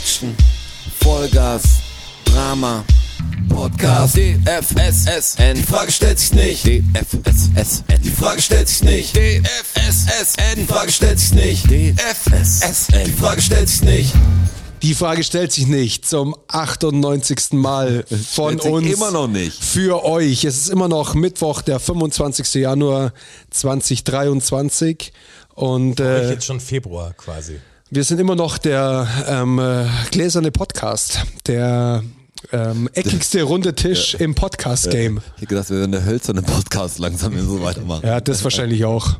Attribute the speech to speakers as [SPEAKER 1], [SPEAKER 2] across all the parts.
[SPEAKER 1] Action, Vollgas, Drama, Podcast, DFSSN. Die Frage stellt sich nicht. DFSSN. Die Frage stellt sich nicht. DFSSN. Die Frage stellt sich nicht. DFSSN. Die Frage stellt sich nicht.
[SPEAKER 2] Die Frage stellt sich nicht zum 98. Mal von
[SPEAKER 1] Stellt sich
[SPEAKER 2] uns.
[SPEAKER 1] immer noch nicht.
[SPEAKER 2] Für euch. Es ist immer noch Mittwoch, der 25. Januar 2023. Und
[SPEAKER 3] Äh,
[SPEAKER 2] äh,
[SPEAKER 3] jetzt schon Februar quasi.
[SPEAKER 2] wir sind immer noch der ähm, äh, gläserne Podcast, der ähm, eckigste runde Tisch im Podcast-Game.
[SPEAKER 1] Ich hätte gedacht, wir werden der hölzerne Podcast langsam wenn wir so weitermachen.
[SPEAKER 2] Ja, das wahrscheinlich auch.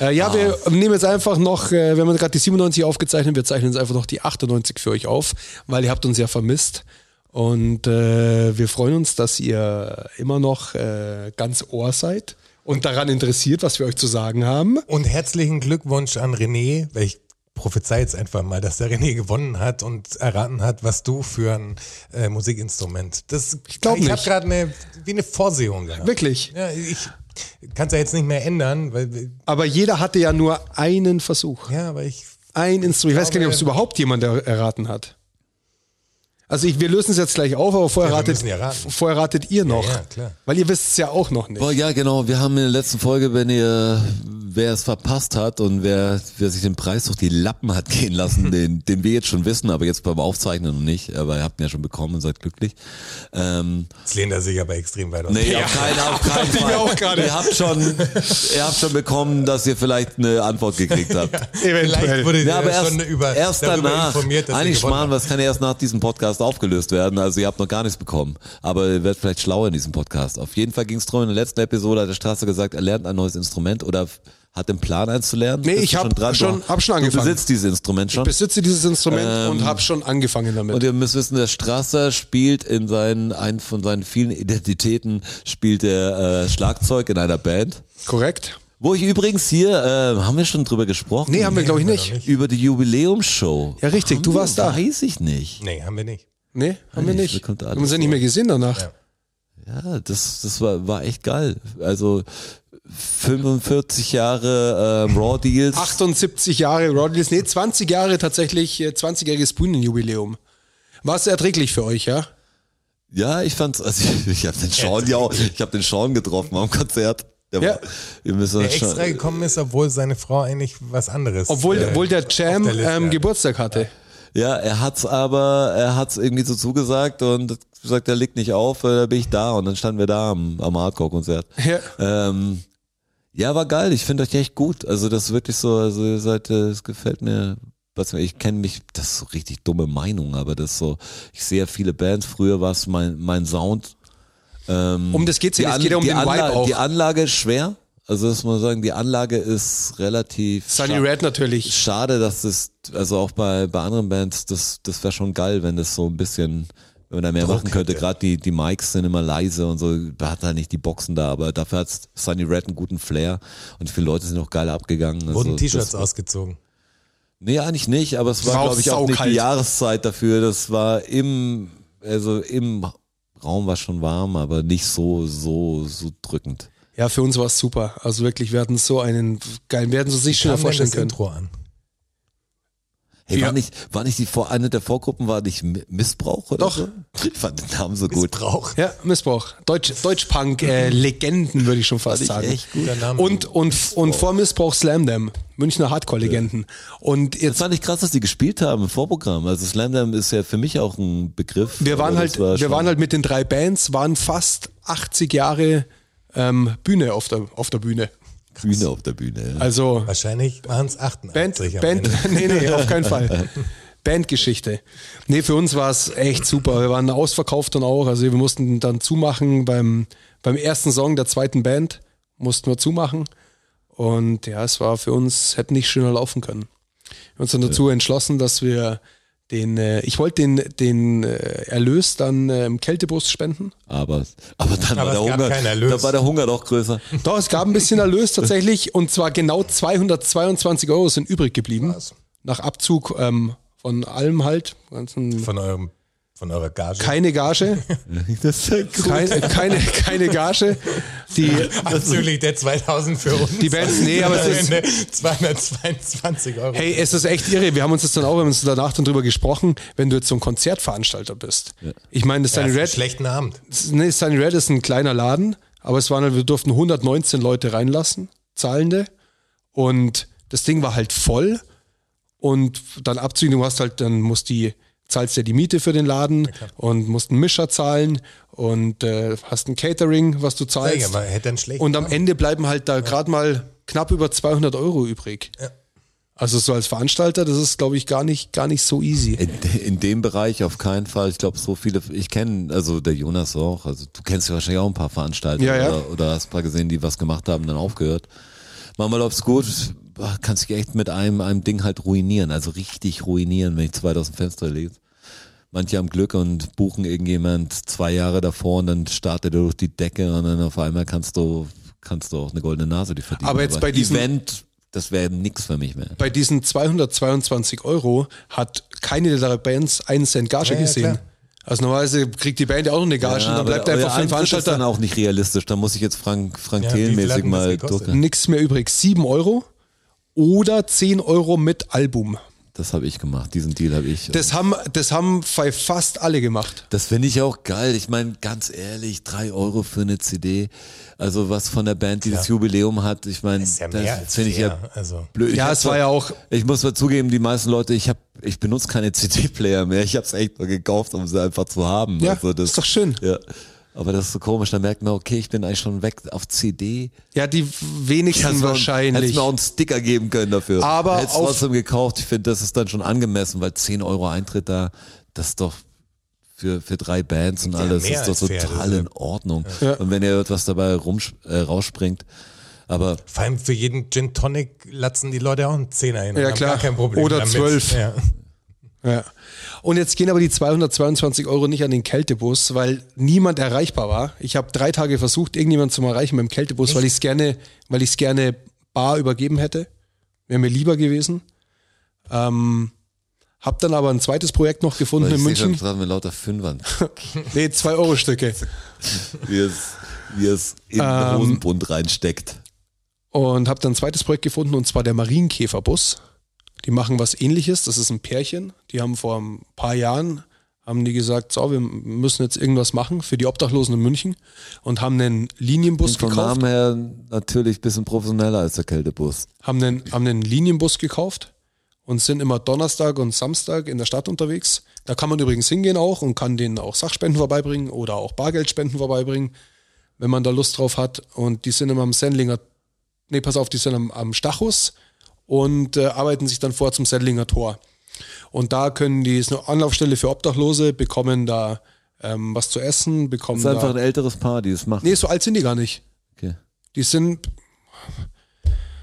[SPEAKER 2] Äh, ja, wir
[SPEAKER 3] Ah.
[SPEAKER 2] nehmen jetzt einfach noch, äh, wenn wir gerade die 97 aufgezeichnet, wir zeichnen jetzt einfach noch die 98 für euch auf, weil ihr habt uns ja vermisst. Und äh, wir freuen uns, dass ihr immer noch äh, ganz Ohr seid und daran interessiert, was wir euch zu sagen haben.
[SPEAKER 3] Und herzlichen Glückwunsch an René, weil ich prophezei jetzt einfach mal, dass der René gewonnen hat und erraten hat, was du für ein äh, Musikinstrument. Das, ich
[SPEAKER 2] glaub
[SPEAKER 3] Ich habe
[SPEAKER 2] nicht.
[SPEAKER 3] gerade eine, wie eine Vorsehung gehabt.
[SPEAKER 2] Wirklich.
[SPEAKER 3] Ja, ich kann es ja jetzt nicht mehr ändern, weil,
[SPEAKER 2] Aber jeder hatte ja nur einen Versuch.
[SPEAKER 3] ja, aber ich,
[SPEAKER 2] Ein Instrument. Ich weiß gar nicht, ob es überhaupt jemand er- erraten hat. Also ich, wir lösen es jetzt gleich auf, aber vorher,
[SPEAKER 3] Ja, wir
[SPEAKER 2] ratet,
[SPEAKER 3] müssen ja raten.
[SPEAKER 2] vorher ratet ihr noch.
[SPEAKER 3] ja, klar.
[SPEAKER 2] Weil ihr wisst es ja auch noch nicht.
[SPEAKER 1] Aber ja, genau. Wir haben in der letzten Folge, wenn ihr, wer es verpasst hat und wer, wer sich den Preis durch die Lappen hat gehen lassen, den, den wir jetzt schon wissen, aber jetzt beim Aufzeichnen noch nicht, aber ihr habt ihn ja schon bekommen und seid glücklich. Ähm,
[SPEAKER 3] jetzt lehnt er sich aber extrem weit aus.
[SPEAKER 1] Nee, auf keinen, auf keinen
[SPEAKER 2] ich mir
[SPEAKER 1] Fall.
[SPEAKER 2] auch gerade.
[SPEAKER 1] ihr, habt schon, ihr habt schon bekommen, dass ihr vielleicht eine Antwort gekriegt habt.
[SPEAKER 2] Eventuell.
[SPEAKER 3] Vielleicht wurde
[SPEAKER 1] Ja, aber
[SPEAKER 3] der
[SPEAKER 1] erst,
[SPEAKER 3] schon über,
[SPEAKER 1] erst
[SPEAKER 3] darüber
[SPEAKER 1] danach.
[SPEAKER 3] informiert, dass er
[SPEAKER 1] Eigentlich
[SPEAKER 3] gewonnen
[SPEAKER 1] Schmarrn, was kann ja erst nach diesem Podcast aufgelöst werden? Also ihr habt noch gar nichts bekommen. Aber ihr werdet vielleicht schlauer in diesem Podcast. Auf jeden Fall ging es darum, in der letzten Episode hat der Straße gesagt, er lernt ein neues Instrument oder f- hat den Plan, eins zu lernen.
[SPEAKER 2] Nee,
[SPEAKER 1] Bist
[SPEAKER 2] ich
[SPEAKER 1] du
[SPEAKER 2] hab
[SPEAKER 1] dran?
[SPEAKER 2] schon-
[SPEAKER 1] Du-
[SPEAKER 2] hab schon angefangen.
[SPEAKER 1] Du besitzt dieses Instrument schon.
[SPEAKER 2] besitze dieses Instrument und habe schon angefangen
[SPEAKER 1] Und
[SPEAKER 2] damit.
[SPEAKER 1] ihr müsst wissen, der Strasser spielt in seinen, einen von seinen vielen Identitäten, spielt er äh, Schlagzeug in einer Band.
[SPEAKER 2] Korrekt?
[SPEAKER 1] Wo ich übrigens hier, äh, haben wir schon drüber gesprochen?
[SPEAKER 2] Nee, haben wir glaube ich nicht.
[SPEAKER 1] Über die Jubiläumsshow.
[SPEAKER 2] Ja, richtig,
[SPEAKER 1] haben
[SPEAKER 2] du
[SPEAKER 1] wir?
[SPEAKER 2] warst da.
[SPEAKER 1] Weiß ich nicht.
[SPEAKER 3] Nee, haben wir nicht.
[SPEAKER 2] Nee, haben wir
[SPEAKER 1] Nee,
[SPEAKER 2] nicht.
[SPEAKER 1] das kommt
[SPEAKER 2] Wir
[SPEAKER 1] alles
[SPEAKER 2] haben uns ja nicht mehr gesehen danach.
[SPEAKER 3] Ja.
[SPEAKER 1] Ja, das, das war, war echt geil. Also 45 Jahre äh, Raw Deals.
[SPEAKER 2] 78 Jahre Rodgers, nee, 20 Jahre tatsächlich, äh, 20-jähriges Bühnenjubiläum. War es erträglich für euch, ja?
[SPEAKER 1] Ja, ich fand's, also ich, ich habe den Sean ja auch, ich habe den Sean getroffen am Konzert. Der
[SPEAKER 2] Ja.
[SPEAKER 1] war, wir müssen
[SPEAKER 3] Der
[SPEAKER 1] uns schon-
[SPEAKER 3] extra gekommen ist, obwohl seine Frau eigentlich was anderes.
[SPEAKER 2] Obwohl,
[SPEAKER 3] äh,
[SPEAKER 2] obwohl der Jam
[SPEAKER 3] der Liste,
[SPEAKER 2] ähm,
[SPEAKER 3] ja.
[SPEAKER 2] Geburtstag hatte.
[SPEAKER 1] Ja, er hat's aber, er hat's irgendwie so zugesagt und hat gesagt, er legt nicht auf, äh, da bin ich da und dann standen wir da am, am Hardcore-Konzert.
[SPEAKER 2] Ja.
[SPEAKER 1] Ähm, ja, war geil. Ich finde euch echt gut. Also das ist wirklich so, also ihr seid, äh, es gefällt mir. Was mir- Ich kenne mich, das ist so richtig dumme Meinung, aber das ist so, ich sehe ja viele Bands, früher war es mein, mein Sound. Ähm,
[SPEAKER 2] Um das geht's ja
[SPEAKER 1] die
[SPEAKER 2] nicht, es
[SPEAKER 1] An-
[SPEAKER 2] geht ja um
[SPEAKER 1] die
[SPEAKER 2] den Vibe
[SPEAKER 1] Anlage,
[SPEAKER 2] auch.
[SPEAKER 1] Die Anlage ist schwer. Also das muss man sagen, die Anlage ist relativ
[SPEAKER 2] Sunny
[SPEAKER 1] scha-
[SPEAKER 2] Red natürlich.
[SPEAKER 1] schade, dass es, also auch bei, bei anderen Bands, das, das wäre schon geil, wenn das so ein bisschen, wenn man da mehr machen könnte. Gerade die, die Mics sind immer leise und so, da hat halt nicht die Boxen da, aber dafür hat Sunny Red einen guten Flair und viele Leute sind auch geil abgegangen. Also
[SPEAKER 3] Wurden
[SPEAKER 1] das-
[SPEAKER 3] T-Shirts ausgezogen.
[SPEAKER 1] Nee, eigentlich nicht, aber es war,
[SPEAKER 2] War auch
[SPEAKER 1] glaube ich, auch nicht
[SPEAKER 2] saukalt.
[SPEAKER 1] die Jahreszeit dafür. Das war im, also im Raum war schon warm, aber nicht so, so, so drückend.
[SPEAKER 2] Ja, für uns war es super. Also wirklich, wir hatten so einen geilen, wir hätten es uns nicht schöner
[SPEAKER 3] Kam denn
[SPEAKER 2] vorstellen
[SPEAKER 3] das
[SPEAKER 2] können.
[SPEAKER 3] Intro an.
[SPEAKER 1] Hey,
[SPEAKER 2] Ja.
[SPEAKER 1] war nicht, war nicht die Vor eine der Vorgruppen, war nicht Mi- Missbrauch oder
[SPEAKER 2] Doch.
[SPEAKER 1] so? Ich fand den Namen so gut.
[SPEAKER 3] Missbrauch.
[SPEAKER 2] Ja, Missbrauch. Deutsch, Deutschpunk-Legenden würde ich schon fast
[SPEAKER 1] ich
[SPEAKER 2] sagen.
[SPEAKER 1] echt
[SPEAKER 3] Guter Name.
[SPEAKER 2] Und, und, und vor Missbrauch Slam Dam, Münchner Hardcore-Legenden. Und
[SPEAKER 1] Das
[SPEAKER 2] jetzt,
[SPEAKER 1] fand ich krass, dass die gespielt haben im Vorprogramm. Also Slam Dam ist ja für mich auch ein Begriff.
[SPEAKER 2] wir waren
[SPEAKER 1] Aber
[SPEAKER 2] halt,
[SPEAKER 1] das war
[SPEAKER 2] wir
[SPEAKER 1] schon-
[SPEAKER 2] waren halt mit den drei Bands, waren fast 80 Jahre ähm, Bühne auf der, auf der Bühne.
[SPEAKER 1] Bühne auf der Bühne. Ja.
[SPEAKER 2] Also
[SPEAKER 3] Wahrscheinlich waren es 88.
[SPEAKER 2] Band,
[SPEAKER 3] am
[SPEAKER 2] Band,
[SPEAKER 3] Ende.
[SPEAKER 2] nee, nee, auf keinen Fall. Bandgeschichte. Nee, für uns war es echt super. Wir waren ausverkauft dann auch. Also wir mussten dann zumachen beim, beim ersten Song der zweiten Band. Mussten wir zumachen. Und ja, es war für uns, hätte nicht schöner laufen können. Wir haben uns dann dazu entschlossen, dass wir den, äh, ich wollte den, den äh, Erlös dann äh, im Kältebus spenden.
[SPEAKER 1] Aber, aber dann
[SPEAKER 3] Aber
[SPEAKER 1] war der
[SPEAKER 3] es gab keinen
[SPEAKER 1] Hunger.
[SPEAKER 3] Erlös.
[SPEAKER 1] Da war der Hunger doch größer.
[SPEAKER 2] Doch, es gab ein bisschen Erlös tatsächlich und zwar genau 222 Euro sind übrig geblieben. Nach Abzug ähm, von allem halt, ganzen
[SPEAKER 3] Von eurem Von eurer Gage.
[SPEAKER 2] Keine Gage,
[SPEAKER 1] Das ist ja gut.
[SPEAKER 2] keine, keine, keine Gage. Die,
[SPEAKER 3] Natürlich der 2000 für uns.
[SPEAKER 2] Die Bands- nee, aber es ist-
[SPEAKER 3] Am Ende 222 Euro.
[SPEAKER 2] hey, es ist echt irre. Wir haben uns das dann auch, wir haben uns danach dann drüber gesprochen, wenn du jetzt so ein Konzertveranstalter bist. Ich meine, das Sunny
[SPEAKER 3] ja,
[SPEAKER 2] Red,
[SPEAKER 3] schlechten Abend.
[SPEAKER 2] nee, Sunny Red ist ein kleiner Laden, aber es waren, halt- wir durften 119 Leute reinlassen, Zahlende. Und das Ding war halt voll. Und dann abzüglich, du hast halt, dann musst die, zahlst ja die Miete für den Laden und musst einen Mischer zahlen und äh, hast ein Catering, was du
[SPEAKER 3] Sag ich
[SPEAKER 2] zahlst.
[SPEAKER 3] aber, hätte einen schlechten
[SPEAKER 2] Und am
[SPEAKER 3] Abend.
[SPEAKER 2] Ende bleiben halt da gerade mal knapp über 200 Euro übrig.
[SPEAKER 3] Ja.
[SPEAKER 2] Also so als Veranstalter, das ist, glaube ich, gar nicht, gar nicht so easy.
[SPEAKER 1] In, in dem Bereich auf keinen Fall. Ich glaube, so viele, ich kenne, also der Jonas auch, also du kennst ja wahrscheinlich auch ein paar Veranstalter
[SPEAKER 2] Ja, ja.
[SPEAKER 1] Oder, oder hast ein paar gesehen, die was gemacht haben, dann aufgehört. Manchmal läuft's gut, boah, kannst dich echt mit einem, einem Ding halt ruinieren, also richtig ruinieren, wenn ich 2000 Fenster lese. Manche haben Glück und buchen irgendjemand zwei Jahre davor und dann startet er durch die Decke und dann auf einmal kannst du, kannst du auch eine goldene Nase die verdienen.
[SPEAKER 2] Aber jetzt bei diesem-
[SPEAKER 1] Event, das wäre nix für mich mehr.
[SPEAKER 2] Bei diesen 222 Euro hat keine der Bands einen Cent Gage
[SPEAKER 3] Ja, ja,
[SPEAKER 2] gesehen.
[SPEAKER 3] klar.
[SPEAKER 2] also normalerweise kriegt die Band ja auch noch eine Gage und dann
[SPEAKER 1] aber
[SPEAKER 2] bleibt einfach
[SPEAKER 1] euer
[SPEAKER 2] für den
[SPEAKER 1] Eintritt ist dann
[SPEAKER 2] Veranstalter
[SPEAKER 1] auch nicht realistisch. Da muss ich jetzt Frank, Frank
[SPEAKER 3] Ja, wie viel hat
[SPEAKER 1] Thelen-mäßig
[SPEAKER 3] denn das
[SPEAKER 1] mal
[SPEAKER 3] gekostet?
[SPEAKER 1] drucken.
[SPEAKER 2] nichts mehr übrig. 7 Euro oder 10 Euro mit Album.
[SPEAKER 1] Das habe ich gemacht. Diesen Deal habe ich.
[SPEAKER 2] Das haben, das haben bei fast alle gemacht.
[SPEAKER 1] das finde ich auch geil. Ich meine, ganz ehrlich, drei Euro für eine CD. Also was von der Band, die das Jubiläum hat. Ich meine,
[SPEAKER 3] Ist ja mehr
[SPEAKER 1] das
[SPEAKER 3] als
[SPEAKER 1] finde ich ja
[SPEAKER 3] fair, also.
[SPEAKER 1] blöd. Ich
[SPEAKER 2] Ja,
[SPEAKER 1] hab
[SPEAKER 2] es
[SPEAKER 1] zwar-
[SPEAKER 2] war ja auch,
[SPEAKER 1] Ich muss mal zugeben, die meisten Leute, ich habe, ich benutze keine CD-Player mehr. Ich habe es echt nur gekauft, um sie einfach zu haben.
[SPEAKER 2] ja,
[SPEAKER 1] also das,
[SPEAKER 2] ist doch schön.
[SPEAKER 1] Ja. Aber das ist so komisch. Da merkt man, okay, ich bin eigentlich schon weg auf CD.
[SPEAKER 2] Ja, die wenigsten
[SPEAKER 1] Hättest
[SPEAKER 2] wahrscheinlich.
[SPEAKER 1] mir auch einen Sticker geben können dafür.
[SPEAKER 2] Aber
[SPEAKER 1] Hättest
[SPEAKER 2] auf-
[SPEAKER 1] trotzdem gekauft. Ich finde, das ist dann schon angemessen, weil 10 Euro Eintritt da, das ist doch für, für drei Bands und
[SPEAKER 3] Ja,
[SPEAKER 1] alles
[SPEAKER 3] mehr
[SPEAKER 1] ist doch
[SPEAKER 3] als fair,
[SPEAKER 1] total
[SPEAKER 3] das ist-
[SPEAKER 1] in Ordnung.
[SPEAKER 2] Ja.
[SPEAKER 1] Und wenn ihr etwas dabei rumsch, äh, rausspringt, aber
[SPEAKER 3] Vor allem für jeden Gin Tonic latzen die Leute auch einen Zehner hin. und
[SPEAKER 2] Ja,
[SPEAKER 3] haben
[SPEAKER 2] klar.
[SPEAKER 3] Gar kein Problem
[SPEAKER 2] Oder
[SPEAKER 3] damit.
[SPEAKER 2] zwölf.
[SPEAKER 3] Ja.
[SPEAKER 2] Ja. Und jetzt gehen aber die 222 Euro nicht an den Kältebus, weil niemand erreichbar war. Ich habe drei Tage versucht, irgendjemanden zu erreichen mit dem Kältebus, weil ich es gerne, weil ich es gerne bar übergeben hätte. Wäre mir lieber gewesen. Ähm, hab dann aber ein zweites Projekt noch gefunden
[SPEAKER 1] weil
[SPEAKER 2] in
[SPEAKER 1] ich sehe schon
[SPEAKER 2] München.
[SPEAKER 1] dran mit lauter Fünfern,
[SPEAKER 2] Nee, zwei Euro Stücke.
[SPEAKER 1] wie es, wie es in
[SPEAKER 2] Ähm,
[SPEAKER 1] den Hosenbund reinsteckt.
[SPEAKER 2] Und habe dann ein zweites Projekt gefunden, und zwar der Marienkäferbus. Die machen was ähnliches, das ist ein Pärchen. Die haben vor ein paar Jahren, haben die gesagt, so, wir müssen jetzt irgendwas machen für die Obdachlosen in München und haben einen Linienbus
[SPEAKER 1] Vom
[SPEAKER 2] gekauft.
[SPEAKER 1] Namen her natürlich ein bisschen professioneller als der Kältebus.
[SPEAKER 2] haben einen, haben einen Linienbus gekauft und sind immer Donnerstag und Samstag in der Stadt unterwegs. Da kann man übrigens hingehen auch und kann denen auch Sachspenden vorbeibringen oder auch Bargeldspenden vorbeibringen, wenn man da Lust drauf hat. Und die sind immer am Sendlinger, nee, pass auf, die sind am, am Stachus und äh, arbeiten sich dann vor zum Sendlinger Tor. Und da können die, ist eine Anlaufstelle für Obdachlose, bekommen da ähm, was zu essen, bekommen
[SPEAKER 1] Das ist einfach
[SPEAKER 2] Um da.
[SPEAKER 1] ein älteres Paar, die es macht.
[SPEAKER 2] Nee, so alt sind die gar nicht.
[SPEAKER 1] Okay.
[SPEAKER 2] Die sind,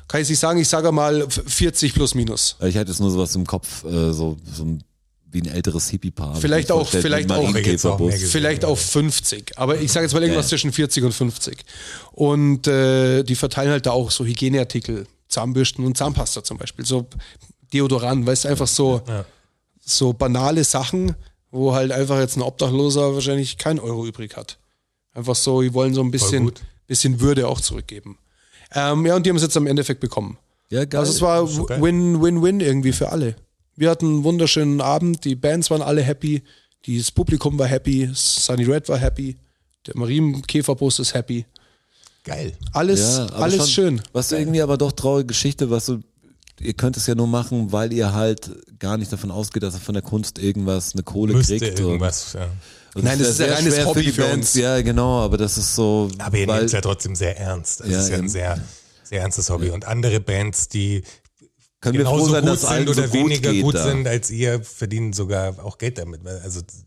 [SPEAKER 2] kann ich nicht sagen, ich sage mal 40 plus minus.
[SPEAKER 1] Also Ich hatte jetzt nur sowas im Kopf, äh, so, so ein, wie ein älteres Hippie-Paar.
[SPEAKER 2] Vielleicht auch-
[SPEAKER 1] Vorstellt,
[SPEAKER 2] vielleicht
[SPEAKER 1] mit
[SPEAKER 2] auch-
[SPEAKER 1] Marienkäferbus.
[SPEAKER 3] Gesehen,
[SPEAKER 2] Vielleicht auf 50, aber ich sage jetzt mal irgendwas
[SPEAKER 1] Ja.
[SPEAKER 2] zwischen 40 und 50. Und äh, die verteilen halt da auch so Hygieneartikel, Zahnbürsten und Zahnpasta zum Beispiel, so Deodorant, weißt du, einfach so, so banale Sachen, wo halt einfach jetzt ein Obdachloser wahrscheinlich keinen Euro übrig hat. Einfach so, die wollen so ein bisschen,
[SPEAKER 3] gut.
[SPEAKER 2] bisschen Würde auch zurückgeben. Ähm, ja, und die haben es jetzt im Endeffekt bekommen.
[SPEAKER 1] Ja, geil.
[SPEAKER 2] Also es war
[SPEAKER 3] geil.
[SPEAKER 2] Win-Win-Win irgendwie für alle. Wir hatten einen wunderschönen Abend, die Bands waren alle happy, das Publikum war happy, Sunny Red war happy, der Marienkäferbus ist happy.
[SPEAKER 3] Geil.
[SPEAKER 2] Alles,
[SPEAKER 1] Ja, aber
[SPEAKER 2] alles
[SPEAKER 1] schon-
[SPEAKER 2] schön.
[SPEAKER 1] Was irgendwie aber doch traurige Geschichte, was so, ihr könnt es ja nur machen, weil ihr halt gar nicht davon ausgeht, dass ihr von der Kunst irgendwas, eine Kohle
[SPEAKER 3] Müsste
[SPEAKER 1] kriegt. und-
[SPEAKER 3] irgendwas. Ja.
[SPEAKER 1] und
[SPEAKER 2] Nein,
[SPEAKER 1] wär
[SPEAKER 2] das ist ein
[SPEAKER 1] sehr
[SPEAKER 2] reines
[SPEAKER 1] schwer
[SPEAKER 2] Hobby
[SPEAKER 1] die
[SPEAKER 2] für
[SPEAKER 1] Bands.
[SPEAKER 2] uns.
[SPEAKER 1] Ja, genau, aber das ist so.
[SPEAKER 3] Aber ihr nehmt
[SPEAKER 1] weil,
[SPEAKER 3] es ja trotzdem sehr ernst. Das
[SPEAKER 1] Ja,
[SPEAKER 3] ist ja ein
[SPEAKER 1] eben.
[SPEAKER 3] sehr, sehr ernstes Hobby. Und andere Bands, die
[SPEAKER 1] können wir froh
[SPEAKER 3] genauso
[SPEAKER 1] sein,
[SPEAKER 3] gut
[SPEAKER 1] dass
[SPEAKER 3] sind
[SPEAKER 1] allen
[SPEAKER 3] oder
[SPEAKER 1] so gut
[SPEAKER 3] weniger
[SPEAKER 1] geht
[SPEAKER 3] gut
[SPEAKER 1] da.
[SPEAKER 3] sind als ihr, verdienen sogar auch Geld damit. Also das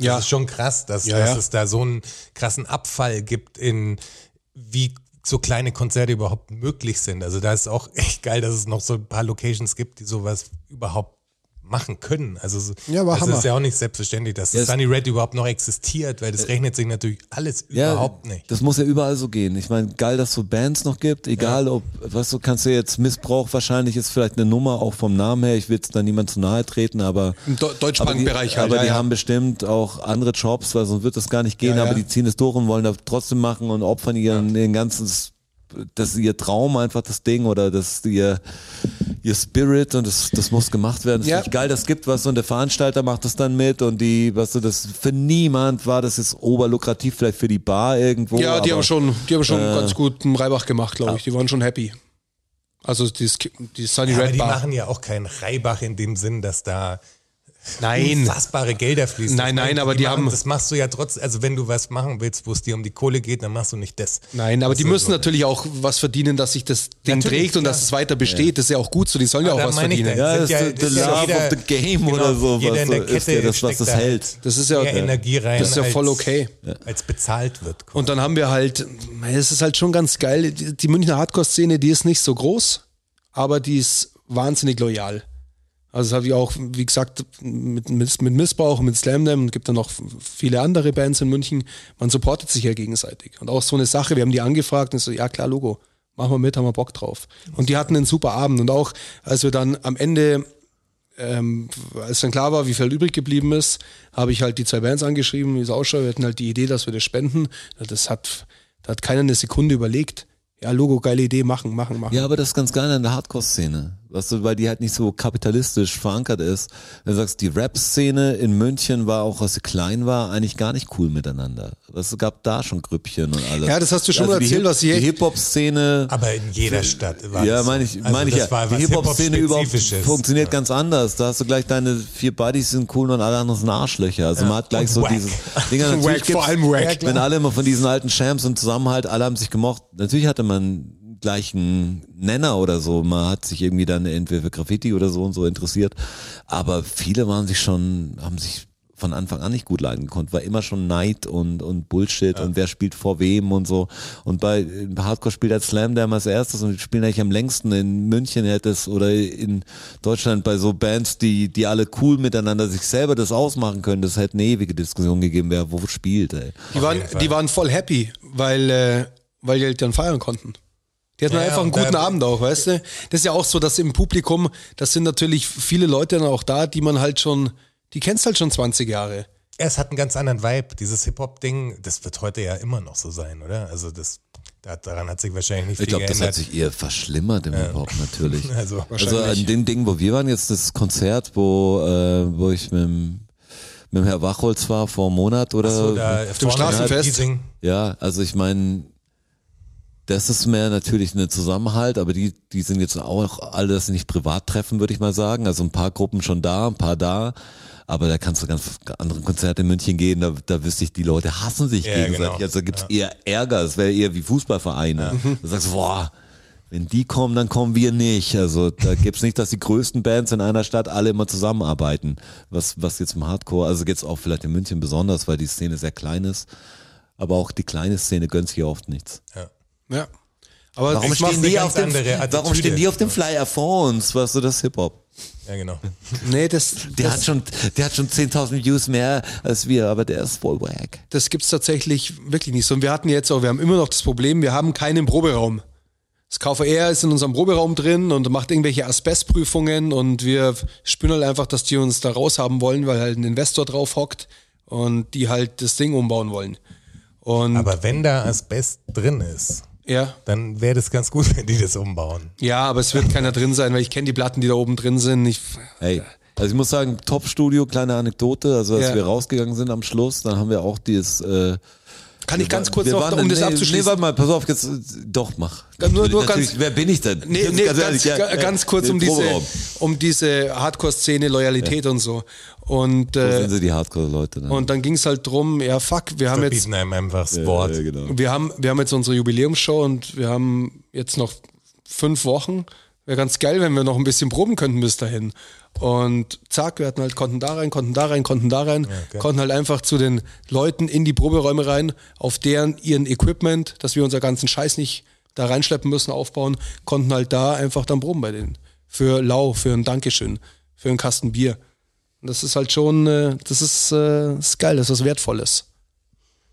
[SPEAKER 2] Ja.
[SPEAKER 3] ist schon krass, dass,
[SPEAKER 2] Ja,
[SPEAKER 3] dass
[SPEAKER 2] ja.
[SPEAKER 3] es da so einen krassen Abfall gibt in wie so kleine Konzerte überhaupt möglich sind. Also da ist auch echt geil, dass es noch so ein paar Locations gibt, die sowas überhaupt machen können. Also so-
[SPEAKER 2] Ja, aber
[SPEAKER 3] das
[SPEAKER 2] Hammer.
[SPEAKER 3] ist ja auch nicht selbstverständlich, dass
[SPEAKER 1] Ja, es-
[SPEAKER 3] Sunny Red überhaupt noch existiert, weil das rechnet sich natürlich alles überhaupt nicht.
[SPEAKER 1] Das muss ja überall so gehen. Ich meine, geil, dass es so Bands noch gibt. Egal ob, weißt du, kannst du jetzt Missbrauch wahrscheinlich ist vielleicht eine Nummer, auch vom Namen her. Ich will jetzt da niemand zu nahe treten, aber.
[SPEAKER 2] Im Deu-
[SPEAKER 1] aber die,
[SPEAKER 2] Deutschpunk-Bereich halt.
[SPEAKER 1] aber
[SPEAKER 2] ja,
[SPEAKER 1] die
[SPEAKER 2] ja.
[SPEAKER 1] haben bestimmt auch andere Jobs, weil sonst wird das gar nicht gehen,
[SPEAKER 2] Ja,
[SPEAKER 1] aber
[SPEAKER 2] ja.
[SPEAKER 1] die ziehen es durch und wollen das trotzdem machen und opfern ihren, ihren ganzen, S- das ist ihr Traum einfach das Ding oder das ihr, ihr Spirit und das, das muss gemacht werden. Das
[SPEAKER 2] Ja.
[SPEAKER 1] ist geil, das gibt was und der Veranstalter macht das dann mit und die, weißt du, das für niemand war das jetzt oberlukrativ, vielleicht für die Bar irgendwo.
[SPEAKER 2] ja, die
[SPEAKER 1] aber- Äh,
[SPEAKER 2] haben schon, die haben schon ganz gut einen Reibach gemacht, glaube ich. Die waren schon happy. Also die, Sk- die Sunny
[SPEAKER 3] Ja, aber
[SPEAKER 2] Red
[SPEAKER 3] die
[SPEAKER 2] Bar.
[SPEAKER 3] machen ja auch keinen Reibach in dem Sinn, dass da
[SPEAKER 2] Nein.
[SPEAKER 3] unfassbare Gelder fließen.
[SPEAKER 2] Nein,
[SPEAKER 3] Ich meine,
[SPEAKER 2] nein, aber die
[SPEAKER 3] machen,
[SPEAKER 2] haben-
[SPEAKER 3] Das machst du ja trotz, also wenn du was machen willst, wo es dir um die Kohle geht, dann machst du nicht das.
[SPEAKER 2] Nein, aber die müssen
[SPEAKER 3] so.
[SPEAKER 2] natürlich auch was verdienen, dass sich das Ding
[SPEAKER 3] Natürlich,
[SPEAKER 2] trägt und
[SPEAKER 3] klar.
[SPEAKER 2] dass es weiter besteht. Das ist ja auch gut so, die sollen ja auch
[SPEAKER 3] da
[SPEAKER 2] was
[SPEAKER 3] meine ich
[SPEAKER 2] verdienen.
[SPEAKER 3] dann.
[SPEAKER 1] Ja, das
[SPEAKER 3] Sind ja-
[SPEAKER 1] ist the,
[SPEAKER 3] das
[SPEAKER 1] the
[SPEAKER 3] ist ja
[SPEAKER 1] love
[SPEAKER 3] jeder-
[SPEAKER 1] of the game
[SPEAKER 3] genau,
[SPEAKER 1] oder so.
[SPEAKER 3] jeder
[SPEAKER 1] Was,
[SPEAKER 3] in der
[SPEAKER 1] so ist dir
[SPEAKER 3] Kette
[SPEAKER 1] das, was
[SPEAKER 3] steckt
[SPEAKER 1] das
[SPEAKER 3] da
[SPEAKER 1] hält.
[SPEAKER 2] Das ist ja,
[SPEAKER 3] Mehr Energie rein.
[SPEAKER 2] das ist ja voll
[SPEAKER 3] als-
[SPEAKER 2] okay.
[SPEAKER 3] Als bezahlt wird.
[SPEAKER 2] Und dann haben wir halt, es ist halt schon ganz geil, die die Münchner Hardcore-Szene, die ist nicht so groß, aber die ist wahnsinnig loyal. Also das habe ich auch, wie gesagt, mit, mit, mit Missbrauch, und mit Slamdam und gibt dann noch viele andere Bands in München. Man supportet sich ja gegenseitig. Und auch so eine Sache, wir haben die angefragt und so, ja klar, Logo, machen wir mit, haben wir Bock drauf. Und die hatten einen super Abend. Und auch, als wir dann am Ende, ähm, als dann klar war, wie viel übrig geblieben ist, habe ich halt die zwei Bands angeschrieben, wie es ausschaut. Wir hatten halt die Idee, dass wir das spenden. Das hat, da hat keiner eine Sekunde überlegt. Ja, Logo, geile Idee, machen, machen, machen.
[SPEAKER 1] Ja, aber das ist ganz geil an der Hardcore-Szene. Weißt du, weil die halt nicht so kapitalistisch verankert ist. Wenn du sagst, die Rap-Szene in München war auch, als sie klein war, eigentlich gar nicht cool miteinander. Es gab da schon Grüppchen und alles. Also
[SPEAKER 2] Ja, das hast du schon mal
[SPEAKER 1] die
[SPEAKER 2] erzählt,
[SPEAKER 1] Hip-
[SPEAKER 2] was hier-
[SPEAKER 1] Die Hip-Hop-Szene.
[SPEAKER 3] Aber in jeder Stadt war
[SPEAKER 1] Ja,
[SPEAKER 3] das so.
[SPEAKER 1] meine ich,
[SPEAKER 3] Also
[SPEAKER 1] meine ich
[SPEAKER 3] das
[SPEAKER 1] ja.
[SPEAKER 3] war
[SPEAKER 1] die
[SPEAKER 3] was
[SPEAKER 1] Hip-Hop-Szene überhaupt
[SPEAKER 3] Hip-Hop-Spezifisches.
[SPEAKER 1] funktioniert ganz anders. Da hast du gleich deine vier Buddies sind cool und alle anderen sind Arschlöcher. Also man hat gleich
[SPEAKER 3] Und
[SPEAKER 1] so
[SPEAKER 3] wack.
[SPEAKER 1] dieses Dinger
[SPEAKER 2] Wack,
[SPEAKER 1] natürlich
[SPEAKER 2] vor
[SPEAKER 1] gibt's-
[SPEAKER 2] allem wack. Ja, klar.
[SPEAKER 1] Wenn alle immer von diesen alten Champs und Zusammenhalt, alle haben sich gemocht. Natürlich hatte man gleich einen Nenner oder so. Man hat sich irgendwie dann entweder für Graffiti oder so und so interessiert. Aber viele waren sich schon, haben sich von Anfang an nicht gut leiden gekonnt, war immer schon Neid und, und Bullshit und wer spielt vor wem und so. Und bei bei Hardcore spielt halt Slam Dam als erstes und die spielen eigentlich am längsten in München hättest oder in Deutschland bei so Bands, die, die alle cool miteinander sich selber das ausmachen können. Das hätte eine ewige Diskussion gegeben, wer wo spielt, ey.
[SPEAKER 2] Die waren, die waren voll happy, weil, äh, weil die halt dann feiern konnten. Die hatten
[SPEAKER 3] Ja,
[SPEAKER 2] einfach einen
[SPEAKER 3] und da-
[SPEAKER 2] guten Abend auch, weißt du? Das ist ja auch so, dass im Publikum, das sind natürlich viele Leute dann auch da, die man halt schon, die kennst halt schon 20 Jahre.
[SPEAKER 3] Ja, es hat einen ganz anderen Vibe. Dieses Hip-Hop-Ding, das wird heute ja immer noch so sein, oder? Also das, da- daran hat sich wahrscheinlich nicht viel
[SPEAKER 1] Ich glaube, das hat
[SPEAKER 3] geändert.
[SPEAKER 1] sich eher verschlimmert im Hip-Hop natürlich.
[SPEAKER 3] also
[SPEAKER 1] Also an dem Ding, wo wir waren, jetzt das Konzert, wo, äh, wo ich mit, dem- mit dem Herr Wachholz war vor einem Monat oder
[SPEAKER 3] so, da
[SPEAKER 2] dem
[SPEAKER 3] vorne
[SPEAKER 2] Straßenfest.
[SPEAKER 3] Giesing.
[SPEAKER 1] Ja, also ich meine, das ist mehr natürlich ein Zusammenhalt, aber die, die sind jetzt auch alle das nicht privat treffen, würde ich mal sagen. Also ein paar Gruppen schon da, ein paar da. Aber da kannst du ganz andere Konzerte in München gehen, da, da wüsste ich, die Leute hassen sich
[SPEAKER 3] Ja,
[SPEAKER 1] gegenseitig.
[SPEAKER 3] genau.
[SPEAKER 1] Also da gibt's eher Ärger, es wäre eher wie Fußballvereine.
[SPEAKER 3] Mhm.
[SPEAKER 1] Da sagst du, boah, wenn die kommen, dann kommen wir nicht. Also da gibt's nicht, dass die größten Bands in einer Stadt alle immer zusammenarbeiten. Was, was jetzt im Hardcore, also jetzt auch vielleicht in München besonders, weil die Szene sehr klein ist. Aber auch die kleine Szene gönnt sich ja oft nichts.
[SPEAKER 2] Ja. Aber
[SPEAKER 1] Warum
[SPEAKER 2] ich mach's
[SPEAKER 1] stehen,
[SPEAKER 3] eine
[SPEAKER 1] die
[SPEAKER 3] ganz
[SPEAKER 1] auf dem,
[SPEAKER 3] andere Attitüde.
[SPEAKER 1] warum stehen die auf dem Flyer vor uns? Weißt du, das ist Hip-Hop.
[SPEAKER 3] Ja, genau.
[SPEAKER 2] nee, das,
[SPEAKER 1] Der
[SPEAKER 2] das,
[SPEAKER 1] hat schon, der hat schon 10.000 Views mehr als wir, aber der ist voll wack.
[SPEAKER 2] das gibt's tatsächlich wirklich nicht so. Und wir hatten jetzt auch, wir haben immer noch das Problem, wir haben keinen Proberaum. Das KVR ist in unserem Proberaum drin und macht irgendwelche Asbestprüfungen und wir spüren halt einfach, dass die uns da raushaben wollen, weil halt ein Investor drauf hockt und die halt das Ding umbauen wollen. Und
[SPEAKER 3] Aber wenn da Asbest drin ist,
[SPEAKER 2] ja,
[SPEAKER 3] dann wäre das ganz gut, wenn die das umbauen.
[SPEAKER 2] ja, aber es wird keiner drin sein, weil ich kenne die Platten, die da oben drin sind. Ich,
[SPEAKER 1] Hey. Also ich muss sagen, Top-Studio, kleine Anekdote. Also als
[SPEAKER 2] Ja.
[SPEAKER 1] wir rausgegangen sind am Schluss, dann haben wir auch dieses... Äh,
[SPEAKER 2] kann ich ganz kurz
[SPEAKER 1] wir
[SPEAKER 2] noch,
[SPEAKER 1] waren-
[SPEAKER 2] um das
[SPEAKER 1] nee, Nee,
[SPEAKER 2] abzuschließen?
[SPEAKER 1] warte mal, pass auf, jetzt... äh, Doch, mach.
[SPEAKER 2] Ja, nur- nur
[SPEAKER 1] Natürlich,
[SPEAKER 2] ganz-
[SPEAKER 1] wer bin ich denn?
[SPEAKER 2] Nee,
[SPEAKER 1] Ganz
[SPEAKER 2] nee, ganz,
[SPEAKER 1] ehrlich, ja,
[SPEAKER 2] ga-
[SPEAKER 1] äh,
[SPEAKER 2] ganz kurz
[SPEAKER 1] den
[SPEAKER 2] um diese,
[SPEAKER 1] Proberaum.
[SPEAKER 2] um diese Hardcore-Szene, Loyalität und so. Und,
[SPEAKER 1] Wo sind
[SPEAKER 2] äh,
[SPEAKER 1] sie, die Hardcore-Leute? dann?
[SPEAKER 2] und dann ging's halt drum, ja fuck, wir haben
[SPEAKER 3] Wir
[SPEAKER 2] jetzt
[SPEAKER 3] bieten einem einfach das Wort.
[SPEAKER 1] Ja, genau.
[SPEAKER 2] Wir haben, wir haben jetzt unsere Jubiläumsshow und wir haben jetzt noch fünf Wochen. Wäre ganz geil, wenn wir noch ein bisschen proben könnten bis dahin. Und zack, wir hatten halt, konnten da rein, konnten da rein, konnten da rein,
[SPEAKER 3] okay.
[SPEAKER 2] konnten halt einfach zu den Leuten in die Proberäume rein, auf deren ihren Equipment, dass wir unser ganzen Scheiß nicht da reinschleppen müssen, aufbauen, konnten halt da einfach dann proben bei denen. Für Lau, für ein Dankeschön, für einen Kasten Bier. Und das ist halt schon, äh, das ist, äh, ist geil, das ist was Wertvolles.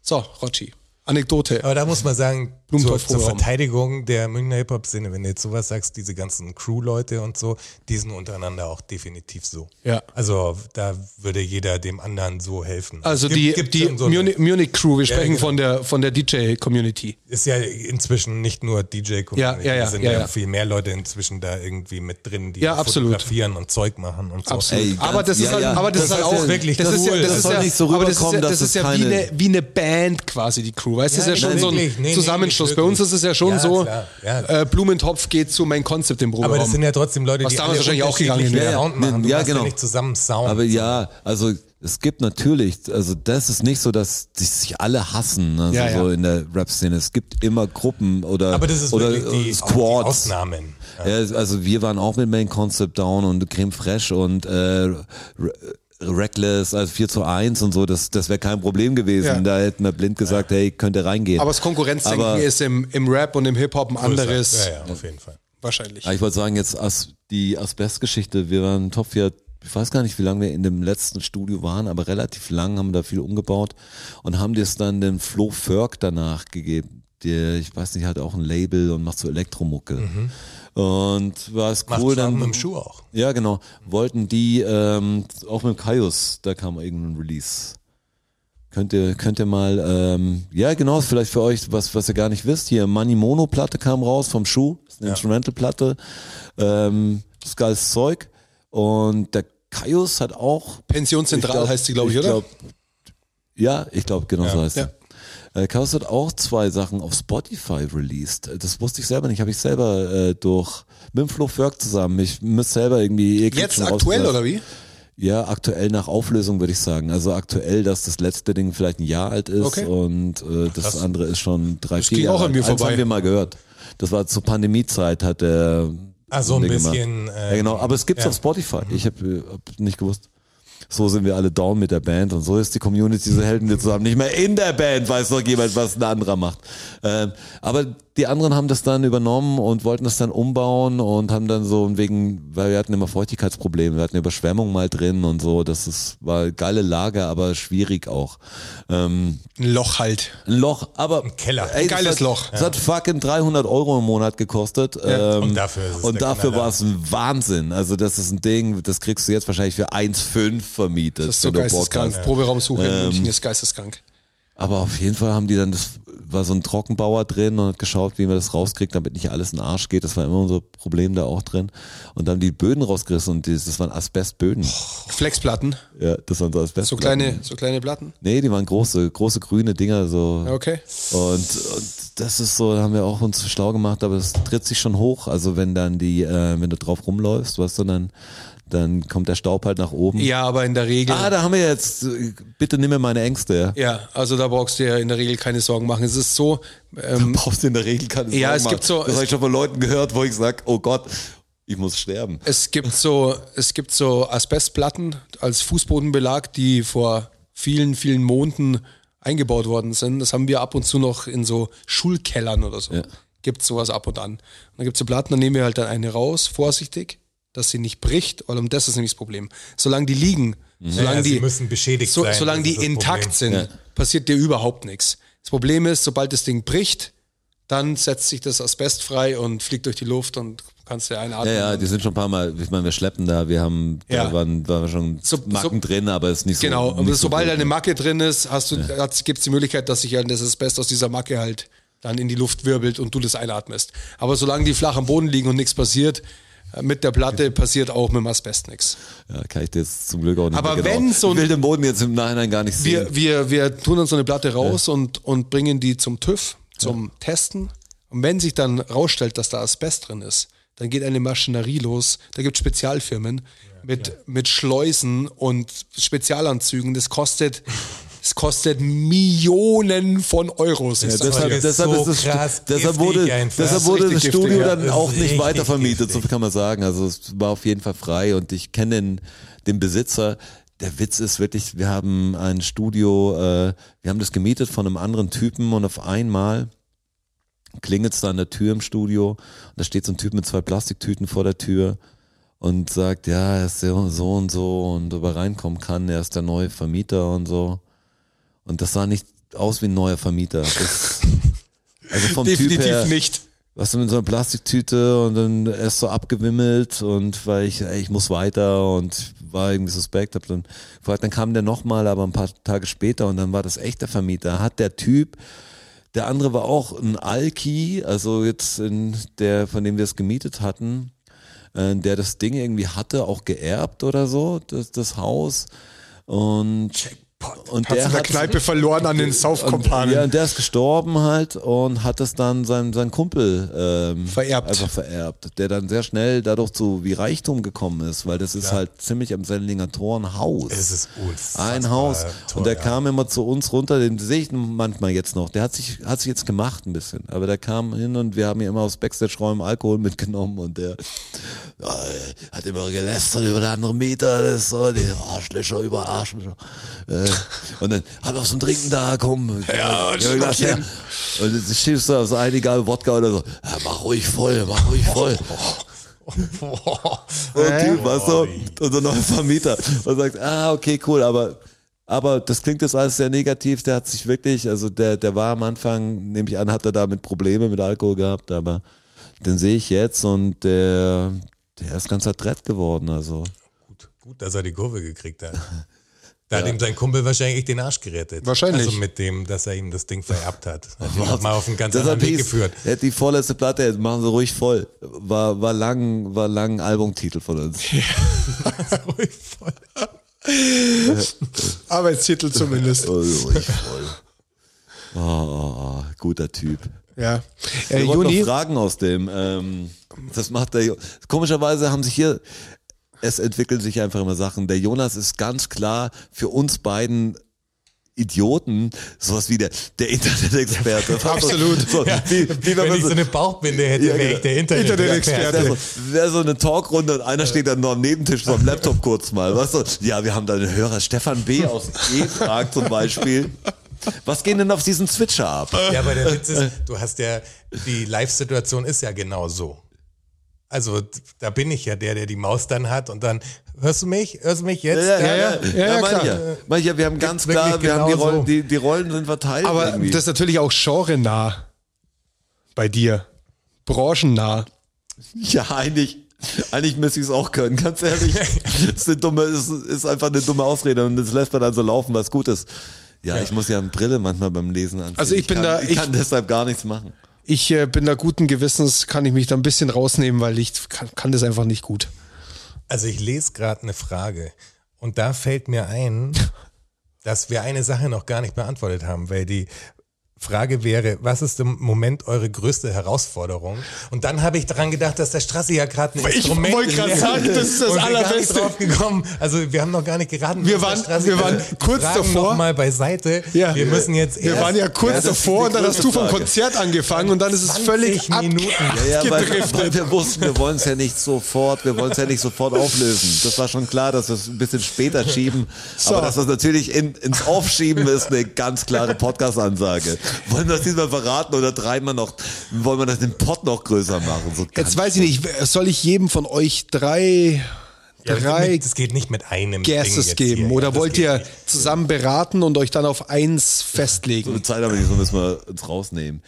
[SPEAKER 2] So, Rotschi. Anekdote.
[SPEAKER 3] Aber da muss man sagen, zur,
[SPEAKER 2] Blumentopf
[SPEAKER 3] zur
[SPEAKER 2] Proberaum.
[SPEAKER 3] Verteidigung der Münchner Hip-Hop-Szene, wenn du jetzt sowas sagst, diese ganzen Crew-Leute und so, die sind untereinander auch definitiv so.
[SPEAKER 2] Ja.
[SPEAKER 3] Also da würde jeder dem anderen so helfen.
[SPEAKER 2] Also
[SPEAKER 3] Gibt-
[SPEAKER 2] die,
[SPEAKER 3] gibt
[SPEAKER 2] die
[SPEAKER 3] so eine-
[SPEAKER 2] Munich, Munich Crew, wir sprechen
[SPEAKER 3] genau.
[SPEAKER 2] von der von der DJ Community.
[SPEAKER 3] ist ja inzwischen nicht nur dj
[SPEAKER 2] Ja, ja, ja,
[SPEAKER 3] sind
[SPEAKER 2] ja,
[SPEAKER 3] ja,
[SPEAKER 2] ja.
[SPEAKER 3] viel mehr Leute inzwischen da irgendwie mit drin, die
[SPEAKER 2] Ja, absolut.
[SPEAKER 3] fotografieren und Zeug machen und so.
[SPEAKER 2] Absolut.
[SPEAKER 1] Ey, ganz-
[SPEAKER 2] aber das
[SPEAKER 1] ja,
[SPEAKER 2] ist halt,
[SPEAKER 1] ja.
[SPEAKER 2] aber das,
[SPEAKER 3] Das
[SPEAKER 2] ist halt
[SPEAKER 3] heißt
[SPEAKER 2] auch
[SPEAKER 3] ja wirklich,
[SPEAKER 2] das,
[SPEAKER 3] das
[SPEAKER 2] ist ja,
[SPEAKER 3] soll-
[SPEAKER 2] das,
[SPEAKER 3] das
[SPEAKER 2] ist
[SPEAKER 1] soll
[SPEAKER 2] ja,
[SPEAKER 1] nicht so
[SPEAKER 2] aber das ist ja,
[SPEAKER 1] rüberkommen,
[SPEAKER 2] das
[SPEAKER 1] dass
[SPEAKER 2] ist
[SPEAKER 1] es
[SPEAKER 2] ja wie
[SPEAKER 1] keine-
[SPEAKER 2] eine wie eine Band quasi die Crew, weißt du,
[SPEAKER 3] Ja,
[SPEAKER 2] das ist
[SPEAKER 3] nicht
[SPEAKER 2] ja schon so ein
[SPEAKER 3] wirklich. Nee, nee,
[SPEAKER 2] Zusammenschluss.
[SPEAKER 3] nicht
[SPEAKER 2] Bei uns ist es ja schon
[SPEAKER 3] wirklich. Ja,
[SPEAKER 2] so
[SPEAKER 3] klar, ja.
[SPEAKER 2] äh, Blumentopf geht zu mein Konzept im Proberaum.
[SPEAKER 3] Aber das sind ja trotzdem Leute,
[SPEAKER 2] Was
[SPEAKER 3] die
[SPEAKER 2] damals wahrscheinlich auch gegangen
[SPEAKER 3] unterschiedlichen
[SPEAKER 1] wäre.
[SPEAKER 3] Sound machen. Du
[SPEAKER 1] Ja,
[SPEAKER 3] ja, genau.
[SPEAKER 1] genau.
[SPEAKER 3] ja nicht zusammen Sound.
[SPEAKER 1] Aber ja, also es gibt natürlich, also das ist nicht so, dass die sich alle hassen, ne?
[SPEAKER 2] Ja,
[SPEAKER 1] so,
[SPEAKER 2] ja.
[SPEAKER 1] so in der Rap-Szene. Es gibt immer Gruppen oder,
[SPEAKER 3] Aber das ist
[SPEAKER 1] oder
[SPEAKER 3] wirklich die,
[SPEAKER 1] äh,
[SPEAKER 3] die
[SPEAKER 1] Squads.
[SPEAKER 3] Ausnahmen.
[SPEAKER 1] Ja, also wir waren auch mit Main Concept Down und Creme Fresh und äh, Re- Reckless, also 4 zu 1 und so, das, das wäre kein Problem gewesen.
[SPEAKER 2] Ja.
[SPEAKER 1] Da hätten wir blind gesagt, hey, könnt ihr reingehen.
[SPEAKER 2] aber das Konkurrenzdenken
[SPEAKER 1] Aber-
[SPEAKER 2] ist im, im Rap und im Hip-Hop ein anderes
[SPEAKER 3] Ja, ja, auf jeden Fall.
[SPEAKER 2] wahrscheinlich.
[SPEAKER 1] Ja, ich wollte sagen, jetzt As die Asbest-Geschichte, wir waren Top 4, ich weiß gar nicht, wie lange wir in dem letzten Studio waren, aber relativ lang haben da viel umgebaut und haben das dann dem Flo Förg danach gegeben. Der, ich weiß nicht, hat auch ein Label und macht so Elektromucke. Und war es
[SPEAKER 3] Macht
[SPEAKER 1] cool,
[SPEAKER 3] Schaden
[SPEAKER 1] dann
[SPEAKER 3] mit dem Schuh auch.
[SPEAKER 1] Ja, genau. Wollten die, ähm, auch mit Kaius, da kam irgendein Release. Könnt ihr, könnt ihr mal, ähm, ja genau, ist vielleicht für euch, was, was ihr gar nicht wisst, hier Money Mono Platte kam raus vom Schuh, ist eine Instrumental Platte, ähm, das ist geiles Zeug und der Kaius hat auch,
[SPEAKER 2] Pensionszentral
[SPEAKER 1] Ich glaub-
[SPEAKER 2] heißt sie, glaube ich,
[SPEAKER 1] ich
[SPEAKER 2] oder?
[SPEAKER 1] glaub- ja, ich glaube genau so heißt
[SPEAKER 2] ja.
[SPEAKER 1] er. Äh, Kaius hat auch zwei Sachen auf Spotify released, Äh, das wusste ich selber nicht, habe ich selber äh, durch, mit dem Flo Förg zusammen, ich müsste selber irgendwie... eh
[SPEAKER 2] Jetzt
[SPEAKER 1] schon
[SPEAKER 2] aktuell
[SPEAKER 1] rausgelassen.
[SPEAKER 2] oder wie?
[SPEAKER 1] Ja, aktuell nach Auflösung würde ich sagen. Also aktuell, dass das letzte Ding vielleicht ein Jahr alt ist
[SPEAKER 2] Okay.
[SPEAKER 1] und äh, das andere ist schon drei, vier
[SPEAKER 2] ging
[SPEAKER 1] Jahre
[SPEAKER 2] auch an
[SPEAKER 1] alt.
[SPEAKER 2] mir
[SPEAKER 1] Eins
[SPEAKER 2] vorbei.
[SPEAKER 1] haben wir mal gehört. Das war zur Pandemiezeit, hat er.
[SPEAKER 3] Ah, so ein
[SPEAKER 1] Ding
[SPEAKER 3] bisschen,
[SPEAKER 1] Gemacht.
[SPEAKER 2] äh,
[SPEAKER 3] ähm,
[SPEAKER 1] ja, genau. Aber es gibt's
[SPEAKER 3] ja.
[SPEAKER 1] auf Spotify. Ich habe hab nicht gewusst. So sind wir alle down mit der Band und so ist die Community, so helfen wir zusammen. Nicht mehr in der Band weiß noch jemand, was ein anderer macht. Ähm, aber die anderen haben das dann übernommen und wollten das dann umbauen und haben dann so wegen, weil wir hatten immer Feuchtigkeitsprobleme, wir hatten Überschwemmung mal drin und so. Das ist, war geile Lage, aber schwierig auch. Ähm,
[SPEAKER 2] Ein Loch halt.
[SPEAKER 1] ein Loch, aber
[SPEAKER 3] Keller.
[SPEAKER 1] Ey, das
[SPEAKER 2] Geiles
[SPEAKER 1] hat,
[SPEAKER 2] Loch.
[SPEAKER 1] Das hat fucking 300 Euro im Monat gekostet. Ähm,
[SPEAKER 3] Und dafür ist es
[SPEAKER 1] und
[SPEAKER 3] der
[SPEAKER 1] dafür
[SPEAKER 3] Knaller.
[SPEAKER 1] war es ein Wahnsinn. Also das ist ein Ding, das kriegst du jetzt wahrscheinlich für 1,5 vermietet.
[SPEAKER 2] Das ist so
[SPEAKER 1] wenn du Bock
[SPEAKER 2] geisteskrank.
[SPEAKER 1] hast.
[SPEAKER 2] Proberaumsuche in München ist geisteskrank.
[SPEAKER 1] Aber auf jeden Fall haben die dann, das war so ein Trockenbauer drin und hat geschaut, wie man das rauskriegt, damit nicht alles in den Arsch geht. Das war immer unser Problem da auch drin. Und dann haben die Böden rausgerissen und das, das waren Asbestböden.
[SPEAKER 2] Flexplatten,
[SPEAKER 1] Ja, das waren so Asbest.
[SPEAKER 2] so kleine, so kleine Platten.
[SPEAKER 1] Nee, die waren große, große grüne Dinger, so.
[SPEAKER 2] Ja, Okay.
[SPEAKER 1] Und, und das ist so, da haben wir auch uns schlau gemacht, aber es tritt sich schon hoch. Also wenn dann die, äh, wenn du drauf rumläufst, weißt du, dann, dann kommt der Staub halt nach oben.
[SPEAKER 2] Ja, aber in der Regel.
[SPEAKER 1] Ah, da haben wir jetzt, äh, bitte nimm mir meine Ängste, ja.
[SPEAKER 2] Ja, also da brauchst du ja in der Regel keine Sorgen machen. Es ist so, ähm,
[SPEAKER 1] Brauchst du in der Regel keine
[SPEAKER 2] Ja,
[SPEAKER 1] Sorgen
[SPEAKER 2] es gibt
[SPEAKER 1] machen.
[SPEAKER 2] so-
[SPEAKER 1] Das habe ich schon von Leuten gehört, wo ich sage, oh Gott, ich muss sterben.
[SPEAKER 2] es gibt so, es gibt so Asbestplatten als Fußbodenbelag, die vor vielen, vielen Monaten eingebaut worden sind. Das haben wir ab und zu noch in so Schulkellern oder so.
[SPEAKER 1] Ja.
[SPEAKER 2] Gibt sowas ab und an. Und dann gibt's so Platten, dann nehmen wir halt dann eine raus, vorsichtig, dass sie nicht bricht, weil um das ist nämlich das Problem. Solange die liegen, solange
[SPEAKER 3] ja,
[SPEAKER 2] die.
[SPEAKER 3] sie müssen beschädigt
[SPEAKER 2] so,
[SPEAKER 3] sein.
[SPEAKER 2] Solange
[SPEAKER 3] das
[SPEAKER 2] die
[SPEAKER 3] ist das
[SPEAKER 2] intakt
[SPEAKER 3] Problem.
[SPEAKER 2] sind,
[SPEAKER 1] Mhm. Ja.
[SPEAKER 2] passiert dir überhaupt nichts. Das Problem ist, sobald das Ding bricht, dann setzt sich das Asbest frei und fliegt durch die Luft und kannst dir einatmen.
[SPEAKER 1] Ja, ja, die sind schon ein paar Mal, ich meine, wir schleppen da, wir haben,
[SPEAKER 2] Ja.
[SPEAKER 1] da waren, waren schon
[SPEAKER 2] So- so-
[SPEAKER 1] Macken drin, aber ist nicht
[SPEAKER 2] genau.
[SPEAKER 1] so.
[SPEAKER 2] und
[SPEAKER 1] nicht so ne?
[SPEAKER 2] sobald
[SPEAKER 1] wild.
[SPEAKER 2] eine Macke drin ist, hast du, gibt es die Möglichkeit, dass sich halt das Asbest aus dieser Macke halt dann in die Luft wirbelt und du das einatmest. Aber solange die flach am Boden liegen und nichts passiert, äh, mit der Platte passiert auch mit dem Asbest nichts.
[SPEAKER 1] Ja, kann ich dir jetzt zum Glück auch nicht
[SPEAKER 2] Aber
[SPEAKER 1] mehr genau.
[SPEAKER 2] wenn so ein-
[SPEAKER 1] Ich will den Boden jetzt im Nachhinein gar nicht sehen.
[SPEAKER 2] Wir, wir, wir tun dann so eine Platte raus und, und bringen die zum TÜV, zum Testen. Und wenn sich dann rausstellt, dass da Asbest drin ist, dann geht eine Maschinerie los. Da gibt es Spezialfirmen mit, mit Schleusen und Spezialanzügen. Das kostet, das kostet Millionen von Euros. Ich
[SPEAKER 1] Ja,
[SPEAKER 2] sag
[SPEAKER 1] deshalb,
[SPEAKER 2] dir.
[SPEAKER 3] ist
[SPEAKER 1] deshalb,
[SPEAKER 3] so
[SPEAKER 1] ist das, Stu-
[SPEAKER 3] krass
[SPEAKER 1] deshalb
[SPEAKER 3] giftig
[SPEAKER 1] wurde,
[SPEAKER 3] einfach. Das
[SPEAKER 1] deshalb
[SPEAKER 3] ist
[SPEAKER 1] wurde das
[SPEAKER 2] richtig
[SPEAKER 1] Studio
[SPEAKER 2] giftig, ja.
[SPEAKER 1] dann
[SPEAKER 3] Das
[SPEAKER 1] auch
[SPEAKER 3] ist
[SPEAKER 1] nicht
[SPEAKER 3] richtig
[SPEAKER 1] weiter vermietet, so
[SPEAKER 3] giftig.
[SPEAKER 1] kann man sagen. Also es war auf jeden Fall frei und ich kenne den, den Besitzer. Der Witz ist wirklich, wir haben ein Studio, äh, wir haben das gemietet von einem anderen Typen und auf einmal klingelt's da an der Tür im Studio und da steht so ein Typ mit zwei Plastiktüten vor der Tür und sagt, ja, er ist so so und so und ob er reinkommen kann, er ist der neue Vermieter und so. Und das sah nicht aus wie ein neuer Vermieter. Das, also vom Typ her,
[SPEAKER 2] Definitiv nicht.
[SPEAKER 1] was mit so einer Plastiktüte und dann er ist so abgewimmelt und weil ich, ey, ich muss weiter und war irgendwie suspekt, hab dann gefragt, dann kam der nochmal, aber ein paar Tage später und dann war das echt der Vermieter. Hat der Typ, der andere war auch ein Alki, also jetzt in der, von dem wir es gemietet hatten, äh, der das Ding irgendwie hatte, auch geerbt oder so, das, das Haus. Und, und
[SPEAKER 2] Hat in der
[SPEAKER 1] hat's-
[SPEAKER 2] Kneipe verloren an den
[SPEAKER 1] und,
[SPEAKER 2] Saufkumpanen.
[SPEAKER 1] ja, und der ist gestorben halt und hat das dann sein, sein Kumpel ähm,
[SPEAKER 2] Vererbt.
[SPEAKER 1] Einfach vererbt, der dann sehr schnell dadurch zu wie Reichtum gekommen ist, weil das ist halt ziemlich am Sendlinger Tor ein Haus.
[SPEAKER 3] Es ist unfassbar
[SPEAKER 1] ein Haus.
[SPEAKER 3] teuer.
[SPEAKER 1] und der kam immer zu uns runter, den sehe ich manchmal jetzt noch. Der hat sich, hat sich jetzt gemacht ein bisschen, aber der kam hin und wir haben ihm immer aus Backstage-Räumen Alkohol mitgenommen und der äh, hat immer gelästert über den anderen Mieter, das ist so, die Arschlöcher über Arschlöcher. Äh, und dann, hat noch so ein Trinken da, komm. Ja, und ja, ja. Und jetzt schiebst du auf so eine Gabe Wodka oder so, ja, mach ruhig voll, mach ruhig voll.
[SPEAKER 2] Äh?
[SPEAKER 1] So ein Typ, weißt du, unser neuer Vermieter. Und sagt, ah, okay, cool, aber, aber das klingt jetzt alles sehr negativ, der hat sich wirklich, also der, der war am Anfang, nehme ich an, hat er damit Probleme mit Alkohol gehabt, aber den sehe ich jetzt und der, der ist ganz adrett geworden, also.
[SPEAKER 3] Gut, gut, dass er die Kurve gekriegt hat. Da hat ihm sein Kumpel wahrscheinlich echt den Arsch gerettet.
[SPEAKER 2] Wahrscheinlich.
[SPEAKER 3] Also mit dem, dass er ihm das Ding vererbt hat. Hat ihn nochmal auf einen ganz
[SPEAKER 1] Das
[SPEAKER 3] anderen
[SPEAKER 1] hat
[SPEAKER 3] Weg
[SPEAKER 1] hieß,
[SPEAKER 3] geführt.
[SPEAKER 1] er hat die vorletzte Platte, jetzt machen sie ruhig voll. War, war lang, war lang Albumtitel von uns.
[SPEAKER 3] Ruhig voll.
[SPEAKER 2] Arbeitstitel zumindest.
[SPEAKER 1] Also ruhig voll. Oh, oh, oh, guter Typ.
[SPEAKER 2] Ja. Äh,
[SPEAKER 1] Wir wollten
[SPEAKER 2] Juni,
[SPEAKER 1] noch Fragen aus dem. Ähm, das macht der. Jo Komischerweise haben sich hier. Es entwickeln sich einfach immer Sachen. Der Jonas ist ganz klar für uns beiden Idioten sowas wie der, der Internet-Experte.
[SPEAKER 2] Absolut.
[SPEAKER 1] So, wie, wie wenn
[SPEAKER 3] Wenn
[SPEAKER 1] man
[SPEAKER 3] ich
[SPEAKER 1] so,
[SPEAKER 3] so eine Bauchbinde hätte,
[SPEAKER 1] Ja,
[SPEAKER 3] wäre
[SPEAKER 1] genau.
[SPEAKER 3] ich der Internet
[SPEAKER 2] Internet-Experte.
[SPEAKER 1] Wäre so, wär so eine Talkrunde und einer steht dann nur am Nebentisch so am Laptop kurz mal. Weißt du? Ja, wir haben da einen Hörer, Stefan B. aus E fragt zum Beispiel. Was geht denn auf diesen Switcher ab?
[SPEAKER 3] Ja, aber der Witz ist, du hast ja, die Live-Situation ist ja genau so. Also da bin ich ja der, der die Maus dann hat und dann, hörst du mich? Hörst du mich jetzt?
[SPEAKER 1] Ja, ja, ja,
[SPEAKER 2] ja, ja, ja,
[SPEAKER 1] manche.
[SPEAKER 2] klar.
[SPEAKER 1] Manche, wir haben ganz
[SPEAKER 3] wirklich
[SPEAKER 1] klar, wir haben die
[SPEAKER 3] genau
[SPEAKER 1] Rollen,
[SPEAKER 3] so.
[SPEAKER 1] die, die Rollen sind verteilt.
[SPEAKER 2] aber
[SPEAKER 1] irgendwie.
[SPEAKER 2] das ist natürlich auch genrenah bei dir. Branchennah.
[SPEAKER 1] ja, eigentlich, eigentlich müsste ich es auch können, ganz ehrlich. ist, eine dumme, ist, ist einfach eine dumme Ausrede und das lässt man dann so laufen, was gut ist. Ja, ich muss ja eine Brille manchmal beim Lesen anziehen.
[SPEAKER 2] Also ich bin
[SPEAKER 1] kann,
[SPEAKER 2] da-
[SPEAKER 1] ich,
[SPEAKER 2] ich-
[SPEAKER 1] kann deshalb gar nichts machen.
[SPEAKER 2] Ich äh, bin da guten Gewissens, kann ich mich da ein bisschen rausnehmen, weil ich kann, kann das einfach nicht gut.
[SPEAKER 3] Also ich lese gerade eine Frage und da fällt mir ein, dass wir eine Sache noch gar nicht beantwortet haben, weil die Frage wäre, was ist im Moment eure größte Herausforderung? Und dann habe ich daran gedacht, dass der Straße ja gerade ein Instrument
[SPEAKER 2] wollte gerade
[SPEAKER 3] lernt.
[SPEAKER 2] sagen, das ist das
[SPEAKER 3] Und wir gar nicht
[SPEAKER 2] Allerbeste.
[SPEAKER 3] drauf gekommen. Also wir haben noch gar nicht geraten.
[SPEAKER 2] Wir
[SPEAKER 3] dass der
[SPEAKER 2] waren-
[SPEAKER 3] Strassi
[SPEAKER 2] wir
[SPEAKER 3] gerade-
[SPEAKER 2] waren kurz
[SPEAKER 3] Fragen
[SPEAKER 2] davor.
[SPEAKER 3] Noch mal beiseite.
[SPEAKER 2] Ja.
[SPEAKER 3] Wir müssen jetzt
[SPEAKER 2] Wir
[SPEAKER 3] erst
[SPEAKER 2] waren ja kurz
[SPEAKER 1] das ist die
[SPEAKER 2] davor und dann hast du vom
[SPEAKER 1] Frage.
[SPEAKER 2] Konzert angefangen und dann ist es
[SPEAKER 3] 20
[SPEAKER 2] völlig ab
[SPEAKER 3] Minuten.
[SPEAKER 1] Ja, weil,
[SPEAKER 2] abgedriftet.
[SPEAKER 1] weil wir wussten, wir wollen es ja nicht sofort, wir wollen es ja nicht sofort auflösen. Das war schon klar, dass wir es ein bisschen später schieben. Aber dass das natürlich in, ins Aufschieben ist, eine ganz klare Podcast-Ansage. Wollen wir das diesmal verraten oder treiben wir noch, wollen wir das den Pott noch größer machen? So ganz-
[SPEAKER 2] Jetzt weiß ich nicht, soll ich jedem von euch drei,
[SPEAKER 3] Ja,
[SPEAKER 2] drei
[SPEAKER 3] das geht nicht mit einem Ding
[SPEAKER 2] Guesses
[SPEAKER 3] jetzt
[SPEAKER 2] geben?
[SPEAKER 3] hier.
[SPEAKER 2] oder
[SPEAKER 3] Ja, das
[SPEAKER 2] wollt
[SPEAKER 3] geht
[SPEAKER 2] ihr
[SPEAKER 3] nicht.
[SPEAKER 2] zusammen beraten und euch dann auf eins
[SPEAKER 1] so
[SPEAKER 2] festlegen?
[SPEAKER 1] eine Zeit haben wir nicht, so müssen wir uns rausnehmen.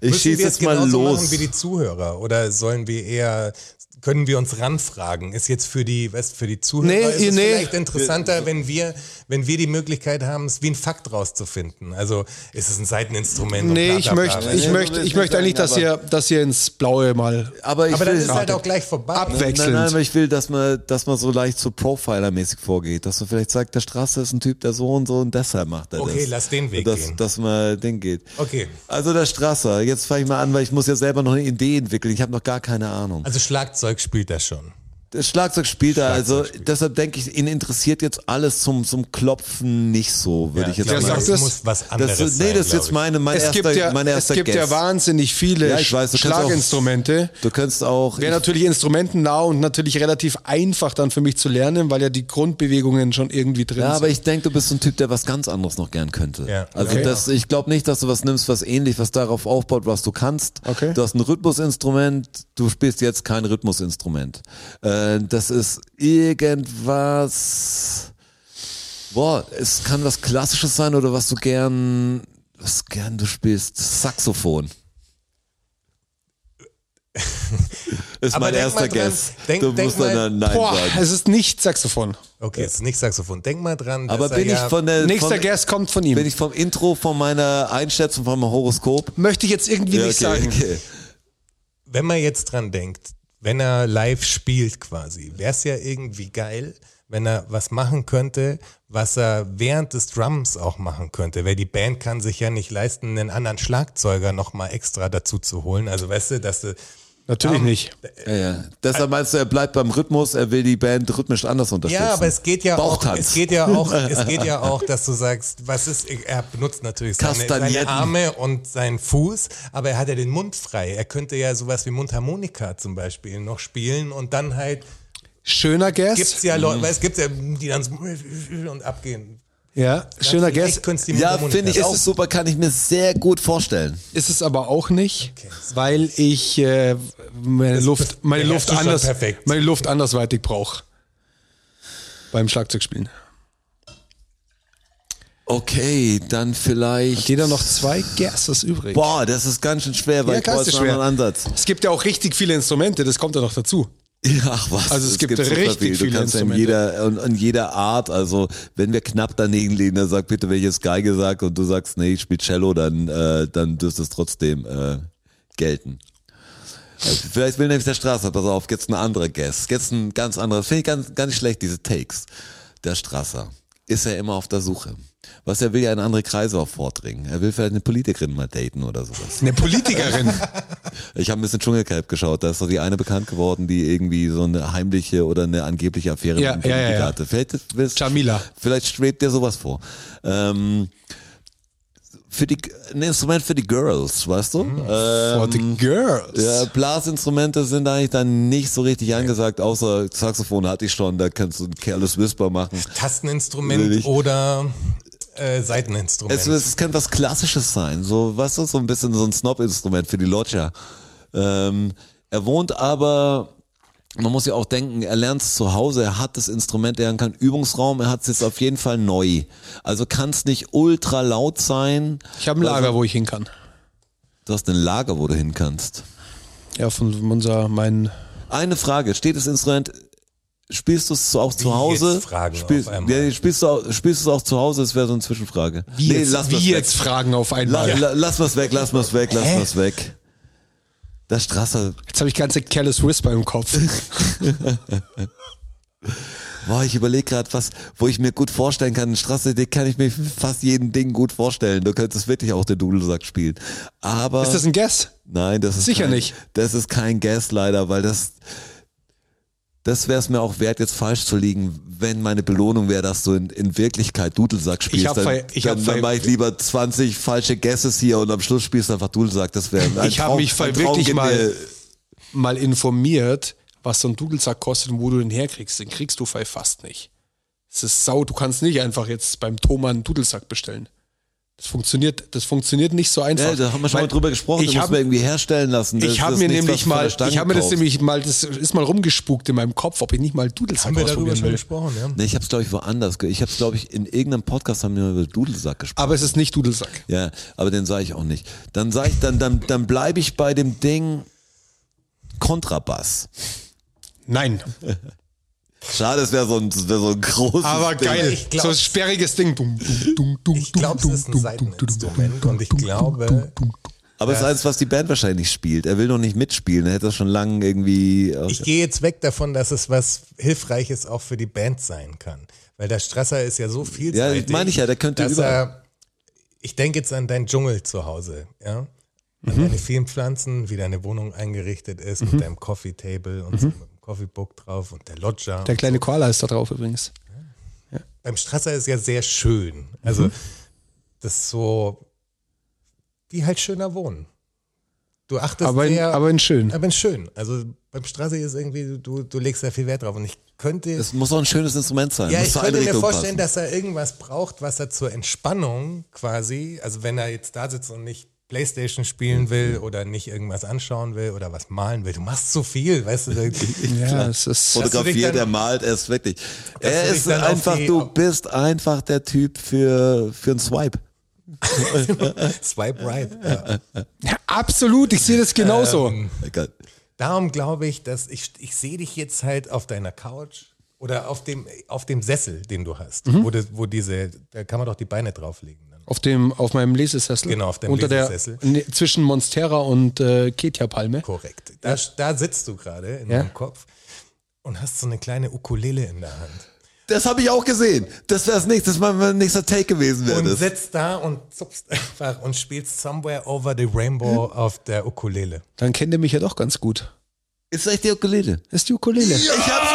[SPEAKER 1] Ich
[SPEAKER 3] Müssen wir
[SPEAKER 1] schieße
[SPEAKER 3] es
[SPEAKER 1] jetzt mal
[SPEAKER 3] genauso
[SPEAKER 1] los.
[SPEAKER 3] Machen wie die Zuhörer oder sollen wir eher können wir uns ranfragen? Ist jetzt für die weißt, für die Zuhörer
[SPEAKER 2] Nee,
[SPEAKER 3] ist es
[SPEAKER 2] nee.
[SPEAKER 3] vielleicht interessanter, wenn wir wenn wir die Möglichkeit haben, es wie ein Fakt rauszufinden. Also ist es ein Seiteninstrument? und
[SPEAKER 2] Nee,
[SPEAKER 3] bla,
[SPEAKER 2] ich
[SPEAKER 3] bla, bla.
[SPEAKER 2] möchte,
[SPEAKER 1] Nee,
[SPEAKER 2] ich
[SPEAKER 1] so
[SPEAKER 2] möchte,
[SPEAKER 1] will's
[SPEAKER 2] ich
[SPEAKER 1] nicht
[SPEAKER 2] möchte eigentlich,
[SPEAKER 1] sein,
[SPEAKER 2] dass
[SPEAKER 1] aber-
[SPEAKER 2] ihr, dass ihr ins Blaue mal.
[SPEAKER 1] aber ich
[SPEAKER 3] Aber dann
[SPEAKER 1] will,
[SPEAKER 3] ist es halt auch gleich vorbei.
[SPEAKER 2] Abwechselnd.
[SPEAKER 1] Nein, nein, aber ich will, dass man, dass man so leicht so Profiler-mäßig vorgeht, dass man vielleicht sagt, der Straße ist ein Typ, der so und so und deshalb macht er das.
[SPEAKER 3] Okay, lass den Weg
[SPEAKER 1] dass,
[SPEAKER 3] gehen.
[SPEAKER 1] Dass man den geht.
[SPEAKER 3] Okay.
[SPEAKER 1] Also der Strasser, jetzt fange ich mal an, weil ich muss ja selber noch eine Idee entwickeln. Ich habe noch gar keine Ahnung.
[SPEAKER 3] Also Schlagzeug spielt das schon.
[SPEAKER 1] Das Schlagzeug spielt er, also deshalb denke ich, ihn interessiert jetzt alles zum, zum Klopfen nicht so, würde ich jetzt
[SPEAKER 3] glaub,
[SPEAKER 2] Der
[SPEAKER 1] mal
[SPEAKER 2] sagt
[SPEAKER 1] sagen.
[SPEAKER 2] es.
[SPEAKER 3] das muss was anderes
[SPEAKER 1] Das,
[SPEAKER 3] sein.
[SPEAKER 1] nee, das ist
[SPEAKER 3] glaub
[SPEAKER 1] jetzt
[SPEAKER 3] ich.
[SPEAKER 1] meine, mein
[SPEAKER 2] Es
[SPEAKER 1] erster,
[SPEAKER 2] gibt ja,
[SPEAKER 1] mein
[SPEAKER 2] es
[SPEAKER 1] erster
[SPEAKER 2] gibt ja
[SPEAKER 1] Guess.
[SPEAKER 2] wahnsinnig viele
[SPEAKER 1] Ja, ich weiß, du kannst auch-
[SPEAKER 2] Schlaginstrumente.
[SPEAKER 1] Du könntest auch,
[SPEAKER 2] Wäre natürlich instrumentennah und natürlich relativ einfach dann für mich zu lernen, weil ja die Grundbewegungen schon irgendwie drin
[SPEAKER 1] Ja, aber
[SPEAKER 2] sind.
[SPEAKER 1] ich denke, du bist so ein Typ, der was ganz anderes noch gern könnte.
[SPEAKER 3] Ja.
[SPEAKER 1] Also
[SPEAKER 3] Okay.
[SPEAKER 1] das, ich glaube nicht, dass du was nimmst, was ähnlich, was darauf aufbaut, was du kannst.
[SPEAKER 2] Okay.
[SPEAKER 1] Du hast ein Rhythmusinstrument, du spielst jetzt kein Rhythmusinstrument. Äh, Äh, das ist irgendwas. Boah, es kann was Klassisches sein oder was du gern, was gern du spielst. Saxophon. ist
[SPEAKER 3] Aber
[SPEAKER 1] mein
[SPEAKER 3] denk
[SPEAKER 1] erster
[SPEAKER 3] mal dran,
[SPEAKER 1] Guess.
[SPEAKER 3] denk-
[SPEAKER 1] du
[SPEAKER 3] denk
[SPEAKER 1] musst
[SPEAKER 3] mal-
[SPEAKER 1] dann Nein
[SPEAKER 2] Boah,
[SPEAKER 1] sagen.
[SPEAKER 2] es ist nicht Saxophon.
[SPEAKER 3] Okay, es ist nicht Saxophon. Denk mal dran.
[SPEAKER 1] Aber
[SPEAKER 3] dass er
[SPEAKER 1] bin ich
[SPEAKER 3] ja-
[SPEAKER 1] von der,
[SPEAKER 2] Nächster
[SPEAKER 1] von,
[SPEAKER 2] Guest kommt von ihm.
[SPEAKER 1] bin ich vom Intro, von meiner Einschätzung, von meinem Horoskop?
[SPEAKER 2] Möchte ich jetzt irgendwie
[SPEAKER 1] Ja,
[SPEAKER 2] nicht
[SPEAKER 1] okay,
[SPEAKER 2] sagen.
[SPEAKER 1] okay.
[SPEAKER 3] wenn man jetzt dran denkt, wenn er live spielt quasi, wäre es ja irgendwie geil, wenn er was machen könnte, was er während des Drums auch machen könnte. Weil die Band kann sich ja nicht leisten, einen anderen Schlagzeuger nochmal extra dazu zu holen. Also weißt du, dass du
[SPEAKER 2] Natürlich
[SPEAKER 3] Ja.
[SPEAKER 2] nicht.
[SPEAKER 1] Ja, ja. Deshalb meinst du, er bleibt beim Rhythmus, er will die Band rhythmisch anders unterstützen.
[SPEAKER 3] Ja, aber es geht ja auch,
[SPEAKER 1] Bauchtanz.
[SPEAKER 3] es geht ja auch, es geht ja auch, dass du sagst, was ist, er benutzt natürlich seine,
[SPEAKER 1] Kastagnetten.
[SPEAKER 3] seine Arme und seinen Fuß, aber er hat ja den Mund frei. Er könnte ja sowas wie Mundharmonika zum Beispiel noch spielen und dann halt
[SPEAKER 2] Schöner
[SPEAKER 3] gibt's
[SPEAKER 2] Guest.
[SPEAKER 3] ja Leute, weil es gibt ja, die dann so und abgehen.
[SPEAKER 2] Ja, schöner Guest.
[SPEAKER 3] Vielleicht die
[SPEAKER 1] ja,
[SPEAKER 3] Mundharmonika-
[SPEAKER 1] finde ich auch super, kann ich mir sehr gut vorstellen.
[SPEAKER 2] Ist es aber auch nicht, weil ich äh, meine Luft, meine
[SPEAKER 3] der
[SPEAKER 2] Luft
[SPEAKER 3] Rest ist schon
[SPEAKER 2] anders,
[SPEAKER 3] perfekt.
[SPEAKER 2] meine Luft andersweitig brauche beim Schlagzeugspielen.
[SPEAKER 1] Okay, dann vielleicht.
[SPEAKER 2] Jeder noch zwei Gasses übrig.
[SPEAKER 1] Boah, das ist ganz schön schwer, weil
[SPEAKER 2] Ja,
[SPEAKER 1] ich brauche
[SPEAKER 2] ganz
[SPEAKER 1] jetzt
[SPEAKER 2] schön
[SPEAKER 1] einen
[SPEAKER 2] schwer.
[SPEAKER 1] anderen Ansatz.
[SPEAKER 2] Es gibt ja auch richtig viele Instrumente, das kommt ja noch dazu.
[SPEAKER 1] Ja, Ach was.
[SPEAKER 2] Also es gibt
[SPEAKER 1] super
[SPEAKER 2] richtig
[SPEAKER 1] Du
[SPEAKER 2] viele
[SPEAKER 1] kannst ja in
[SPEAKER 2] Instrumente.
[SPEAKER 1] jeder, in, in jeder Art, also wenn wir knapp daneben liegen, dann sag bitte, welches Geige sagt und du sagst, nee, ich spiele Cello, dann, äh, dann dürfte es trotzdem äh, gelten. Also Vielleicht will nämlich der Straße, pass auf, jetzt ein anderer Guess. Jetzt ein ganz anderer, finde ich ganz, ganz nicht schlecht, diese Takes. Der Strasser ist ja immer auf der Suche. Was er will, ja in andere Kreise auch vordringen. Er will vielleicht eine Politikerin mal daten oder sowas.
[SPEAKER 2] Eine Politikerin.
[SPEAKER 1] Ich habe ein bisschen Dschungelcamp geschaut. Da ist doch die eine bekannt geworden, die irgendwie so eine heimliche oder eine angebliche Affäre
[SPEAKER 2] Ja,
[SPEAKER 1] mit
[SPEAKER 2] ja, ja,
[SPEAKER 1] Politiker
[SPEAKER 2] ja.
[SPEAKER 1] hatte. Vielleicht, willst-
[SPEAKER 2] Jamila.
[SPEAKER 1] vielleicht schwebt dir sowas vor. Ähm, für die, ein Instrument für die Girls, weißt du?
[SPEAKER 2] Mhm. For
[SPEAKER 1] Ähm,
[SPEAKER 2] the girls.
[SPEAKER 1] ja, Blasinstrumente sind eigentlich dann nicht so richtig angesagt, außer Saxophon hatte ich schon, da kannst du ein careless whisper machen.
[SPEAKER 3] Tasteninstrument
[SPEAKER 1] Will ich.
[SPEAKER 3] oder äh,
[SPEAKER 1] Es,
[SPEAKER 3] Seiteninstrument.
[SPEAKER 1] es kann was Klassisches sein, so was ist so ein bisschen so ein Snob-Instrument für die Lodger. Ähm, er wohnt aber, man muss ja auch denken, er lernt es zu Hause, er hat das Instrument, er hat keinen Übungsraum, er hat es jetzt auf jeden Fall neu. Also kann es nicht ultra laut sein.
[SPEAKER 2] Ich habe ein
[SPEAKER 1] Also-
[SPEAKER 2] Lager, wo ich hin kann.
[SPEAKER 1] Du hast ein Lager, wo du hin kannst.
[SPEAKER 2] Ja, von unser, mein,
[SPEAKER 1] Eine Frage, steht das Instrument, spielst du es auch zu
[SPEAKER 3] Wie
[SPEAKER 1] Hause?
[SPEAKER 3] jetzt Fragen
[SPEAKER 1] spielst,
[SPEAKER 3] auf einmal.
[SPEAKER 1] Ja, spielst, du auch, spielst du es auch zu Hause? Das wäre so eine Zwischenfrage.
[SPEAKER 2] wie
[SPEAKER 1] Nee,
[SPEAKER 2] jetzt,
[SPEAKER 1] lass das
[SPEAKER 2] wie
[SPEAKER 1] weg.
[SPEAKER 2] jetzt Fragen auf
[SPEAKER 1] La,
[SPEAKER 2] einmal.
[SPEAKER 1] la, lass was weg, lass was weg, lass
[SPEAKER 3] Hä?
[SPEAKER 1] was weg. Der Strasser,
[SPEAKER 2] Jetzt habe ich ganze Careless Whisper im Kopf.
[SPEAKER 1] boah, ich überlege gerade was, wo ich mir gut vorstellen kann. Strasser, den kann ich mir fast jeden Ding gut vorstellen. Du könntest wirklich auch den Dudelsack spielen. Aber
[SPEAKER 2] Ist das ein Guess?
[SPEAKER 1] nein, das ist
[SPEAKER 2] Sicher
[SPEAKER 1] kein,
[SPEAKER 2] nicht.
[SPEAKER 1] Das ist kein Guess leider, weil das das wäre es mir auch wert, jetzt falsch zu liegen, wenn meine Belohnung wäre, dass du in, in Wirklichkeit Dudelsack spielst.
[SPEAKER 2] hab
[SPEAKER 1] dann
[SPEAKER 2] ver- ich hab
[SPEAKER 1] dann, dann
[SPEAKER 2] ver-
[SPEAKER 1] mache ich lieber 20 falsche Guesses hier und am Schluss spielst du einfach Dudelsack. Das wäre ein
[SPEAKER 2] Ich hab
[SPEAKER 1] Traum-
[SPEAKER 2] mich ver-
[SPEAKER 1] ein Traum
[SPEAKER 2] wirklich
[SPEAKER 1] geht
[SPEAKER 2] mal-
[SPEAKER 1] mir-
[SPEAKER 2] Mal informiert, was so ein Dudelsack kostet und wo du den herkriegst. Den kriegst du bei fast nicht. Es ist sau, du kannst nicht einfach jetzt beim Thomann einen Dudelsack bestellen. Das funktioniert, das funktioniert nicht so einfach.
[SPEAKER 1] Ja, da haben wir schon mal
[SPEAKER 2] Weil
[SPEAKER 1] drüber gesprochen, ich
[SPEAKER 2] Ich
[SPEAKER 1] das muss man
[SPEAKER 2] habe
[SPEAKER 1] irgendwie herstellen lassen. Das
[SPEAKER 2] ich hab
[SPEAKER 1] ist
[SPEAKER 2] mir
[SPEAKER 1] nichts, was
[SPEAKER 2] nämlich
[SPEAKER 1] du von
[SPEAKER 2] mal,
[SPEAKER 1] der Stange
[SPEAKER 2] ich habe mir das
[SPEAKER 1] kaufst.
[SPEAKER 2] nämlich mal, das ist mal rumgespukt in meinem Kopf, ob ich nicht mal Dudelsack
[SPEAKER 3] Haben wir darüber
[SPEAKER 2] ausprobieren
[SPEAKER 3] schon
[SPEAKER 2] will.
[SPEAKER 3] gesprochen, ja?
[SPEAKER 1] Nee, ich habe es, glaube ich, woanders. ge- Ich habe es, glaube ich, in irgendeinem Podcast haben wir über Dudelsack gesprochen.
[SPEAKER 2] Aber es ist nicht Dudelsack.
[SPEAKER 1] ja, aber den sage ich auch nicht. Dann sage ich, dann, dann, dann bleibe ich bei dem Ding Kontrabass.
[SPEAKER 2] Nein.
[SPEAKER 1] Schade, es wäre so, ein- das wär so ein großes
[SPEAKER 2] Aber
[SPEAKER 1] Ding.
[SPEAKER 2] geil.
[SPEAKER 3] Ich glaub-
[SPEAKER 2] so ein sperriges Ding. Dum, dum, dum, dum,
[SPEAKER 3] Ich glaube, es
[SPEAKER 2] dum,
[SPEAKER 3] ist ein
[SPEAKER 2] dum,
[SPEAKER 3] Seiteninstrument und ich glaube,
[SPEAKER 1] Aber es ist eins, was die Band wahrscheinlich nicht spielt. Er will noch nicht mitspielen. Er hätte das schon lange irgendwie... äh,
[SPEAKER 3] Ich gehe jetzt weg davon, dass es was Hilfreiches auch für die Band sein kann. Weil der Strasser ist ja so vielseitig.
[SPEAKER 1] Ja, das meine ich ja, der könnte
[SPEAKER 3] dass
[SPEAKER 1] überall-
[SPEAKER 3] er- Ich denke jetzt an deinen Dschungel zu Hause, ja? An
[SPEAKER 1] Mhm.
[SPEAKER 3] deine vielen Pflanzen, wie deine Wohnung eingerichtet ist, mit deinem Coffee Table
[SPEAKER 1] Mhm.
[SPEAKER 3] und so mit dem Coffee Book drauf und der Lodger.
[SPEAKER 2] Der kleine Koala ist da drauf übrigens.
[SPEAKER 3] Beim Strasser ist ja sehr schön. Also,
[SPEAKER 1] Mhm.
[SPEAKER 3] das ist so, wie halt schöner wohnen. Du achtest
[SPEAKER 2] Aber in,
[SPEAKER 3] sehr,
[SPEAKER 2] aber in schön.
[SPEAKER 3] aber in schön. Also, beim Strasser ist irgendwie, du, du legst da viel Wert drauf und ich könnte.
[SPEAKER 1] es muss auch ein schönes Instrument sein.
[SPEAKER 3] Ja,
[SPEAKER 1] muss
[SPEAKER 3] ich
[SPEAKER 1] zur
[SPEAKER 3] könnte mir
[SPEAKER 1] Einrichtung
[SPEAKER 3] vorstellen,
[SPEAKER 1] passen.
[SPEAKER 3] dass er irgendwas braucht, was er zur Entspannung quasi, also wenn er jetzt da sitzt und nicht Playstation spielen will oder nicht irgendwas anschauen will oder was malen will. Du machst so viel, weißt du. ähm,
[SPEAKER 2] Ja, es ist.
[SPEAKER 3] du dich
[SPEAKER 1] Fotografiert,
[SPEAKER 3] dann-
[SPEAKER 1] er malt, er ist wirklich. Er
[SPEAKER 3] dich
[SPEAKER 1] ist
[SPEAKER 3] dann auf
[SPEAKER 1] einfach,
[SPEAKER 3] die-
[SPEAKER 1] du bist einfach der Typ für, für einen Swipe.
[SPEAKER 3] Swipe right. Ja.
[SPEAKER 2] Ja, absolut, ich sehe das genauso.
[SPEAKER 3] Ähm,
[SPEAKER 1] Egal.
[SPEAKER 3] Darum glaube ich, dass ich, ich sehe dich jetzt halt auf deiner Couch oder auf dem, auf dem Sessel, den du hast, wo, das, wo diese, da kann man doch die Beine drauflegen. ne? Dann.
[SPEAKER 2] Auf, dem, auf meinem Lesesessel.
[SPEAKER 3] Genau, auf deinem
[SPEAKER 2] Unter
[SPEAKER 3] Lesesessel.
[SPEAKER 2] Der, ne, zwischen Monstera und äh, Ketia-Palme.
[SPEAKER 3] Korrekt. Da, da sitzt du gerade in
[SPEAKER 2] Ja.
[SPEAKER 3] deinem Kopf und hast so eine kleine Ukulele in der Hand.
[SPEAKER 1] Das habe ich auch gesehen. Das wäre das nächste, das wär mein nächster Take gewesen wäre.
[SPEAKER 3] Und
[SPEAKER 1] Das.
[SPEAKER 3] sitzt da und zupfst einfach und spielst Somewhere Over the Rainbow auf der Ukulele.
[SPEAKER 2] Dann kennt ihr mich ja doch ganz gut.
[SPEAKER 1] Ist echt die Ukulele.
[SPEAKER 2] Das ist die Ukulele.
[SPEAKER 1] Ich hab's,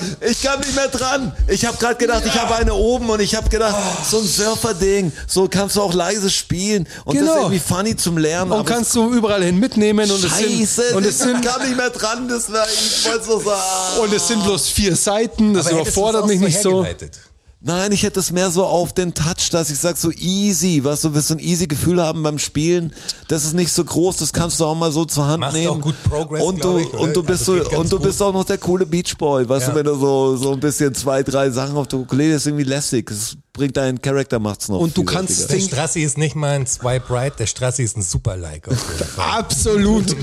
[SPEAKER 1] fuck, ich kam nicht mehr dran. Ich habe gerade gedacht, ich habe eine oben und ich habe gedacht, so ein Surfer-Ding, so kannst du auch leise spielen und das ist
[SPEAKER 2] Genau.
[SPEAKER 1] irgendwie funny zum Lernen.
[SPEAKER 2] Und
[SPEAKER 1] aber
[SPEAKER 2] kannst du überall hin mitnehmen und es
[SPEAKER 1] Scheiße,
[SPEAKER 2] sind, und es sind,
[SPEAKER 1] ich kam nicht mehr dran, das war, ich wollte so sagen.
[SPEAKER 2] und es sind bloß vier Seiten, das
[SPEAKER 3] Aber hättest du es
[SPEAKER 2] überfordert
[SPEAKER 3] auch
[SPEAKER 2] mich nicht so.
[SPEAKER 3] hergeleitet?
[SPEAKER 1] Nein, ich hätte es mehr so auf den Touch, dass ich sag so easy, was du wirst so ein easy Gefühl haben beim Spielen. Das ist nicht so groß, das kannst du auch mal so zur Hand
[SPEAKER 3] Machst du
[SPEAKER 1] nehmen.
[SPEAKER 3] auch gut Progress,
[SPEAKER 1] und du
[SPEAKER 3] glaub ich, oder?
[SPEAKER 1] und du bist
[SPEAKER 3] Also geht
[SPEAKER 1] so
[SPEAKER 3] ganz
[SPEAKER 1] und du
[SPEAKER 3] gut.
[SPEAKER 1] bist auch noch der coole Beachboy, weißt
[SPEAKER 3] Ja.
[SPEAKER 1] du, wenn du so so ein bisschen zwei drei Sachen auf der Ukulele ist irgendwie lässig. Es bringt deinen Charakter macht's noch.
[SPEAKER 2] Und du
[SPEAKER 1] viel
[SPEAKER 2] kannst
[SPEAKER 1] wertiger.
[SPEAKER 3] Der
[SPEAKER 2] Ding-
[SPEAKER 3] Strassi ist nicht mal ein Swipe Right, der Strassi ist ein Super Like. Auf jeden Fall.
[SPEAKER 2] Absolut.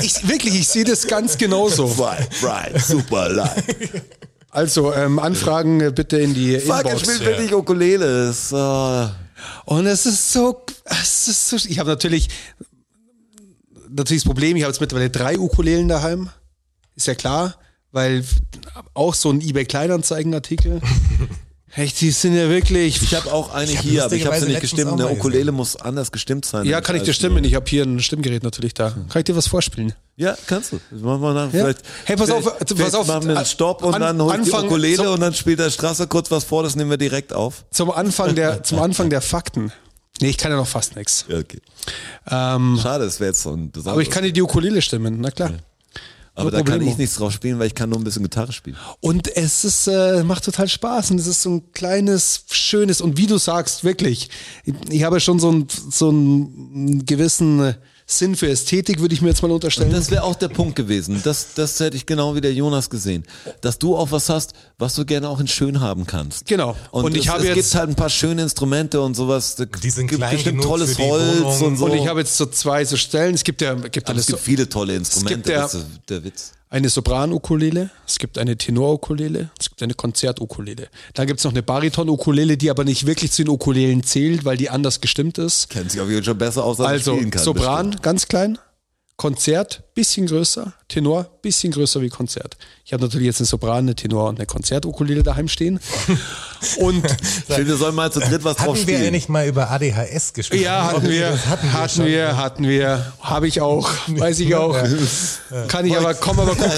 [SPEAKER 2] Ich, wirklich, ich sehe das ganz genauso.
[SPEAKER 1] Right, right, super live.
[SPEAKER 2] Also, ähm, Anfragen äh, bitte in die
[SPEAKER 1] Fuck, er
[SPEAKER 2] Inbox.
[SPEAKER 1] spielt wirklich Ukulele. Das, ist, äh,
[SPEAKER 2] Und es ist so, es ist so ich habe natürlich, natürlich das Problem, ich habe jetzt mittlerweile drei Ukulelen daheim. Ist ja klar, weil auch so ein eBay Kleinanzeigenartikel. Echt, die sind ja wirklich.
[SPEAKER 1] ich habe auch eine hier, aber ich habe sie
[SPEAKER 3] lustigerweise
[SPEAKER 1] nicht
[SPEAKER 3] letztens
[SPEAKER 1] gestimmt.
[SPEAKER 3] auch mal
[SPEAKER 1] Eine Ukulele
[SPEAKER 3] gesehen.
[SPEAKER 1] muss anders gestimmt sein.
[SPEAKER 2] Ja, kann ich dir
[SPEAKER 1] als-
[SPEAKER 2] stimmen? Ich habe hier ein Stimmgerät natürlich da. Kann ich dir was vorspielen?
[SPEAKER 1] Ja, kannst du. Das machen wir dann
[SPEAKER 2] Ja.
[SPEAKER 1] vielleicht.
[SPEAKER 2] Hey, pass auf,
[SPEAKER 1] vielleicht-
[SPEAKER 2] pass
[SPEAKER 1] vielleicht
[SPEAKER 2] auf.
[SPEAKER 1] Machen wir einen Stopp und
[SPEAKER 2] An-
[SPEAKER 1] dann holt die
[SPEAKER 2] Anfang-
[SPEAKER 1] Ukulele
[SPEAKER 2] so-
[SPEAKER 1] und dann spielt der Strasser kurz was vor, das nehmen wir direkt auf.
[SPEAKER 2] Zum Anfang der, zum Anfang der Fakten. Nee, ich kann ja noch fast nichts.
[SPEAKER 1] Ja, okay.
[SPEAKER 2] Ähm,
[SPEAKER 1] Schade, das wäre jetzt so ein besonderes.
[SPEAKER 2] aber ich kann dir die Ukulele stimmen, na klar.
[SPEAKER 1] aber da kann
[SPEAKER 2] Problemo.
[SPEAKER 1] ich nichts drauf spielen, weil ich kann nur ein bisschen Gitarre spielen.
[SPEAKER 2] Und es ist, äh, macht total Spaß und es ist so ein kleines, schönes und wie du sagst, wirklich, ich, ich habe schon so, ein, so einen gewissen äh, Sinn für Ästhetik, würde ich mir jetzt mal unterstellen.
[SPEAKER 1] Das wäre auch der Punkt gewesen. Das, das hätte ich genau wie der Jonas gesehen. Dass du auch was hast, was du gerne auch in schön haben kannst.
[SPEAKER 2] Genau.
[SPEAKER 1] Und,
[SPEAKER 2] Und ich
[SPEAKER 1] es,
[SPEAKER 2] habe
[SPEAKER 1] es
[SPEAKER 2] jetzt-
[SPEAKER 1] gibt halt ein paar schöne Instrumente und sowas.
[SPEAKER 3] Die sind klein
[SPEAKER 1] bestimmt
[SPEAKER 3] genug
[SPEAKER 1] tolles
[SPEAKER 3] für die
[SPEAKER 1] Holz
[SPEAKER 3] Wohnung.
[SPEAKER 1] und so.
[SPEAKER 2] und ich habe jetzt so zwei so Stellen. Es gibt ja, gibt
[SPEAKER 1] Aber
[SPEAKER 2] eine,
[SPEAKER 1] es gibt
[SPEAKER 2] so,
[SPEAKER 1] viele tolle Instrumente,
[SPEAKER 2] ja-
[SPEAKER 1] das ist der Witz.
[SPEAKER 2] eine Sopran-Ukulele, es gibt eine Tenor-Ukulele, es gibt eine Konzert-Ukulele. Dann gibt es noch eine Bariton-Ukulele, die aber nicht wirklich zu den Ukulelen zählt, weil die anders gestimmt ist.
[SPEAKER 1] Kennt sich auf jeden Fall schon besser aus, als ich
[SPEAKER 2] Also
[SPEAKER 1] spielen kann.
[SPEAKER 2] Sopran
[SPEAKER 1] bestimmt.
[SPEAKER 2] ganz klein, Konzert bisschen größer, Tenor bisschen größer wie Konzert. Ich habe natürlich jetzt eine Sopran, eine Tenor und eine Konzertukulele daheim stehen. Und
[SPEAKER 1] Ich finde, wir sollen mal zu dritt was drauf
[SPEAKER 3] Hatten wir
[SPEAKER 1] spielen.
[SPEAKER 3] ja nicht mal über ADHS gesprochen?
[SPEAKER 2] ja, hatten wir,
[SPEAKER 3] Das hatten wir
[SPEAKER 2] hatten
[SPEAKER 3] schon.
[SPEAKER 2] wir, hatten wir, habe ich auch, weiß ich auch. Kann ich aber, komm aber gut,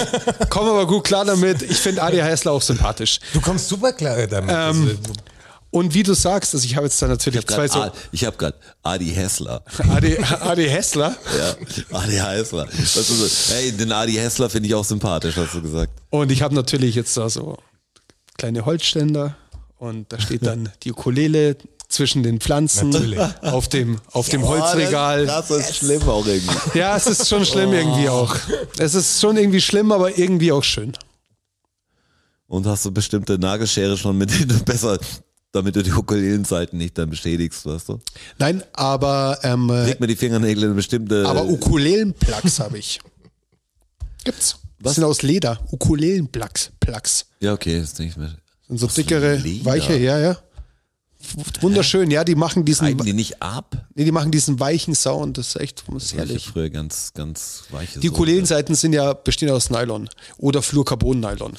[SPEAKER 2] komm aber gut klar damit. Ich finde Adi Hessler auch sympathisch.
[SPEAKER 3] Du kommst super klar damit.
[SPEAKER 1] Ähm,
[SPEAKER 3] Also,
[SPEAKER 2] Und wie du sagst, also ich habe jetzt da natürlich
[SPEAKER 1] Ich
[SPEAKER 2] zwei
[SPEAKER 1] hab
[SPEAKER 2] so
[SPEAKER 1] grad Ad- Ich habe gerade Adi Hessler.
[SPEAKER 2] Adi, Adi Hessler
[SPEAKER 1] Ja, Adi Hessler. Das ist so, hey, den Adi Hessler finde ich auch sympathisch, hast du gesagt.
[SPEAKER 2] und ich habe natürlich jetzt da so kleine Holzständer und da steht dann die Ukulele zwischen den Pflanzen
[SPEAKER 3] Natürlich.
[SPEAKER 2] auf dem auf dem
[SPEAKER 1] Oh,
[SPEAKER 2] Holzregal.
[SPEAKER 1] Das, das ist Oh. schlimm auch irgendwie.
[SPEAKER 2] Ja, es ist schon schlimm irgendwie auch. Es ist schon irgendwie schlimm, aber irgendwie auch schön.
[SPEAKER 1] Und hast du bestimmte Nagelschere schon, mit denen du besser, damit du die Ukulelenseiten nicht dann beschädigst, weißt du?
[SPEAKER 2] Nein, aber ähm, äh,
[SPEAKER 1] Leg mir die Fingernägel in eine bestimmte.
[SPEAKER 2] aber Ukulelenplugs habe ich. Gibt's.
[SPEAKER 1] Was?
[SPEAKER 2] Das sind aus Leder. Ukulelenplugs. Plugs.
[SPEAKER 1] ja, okay, ist nicht mehr.
[SPEAKER 2] Sind so dickere,
[SPEAKER 1] Leder.
[SPEAKER 2] weiche, ja, ja. Wunderschön, ja, die machen diesen
[SPEAKER 1] Reiben die nicht ab?
[SPEAKER 2] Nee, die machen diesen weichen Sound, das ist echt das ist
[SPEAKER 1] Das hab Ich
[SPEAKER 2] herrlich.
[SPEAKER 1] früher ganz, ganz weiche
[SPEAKER 2] Die
[SPEAKER 1] Sohlen.
[SPEAKER 2] Ukulelenseiten sind ja bestehen aus Nylon oder Fluorcarbon-Nylon.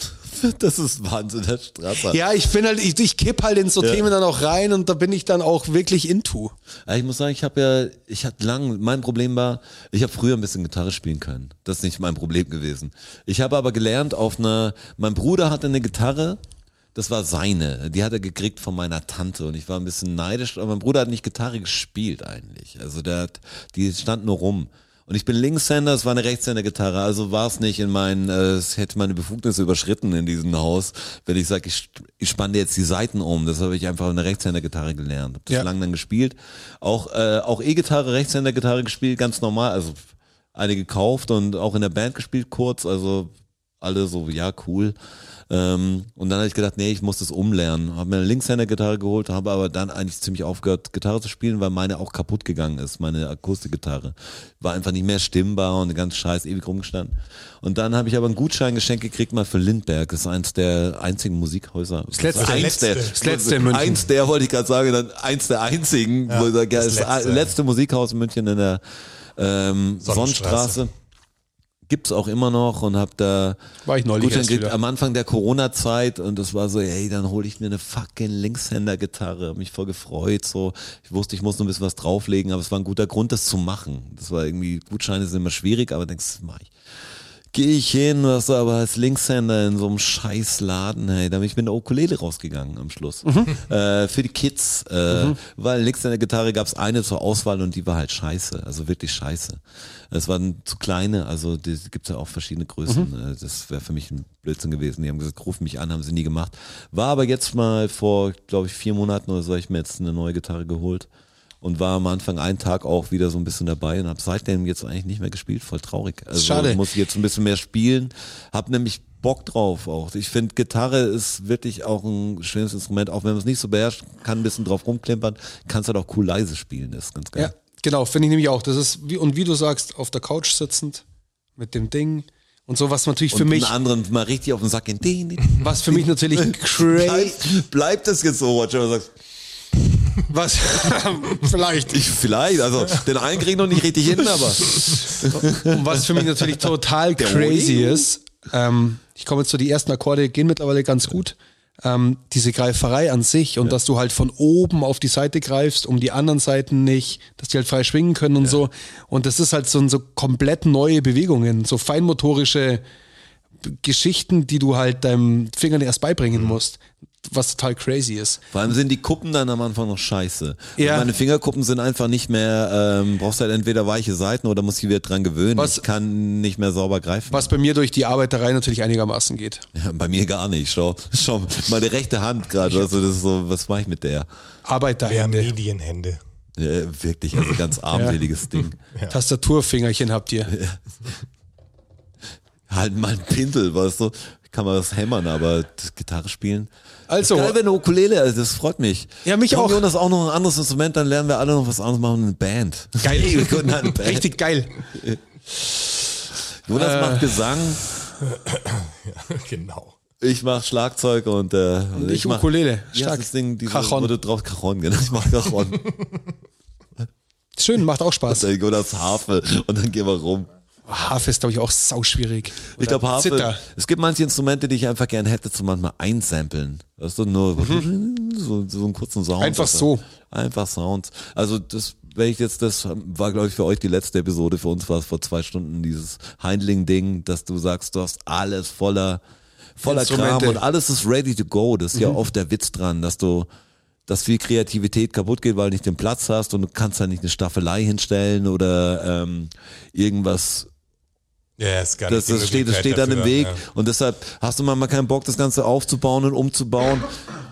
[SPEAKER 1] Das ist Wahnsinn, Herr Strasser.
[SPEAKER 2] Ja, ich bin halt, ich, ich kipp halt in so Themen dann auch rein und da bin ich dann auch wirklich into.
[SPEAKER 1] Ja, Ich muss sagen, ich habe ja, ich hatte lang, mein Problem war, ich habe früher ein bisschen Gitarre spielen können. Das ist nicht mein Problem gewesen. Ich habe aber gelernt auf einer, mein Bruder hatte eine Gitarre, das war seine. Die hat er gekriegt von meiner Tante und ich war ein bisschen neidisch, aber mein Bruder hat nicht Gitarre gespielt eigentlich. Also der hat, die stand nur rum. Und ich bin Linkshänder, es war eine Rechtshänder-Gitarre, also war es nicht in meinen, äh, es hätte meine Befugnisse überschritten in diesem Haus, wenn ich sage, ich, ich spanne jetzt die Saiten um. Das habe ich einfach eine Rechtshänder-Gitarre gelernt. Hab das
[SPEAKER 2] Ja.
[SPEAKER 1] lange dann gespielt. Auch, äh, auch E-Gitarre, Rechtshänder-Gitarre gespielt, ganz normal. Also eine gekauft und auch in der Band gespielt kurz, also alle so, ja, cool. Ähm, und dann habe ich gedacht, nee, ich muss das umlernen. Habe mir eine Linkshänder-Gitarre geholt, habe aber dann eigentlich ziemlich aufgehört, Gitarre zu spielen, weil meine auch kaputt gegangen ist, meine Akustikgitarre. War einfach nicht mehr stimmbar und ganz scheiß ewig rumgestanden. Und dann habe ich aber einen Gutschein geschenkt gekriegt, mal für Lindberg. Das ist eins der einzigen Musikhäuser. Das
[SPEAKER 2] letzte.
[SPEAKER 1] eins der,
[SPEAKER 3] Letzte.
[SPEAKER 2] Das letzte in München.
[SPEAKER 1] Eins der, wollte ich gerade sagen, dann eins der einzigen. wo ich sage, ja, das
[SPEAKER 3] das
[SPEAKER 1] letzte.
[SPEAKER 3] letzte.
[SPEAKER 1] letzte Musikhaus in München in der ähm,
[SPEAKER 3] Sonnenstraße.
[SPEAKER 1] Sonnenstraße gibt's auch immer noch und hab da
[SPEAKER 2] War ich neulich
[SPEAKER 1] gut
[SPEAKER 2] erst
[SPEAKER 1] gekriegt
[SPEAKER 2] wieder.
[SPEAKER 1] am Anfang der Corona Zeit und das war so hey dann hole ich mir eine fucking Linkshänder Gitarre hab mich voll gefreut so ich wusste ich muss noch ein bisschen was drauflegen aber es war ein guter Grund das zu machen das war irgendwie Gutscheine sind immer schwierig aber denkst mach ich gehe ich hin was aber als Linkshänder in so einem scheiß Laden hey da bin ich mit einer Ukulele rausgegangen am Schluss äh, für die Kids äh, weil Linkshänder Gitarre gab's eine zur Auswahl und die war halt scheiße also wirklich scheiße es waren zu kleine, also die gibt's ja auch verschiedene Größen. Äh, Das wäre für mich ein Blödsinn gewesen. Die haben gesagt, ruf mich an, haben sie nie gemacht. War aber jetzt mal vor, glaube ich, vier Monaten oder so, hab ich mir jetzt eine neue Gitarre geholt und war am Anfang einen Tag auch wieder so ein bisschen dabei und habe seitdem jetzt eigentlich nicht mehr gespielt. Voll traurig. Also
[SPEAKER 2] Schade.
[SPEAKER 1] muss ich jetzt ein bisschen mehr spielen. Hab nämlich Bock drauf auch. Ich finde, Gitarre ist wirklich auch ein schönes Instrument, auch wenn man es nicht so beherrscht, kann ein bisschen drauf rumklimpern, kannst halt auch cool leise spielen. Das ist ganz geil.
[SPEAKER 2] Ja, genau, finde ich nämlich auch. Das ist, wie, und wie du sagst, auf der Couch sitzend mit dem Ding und so, was natürlich für
[SPEAKER 1] und
[SPEAKER 2] mich,
[SPEAKER 1] einen anderen mal richtig auf den Sack gehen. Ding, ding, ding.
[SPEAKER 2] was für mich natürlich crazy,
[SPEAKER 1] Bleibt, bleibt es jetzt so, Roger? Du sagst,
[SPEAKER 2] was vielleicht,
[SPEAKER 1] ich vielleicht, also den einen kriegen noch nicht richtig hin, aber
[SPEAKER 2] und was für mich natürlich total crazy
[SPEAKER 1] Oli?
[SPEAKER 2] ist. Ähm, ich komme jetzt zu die ersten Akkorde, gehen mittlerweile ganz gut. Ähm, diese Greiferei an sich und dass du halt von oben auf die Seite greifst, um die anderen Seiten nicht, dass die halt frei schwingen können und so. Und das ist halt so, so komplett neue Bewegungen, so feinmotorische Geschichten, die du halt deinem Fingern erst beibringen musst, was total crazy ist.
[SPEAKER 1] vor allem sind die Kuppen dann am Anfang noch scheiße.
[SPEAKER 2] Ja.
[SPEAKER 1] Und Meine Fingerkuppen sind einfach nicht mehr, ähm, brauchst halt entweder weiche Seiten oder musst dich wieder dran gewöhnen.
[SPEAKER 2] Was-
[SPEAKER 1] ich kann nicht mehr sauber greifen.
[SPEAKER 2] Was bei mir durch die Arbeiterei natürlich einigermaßen geht.
[SPEAKER 1] Ja, bei mir gar nicht. Schau, schau, meine rechte Hand gerade, also das ist so, was mache ich mit der?
[SPEAKER 3] Wir haben
[SPEAKER 2] Arbeiterhände,
[SPEAKER 3] Medienhände.
[SPEAKER 1] Äh, wirklich, also ganz armseliges Ding.
[SPEAKER 2] Tastaturfingerchen habt ihr.
[SPEAKER 1] Halt mal einen Pinsel, weißt du? Kann man das hämmern, aber das Gitarre spielen.
[SPEAKER 2] Also-
[SPEAKER 1] Das ist geil, wenn eine Ukulele, also das freut mich.
[SPEAKER 2] Ja, mich auch.
[SPEAKER 1] Jonas auch noch ein anderes Instrument, dann lernen wir alle noch was anderes machen, eine Band.
[SPEAKER 2] Geil.
[SPEAKER 1] Wir gründen eine Band.
[SPEAKER 2] Richtig Äh. geil.
[SPEAKER 1] Jonas macht Gesang,
[SPEAKER 3] genau.
[SPEAKER 1] ich mach Schlagzeug und, äh,
[SPEAKER 2] ich
[SPEAKER 1] mach,
[SPEAKER 2] Ukulele.
[SPEAKER 1] Wie heißt
[SPEAKER 2] Stark.
[SPEAKER 1] Das Ding, diese,
[SPEAKER 2] Cajon.
[SPEAKER 1] Cajon. Wurde drauf Cajon, genau. Ich mach Cajon.
[SPEAKER 2] Schön, macht auch Spaß.
[SPEAKER 1] Der Jonas Harfe und dann gehen wir rum.
[SPEAKER 2] Harfe ist, glaube ich, auch sauschwierig.
[SPEAKER 1] Ich glaube, Harfe.
[SPEAKER 2] Zither.
[SPEAKER 1] Es gibt manche Instrumente, die ich einfach gern hätte, zum manchmal einsampeln. Weißt du, nur so, so einen kurzen Sound.
[SPEAKER 2] Einfach so.
[SPEAKER 1] Einfach Sounds. Also das, wenn ich jetzt, das war, glaube ich, für euch die letzte Episode, für uns war es vor zwei Stunden dieses Handling-Ding, dass du sagst, du hast alles voller, voller Kram
[SPEAKER 2] Instrumente. Mhm.
[SPEAKER 1] und alles ist ready to go. Das ist ja oft der Witz dran, dass du dass viel Kreativität kaputt geht, weil du nicht den Platz hast und du kannst da nicht eine Staffelei hinstellen oder ähm, irgendwas
[SPEAKER 3] Ja, ist gar
[SPEAKER 1] das,
[SPEAKER 3] nicht die
[SPEAKER 1] das steht, das
[SPEAKER 3] Möglichkeit
[SPEAKER 1] steht an dem
[SPEAKER 3] dafür,
[SPEAKER 1] Weg.
[SPEAKER 3] ja.
[SPEAKER 1] Und deshalb hast du manchmal keinen Bock, das Ganze aufzubauen und umzubauen.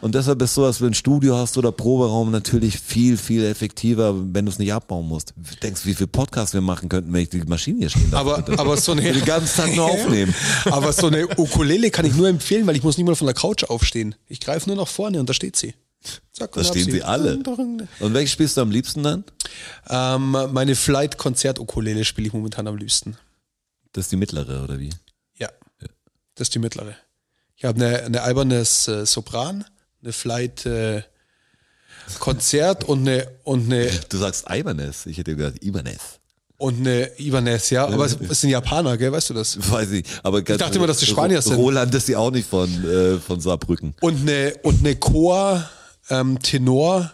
[SPEAKER 1] Und deshalb ist sowas, wenn ein Studio hast oder Proberaum, natürlich viel, viel effektiver, wenn du es nicht abbauen musst. Du denkst, wie viel Podcasts wir machen könnten, wenn ich die Maschine hier stehen lasse.
[SPEAKER 2] Aber, aber, so
[SPEAKER 1] den
[SPEAKER 2] eine,
[SPEAKER 1] ganzen Tag nur aufnehmen.
[SPEAKER 2] aber so eine Ukulele kann ich nur empfehlen, weil ich muss nicht mal von der Couch aufstehen. Ich greife nur nach vorne und da steht sie. Zack,
[SPEAKER 1] Da
[SPEAKER 2] und hab
[SPEAKER 1] stehen sie alle. Und welches spielst du am liebsten dann?
[SPEAKER 2] Ähm, meine Flight-Konzert-Ukulele spiele ich momentan am liebsten.
[SPEAKER 1] Das ist die mittlere, oder wie?
[SPEAKER 2] Ja. Das ist die mittlere. Ich habe eine, eine alberne äh, Sopran, eine Flight äh, Konzert und eine und eine
[SPEAKER 1] Du sagst Ibanez. Ich hätte gesagt Ibanez.
[SPEAKER 2] und eine Ibanez, ja, aber es, es sind Japaner, gell, weißt du das?
[SPEAKER 1] Weiß ich. Aber ganz
[SPEAKER 2] dachte immer, dass die Spanier sind.
[SPEAKER 1] Roland ist die auch nicht von, äh, von Saarbrücken.
[SPEAKER 2] Und eine und eine Chor ähm, Tenor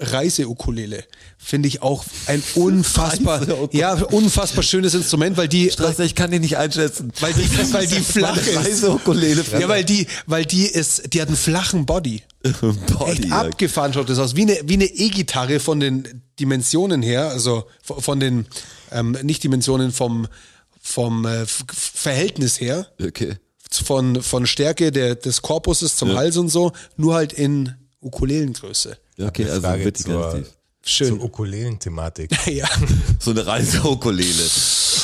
[SPEAKER 2] Reiseukulele finde ich auch ein unfassbar
[SPEAKER 1] Reiseukulele.
[SPEAKER 2] ja, unfassbar schönes Instrument, weil die
[SPEAKER 1] Strasser, ich kann den nicht einschätzen.
[SPEAKER 2] weil die weil die flach
[SPEAKER 1] Meine
[SPEAKER 2] ist.
[SPEAKER 1] Reiseukulele fliegt.
[SPEAKER 2] Ja, weil die weil die ist die hat einen flachen Body.
[SPEAKER 1] Body,
[SPEAKER 2] Echt
[SPEAKER 1] ja.
[SPEAKER 2] abgefahren schaut das aus. Wie eine, wie eine E-Gitarre von den Dimensionen her, also v- von den, ähm, nicht Dimensionen, vom, vom äh, F- Verhältnis her,
[SPEAKER 1] Okay.
[SPEAKER 2] von, von Stärke der, des Korpuses zum Hals und so, nur halt in Ukulelengröße.
[SPEAKER 1] Ja, okay,
[SPEAKER 3] eine
[SPEAKER 1] also
[SPEAKER 3] Frage
[SPEAKER 1] wirklich ganz
[SPEAKER 3] zur-
[SPEAKER 1] tief.
[SPEAKER 2] Schön.
[SPEAKER 3] Zur Ukulelen-Thematik.
[SPEAKER 2] Äh. ja.
[SPEAKER 1] So eine reine Ukulele.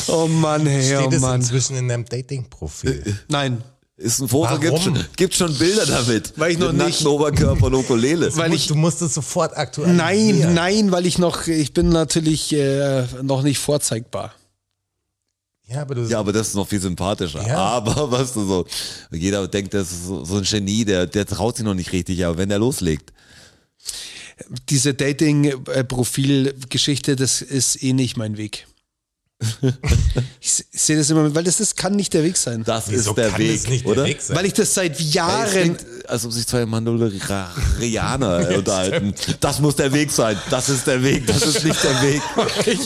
[SPEAKER 2] Oh Mann, hey, oh
[SPEAKER 3] Steht es
[SPEAKER 2] Mann. Äh,
[SPEAKER 3] inzwischen in deinem Dating-Profil?
[SPEAKER 2] Nein,
[SPEAKER 1] Ist ein Foto, gibt
[SPEAKER 3] Warum?
[SPEAKER 1] schon, gibt schon Bilder damit.
[SPEAKER 2] Weil ich noch
[SPEAKER 1] Mit
[SPEAKER 2] nicht-
[SPEAKER 1] nackten Oberkörper und Ukulele.
[SPEAKER 2] Weil
[SPEAKER 3] Du-
[SPEAKER 2] ich-
[SPEAKER 3] du musst es sofort aktualisieren.
[SPEAKER 2] nein, nein, weil ich noch, ich bin natürlich äh, noch nicht vorzeigbar.
[SPEAKER 3] Ja, aber du
[SPEAKER 1] Ja, aber das ist noch viel sympathischer.
[SPEAKER 3] Ja.
[SPEAKER 1] Aber weißt du so, jeder denkt, das ist so, so ein Genie, der, der traut sich noch nicht richtig, aber wenn der loslegt.
[SPEAKER 2] Diese Dating-Profil-Geschichte, das ist eh nicht mein Weg. ich se- sehe das immer, weil das, das kann nicht der Weg sein.
[SPEAKER 1] Das
[SPEAKER 3] wieso
[SPEAKER 1] ist der
[SPEAKER 3] kann
[SPEAKER 1] Weg,
[SPEAKER 3] es nicht
[SPEAKER 1] oder?
[SPEAKER 3] der Weg sein?
[SPEAKER 2] Weil ich das seit
[SPEAKER 1] Es
[SPEAKER 2] Jahren.
[SPEAKER 1] klingt, als ob sich zwei Mandalorianer äh, unterhalten. Das muss der Weg sein. Das ist der Weg. Das ist nicht der Weg.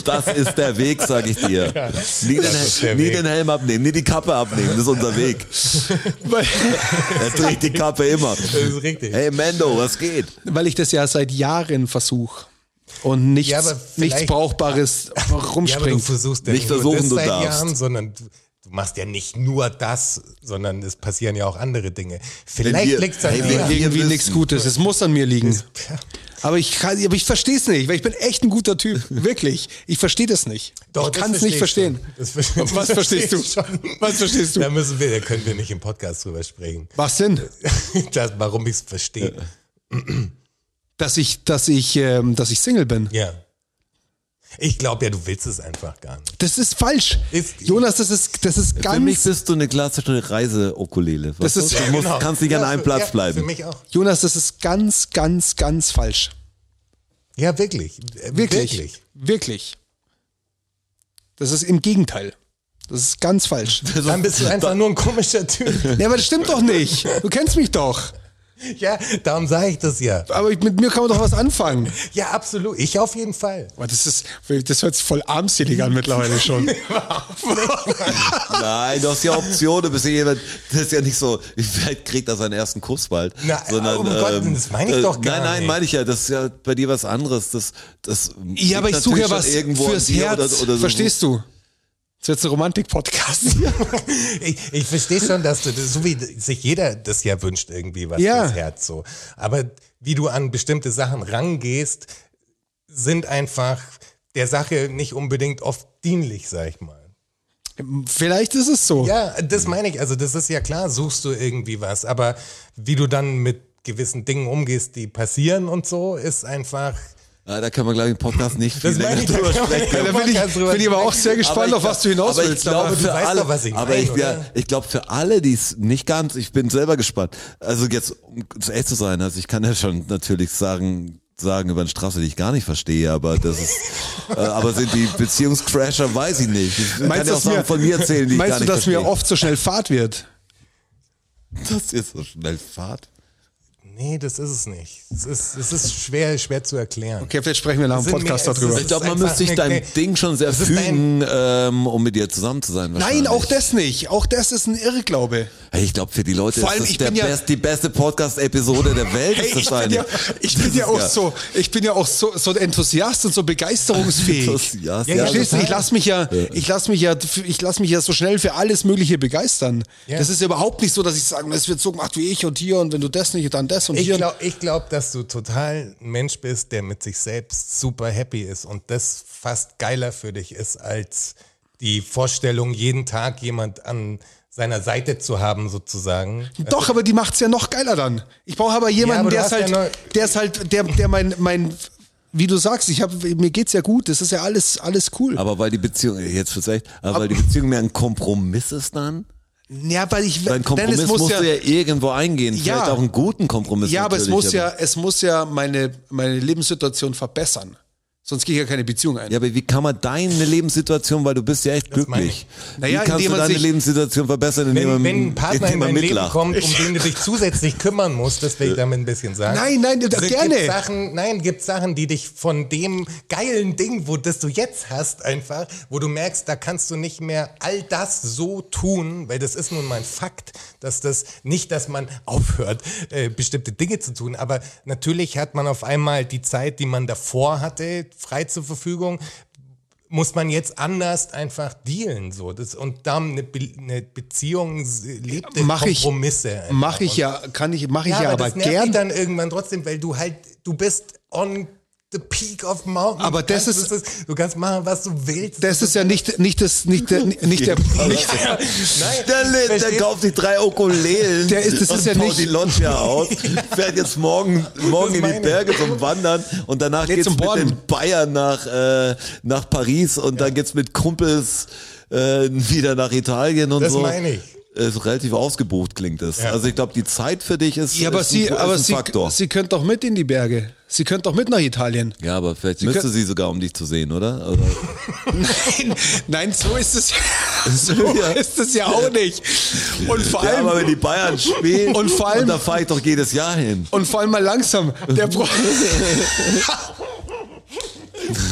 [SPEAKER 1] Das ist der Weg, sag ich dir. Nie, den,
[SPEAKER 3] das ist der
[SPEAKER 1] nie
[SPEAKER 3] Weg.
[SPEAKER 1] den Helm abnehmen, nie die Kappe abnehmen. Das ist unser Weg.
[SPEAKER 2] Weil,
[SPEAKER 1] Er trägt die Kappe immer.
[SPEAKER 3] das ist richtig.
[SPEAKER 1] Hey Mendo, was geht?
[SPEAKER 2] weil ich das ja seit Jahren versuche und nichts,
[SPEAKER 3] Ja, aber vielleicht-
[SPEAKER 2] nichts Brauchbares
[SPEAKER 3] ja, aber du
[SPEAKER 2] rumspringt.
[SPEAKER 3] versuchst ja
[SPEAKER 1] Nicht versuchen,
[SPEAKER 3] das
[SPEAKER 1] du
[SPEAKER 3] seit
[SPEAKER 1] darfst.
[SPEAKER 3] Jahren, sondern du, du machst ja nicht nur das, sondern es passieren ja auch andere Dinge.
[SPEAKER 1] wir-
[SPEAKER 3] Vielleicht liegt es an
[SPEAKER 1] hey,
[SPEAKER 3] dir.
[SPEAKER 1] wir-
[SPEAKER 2] irgendwie
[SPEAKER 1] wissen.
[SPEAKER 2] nichts Gutes. Es muss an mir liegen. Aber ich, kann, aber ich verstehe es nicht, weil ich bin echt ein guter Typ. Wirklich. Ich verstehe das nicht.
[SPEAKER 3] Doch,
[SPEAKER 2] ich
[SPEAKER 3] das
[SPEAKER 2] kann es nicht
[SPEAKER 3] verstehst
[SPEAKER 2] verstehen.
[SPEAKER 3] du. Das ver- das
[SPEAKER 2] Was verstehst du?
[SPEAKER 3] schon.
[SPEAKER 2] Was verstehst du?
[SPEAKER 3] Da müssen wir, da können wir nicht im Podcast drüber sprechen.
[SPEAKER 2] Was denn?
[SPEAKER 3] Das, warum ich es verstehe.
[SPEAKER 2] Dass ich, dass ich, ähm, dass ich Single bin.
[SPEAKER 3] Ja. Ich glaube ja, du willst es einfach gar nicht.
[SPEAKER 2] Das ist falsch.
[SPEAKER 3] Ist-
[SPEAKER 2] Jonas, das ist, das ist
[SPEAKER 1] Für mich
[SPEAKER 2] ganz,
[SPEAKER 1] bist du eine klassische Reise-Ukulele.
[SPEAKER 2] Das
[SPEAKER 1] weißt
[SPEAKER 2] ist-
[SPEAKER 1] du
[SPEAKER 2] Ja,
[SPEAKER 1] Du musst,
[SPEAKER 3] Genau.
[SPEAKER 1] kannst nicht an
[SPEAKER 3] Ja,
[SPEAKER 1] einem
[SPEAKER 3] für-
[SPEAKER 1] Platz
[SPEAKER 3] ja, Für
[SPEAKER 1] bleiben.
[SPEAKER 3] mich auch.
[SPEAKER 2] Jonas, das ist ganz, ganz, ganz falsch.
[SPEAKER 3] Ja, wirklich. Äh,
[SPEAKER 2] Wirklich.
[SPEAKER 3] wirklich.
[SPEAKER 2] Wirklich. Das ist im Gegenteil. Das ist ganz falsch.
[SPEAKER 3] Dann bist du einfach nur ein komischer Typ.
[SPEAKER 2] ja, aber das stimmt doch nicht. Du kennst mich doch.
[SPEAKER 3] Ja, darum sage ich das ja.
[SPEAKER 2] Aber ich, mit mir kann man doch was anfangen.
[SPEAKER 3] Ja, absolut. Ich auf jeden Fall.
[SPEAKER 2] Boah, das ist, das hört sich voll armselig an mittlerweile schon.
[SPEAKER 1] Nein, du hast ja Optionen. Bist ja jemand, das ist ja nicht so, vielleicht kriegt er seinen ersten Kuss bald.
[SPEAKER 3] Na,
[SPEAKER 1] sondern, ähm, äh,
[SPEAKER 3] um Gottes Willen, das meine ich doch gar
[SPEAKER 1] Nein, nein,
[SPEAKER 3] nicht.
[SPEAKER 1] meine ich ja. Das ist ja bei dir was anderes. Das, das liegt
[SPEAKER 2] Ja, aber ich suche
[SPEAKER 1] natürlich
[SPEAKER 2] ja
[SPEAKER 1] schon
[SPEAKER 2] was
[SPEAKER 1] irgendwo an
[SPEAKER 2] fürs
[SPEAKER 1] dir
[SPEAKER 2] Herz.
[SPEAKER 1] Oder, oder so.
[SPEAKER 2] Verstehst du? Das ist jetzt ein Romantik-Podcast.
[SPEAKER 3] Ich, ich verstehe schon, dass du, das- so wie sich jeder das ja wünscht, irgendwie was
[SPEAKER 2] Ja.
[SPEAKER 3] fürs Herz so. Aber wie du an bestimmte Sachen rangehst, sind einfach der Sache nicht unbedingt oft dienlich, sag ich mal.
[SPEAKER 2] Vielleicht ist es so.
[SPEAKER 3] Ja, das meine ich. Also, das ist ja klar, suchst du irgendwie was. Aber wie du dann mit gewissen Dingen umgehst, die passieren und so, ist einfach.
[SPEAKER 1] Ja, Ah, da kann man, glaube ich, im Podcast nicht viel
[SPEAKER 3] Das
[SPEAKER 1] länger
[SPEAKER 3] meine ich,
[SPEAKER 1] drüber
[SPEAKER 3] da kann man
[SPEAKER 1] sprechen.
[SPEAKER 3] nicht
[SPEAKER 2] halt. da bin ich,
[SPEAKER 3] Podcast drüber
[SPEAKER 2] bin ich aber auch sehr gespannt,
[SPEAKER 1] ich
[SPEAKER 2] auf was du hinaus
[SPEAKER 1] aber
[SPEAKER 2] willst.
[SPEAKER 1] Ich glaube,
[SPEAKER 3] aber du
[SPEAKER 1] für
[SPEAKER 3] weißt
[SPEAKER 1] alle,
[SPEAKER 3] doch, was ich
[SPEAKER 1] aber
[SPEAKER 3] meine,
[SPEAKER 1] ich, ja,
[SPEAKER 3] oder?
[SPEAKER 1] ich glaube, für alle, die es nicht ganz, ich bin selber gespannt. Also jetzt, um ehrlich zu sein, also ich kann ja schon natürlich sagen, sagen über eine Straße, die ich gar nicht verstehe, aber das ist, äh, aber sind die Beziehungscrasher, weiß ich nicht. Ich kann ja auch
[SPEAKER 2] dass
[SPEAKER 1] Sachen von mir erzählen, die ich
[SPEAKER 2] meinst
[SPEAKER 1] gar
[SPEAKER 2] du,
[SPEAKER 1] nicht
[SPEAKER 2] dass
[SPEAKER 1] verstehe.
[SPEAKER 2] mir oft so schnell Fahrt wird?
[SPEAKER 1] das ist so schnell Fahrt?
[SPEAKER 3] Nee, das ist es nicht. Es ist, es ist schwer, schwer zu erklären.
[SPEAKER 2] Okay, vielleicht sprechen wir nach
[SPEAKER 3] Es
[SPEAKER 2] dem
[SPEAKER 3] sind
[SPEAKER 2] Podcast
[SPEAKER 3] mehr- es
[SPEAKER 2] darüber.
[SPEAKER 1] Ich
[SPEAKER 3] ist
[SPEAKER 1] glaube, man
[SPEAKER 3] einfach
[SPEAKER 1] müsste sich
[SPEAKER 3] eine-
[SPEAKER 1] dein
[SPEAKER 3] nee,
[SPEAKER 1] Ding schon sehr
[SPEAKER 3] es ist dein-
[SPEAKER 1] fügen, ähm, um mit dir zusammen zu sein.
[SPEAKER 2] Nein, auch
[SPEAKER 1] wahrscheinlich.
[SPEAKER 2] das nicht. Auch das ist ein Irrglaube.
[SPEAKER 1] Hey, ich glaube, für die Leute
[SPEAKER 2] Vor
[SPEAKER 1] ist
[SPEAKER 2] allem,
[SPEAKER 1] das
[SPEAKER 2] ich
[SPEAKER 1] der
[SPEAKER 2] bin ja-
[SPEAKER 1] best, die beste Podcast-Episode der Welt.
[SPEAKER 2] Hey,
[SPEAKER 1] ist das
[SPEAKER 2] ich bin ja,
[SPEAKER 1] eine.
[SPEAKER 2] ich bin
[SPEAKER 1] Das
[SPEAKER 2] ja
[SPEAKER 1] ist
[SPEAKER 2] auch so, ich bin ja auch so, so ein Enthusiast und so begeisterungsfähig.
[SPEAKER 1] Enthusiast,
[SPEAKER 3] Ja,
[SPEAKER 1] ja,
[SPEAKER 2] Verstehst du,
[SPEAKER 3] total.
[SPEAKER 2] ich lasse mich ja, ich lasse mich ja, ich lasse mich ja so schnell für alles Mögliche begeistern.
[SPEAKER 3] Ja.
[SPEAKER 2] Das ist ja überhaupt nicht so, dass ich sage, es wird so gemacht wie ich und hier und wenn du das nicht, dann das und
[SPEAKER 3] Ich
[SPEAKER 2] hier.
[SPEAKER 3] glaube, ich glaub, dass du total ein Mensch bist, der mit sich selbst super happy ist und das fast geiler für dich ist, als die Vorstellung, jeden Tag jemand an seiner Seite zu haben, sozusagen.
[SPEAKER 2] Doch, aber die macht's ja noch geiler dann. Ich brauche aber jemanden,
[SPEAKER 3] aber du
[SPEAKER 2] der
[SPEAKER 3] hast
[SPEAKER 2] ist halt,
[SPEAKER 3] ja neu-
[SPEAKER 2] der ist halt, der, der mein, mein, wie du sagst, ich hab, mir geht's ja gut, das ist ja alles, alles cool.
[SPEAKER 1] Aber weil die Beziehung, äh, jetzt vielleicht, aber weil die Beziehung mehr ein Kompromiss ist dann?
[SPEAKER 2] ja, weil ich,
[SPEAKER 1] Dein Kompromiss
[SPEAKER 2] Dennis muss
[SPEAKER 1] musst
[SPEAKER 2] ja,
[SPEAKER 1] du ja irgendwo eingehen.
[SPEAKER 2] Ja.
[SPEAKER 1] Vielleicht auch einen guten Kompromiss.
[SPEAKER 2] Ja, aber es
[SPEAKER 1] natürlich,
[SPEAKER 2] muss ja, es muss ja meine, meine Lebenssituation verbessern. Sonst gehe ich ja keine Beziehung ein.
[SPEAKER 1] Ja, aber wie kann man deine Lebenssituation, weil du bist ja echt
[SPEAKER 3] meine
[SPEAKER 1] glücklich.
[SPEAKER 2] Naja,
[SPEAKER 1] wie kannst
[SPEAKER 2] indem
[SPEAKER 1] du
[SPEAKER 2] man
[SPEAKER 1] deine
[SPEAKER 2] sich-
[SPEAKER 1] Lebenssituation verbessern, indem
[SPEAKER 3] Wenn,
[SPEAKER 1] man,
[SPEAKER 3] wenn ein Partner in
[SPEAKER 1] indem man
[SPEAKER 3] dein Leben
[SPEAKER 1] mitlacht?
[SPEAKER 3] kommt, um den du dich zusätzlich kümmern musst, das will ich damit ein bisschen sagen.
[SPEAKER 2] Nein, nein,
[SPEAKER 3] Sind-
[SPEAKER 2] gerne.
[SPEAKER 3] Gibt's Sachen, nein, gibt Sachen, die dich von dem geilen Ding, wo das du jetzt hast, einfach, wo du merkst, da kannst du nicht mehr all das so tun, weil das ist nun mal ein Fakt, dass das nicht, dass man aufhört, äh, bestimmte Dinge zu tun, aber natürlich hat man auf einmal die Zeit, die man davor hatte, frei zur Verfügung, muss man jetzt anders einfach dealen. So. Das, und dann eine, Be eine Beziehung s- lebt in
[SPEAKER 2] Mach ich-
[SPEAKER 3] Kompromisse. einfach.
[SPEAKER 2] Mache ich
[SPEAKER 3] Und-
[SPEAKER 2] ja, kann ich, mache ich ja,
[SPEAKER 3] ja,
[SPEAKER 2] aber
[SPEAKER 3] das nervt mich
[SPEAKER 2] gern.
[SPEAKER 3] dann irgendwann trotzdem, weil du halt, du bist on the peak of mountain.
[SPEAKER 2] Aber
[SPEAKER 3] Du
[SPEAKER 2] das
[SPEAKER 3] kannst-
[SPEAKER 2] ist-
[SPEAKER 3] das du kannst machen, was du willst.
[SPEAKER 2] Das ist ja nicht, nicht das, nicht der, nicht der, nicht,
[SPEAKER 3] Nein,
[SPEAKER 1] Der, lädt- der
[SPEAKER 3] verstehst-
[SPEAKER 1] kauft sich drei Ukulelen
[SPEAKER 2] Der ist- das
[SPEAKER 1] und
[SPEAKER 2] ist ja
[SPEAKER 1] baut
[SPEAKER 2] nicht-
[SPEAKER 1] die Loggia aus, fährt jetzt morgen, morgen in
[SPEAKER 3] meine
[SPEAKER 1] die
[SPEAKER 3] ich.
[SPEAKER 1] Berge zum Wandern und danach
[SPEAKER 2] Nee,
[SPEAKER 1] geht's
[SPEAKER 2] zum
[SPEAKER 1] mit
[SPEAKER 2] Borden.
[SPEAKER 1] den Bayern nach, äh, nach Paris und dann geht's mit Kumpels äh, wieder nach Italien und
[SPEAKER 3] Das
[SPEAKER 1] so.
[SPEAKER 3] meine ich.
[SPEAKER 1] Ist relativ ausgebucht klingt es.
[SPEAKER 3] Ja.
[SPEAKER 1] Also ich glaube, die Zeit für dich ist,
[SPEAKER 2] ja, aber
[SPEAKER 1] ist,
[SPEAKER 2] sie,
[SPEAKER 1] ein,
[SPEAKER 2] aber
[SPEAKER 1] ist ein
[SPEAKER 2] sie,
[SPEAKER 1] Faktor.
[SPEAKER 2] sie könnte doch mit in die Berge. Sie könnte doch mit nach Italien.
[SPEAKER 1] ja, aber vielleicht müsste
[SPEAKER 2] können-
[SPEAKER 1] sie sogar, um dich zu sehen, oder? oder
[SPEAKER 2] Nein, nein, so ist es, so
[SPEAKER 1] Ja.
[SPEAKER 2] ist es ja auch nicht. Und vor
[SPEAKER 1] ja,
[SPEAKER 2] allem,
[SPEAKER 1] aber wenn die Bayern spielen,
[SPEAKER 2] Und vor allem-
[SPEAKER 1] und da fahre ich doch jedes Jahr hin.
[SPEAKER 2] Und vor allem mal langsam. Der Bro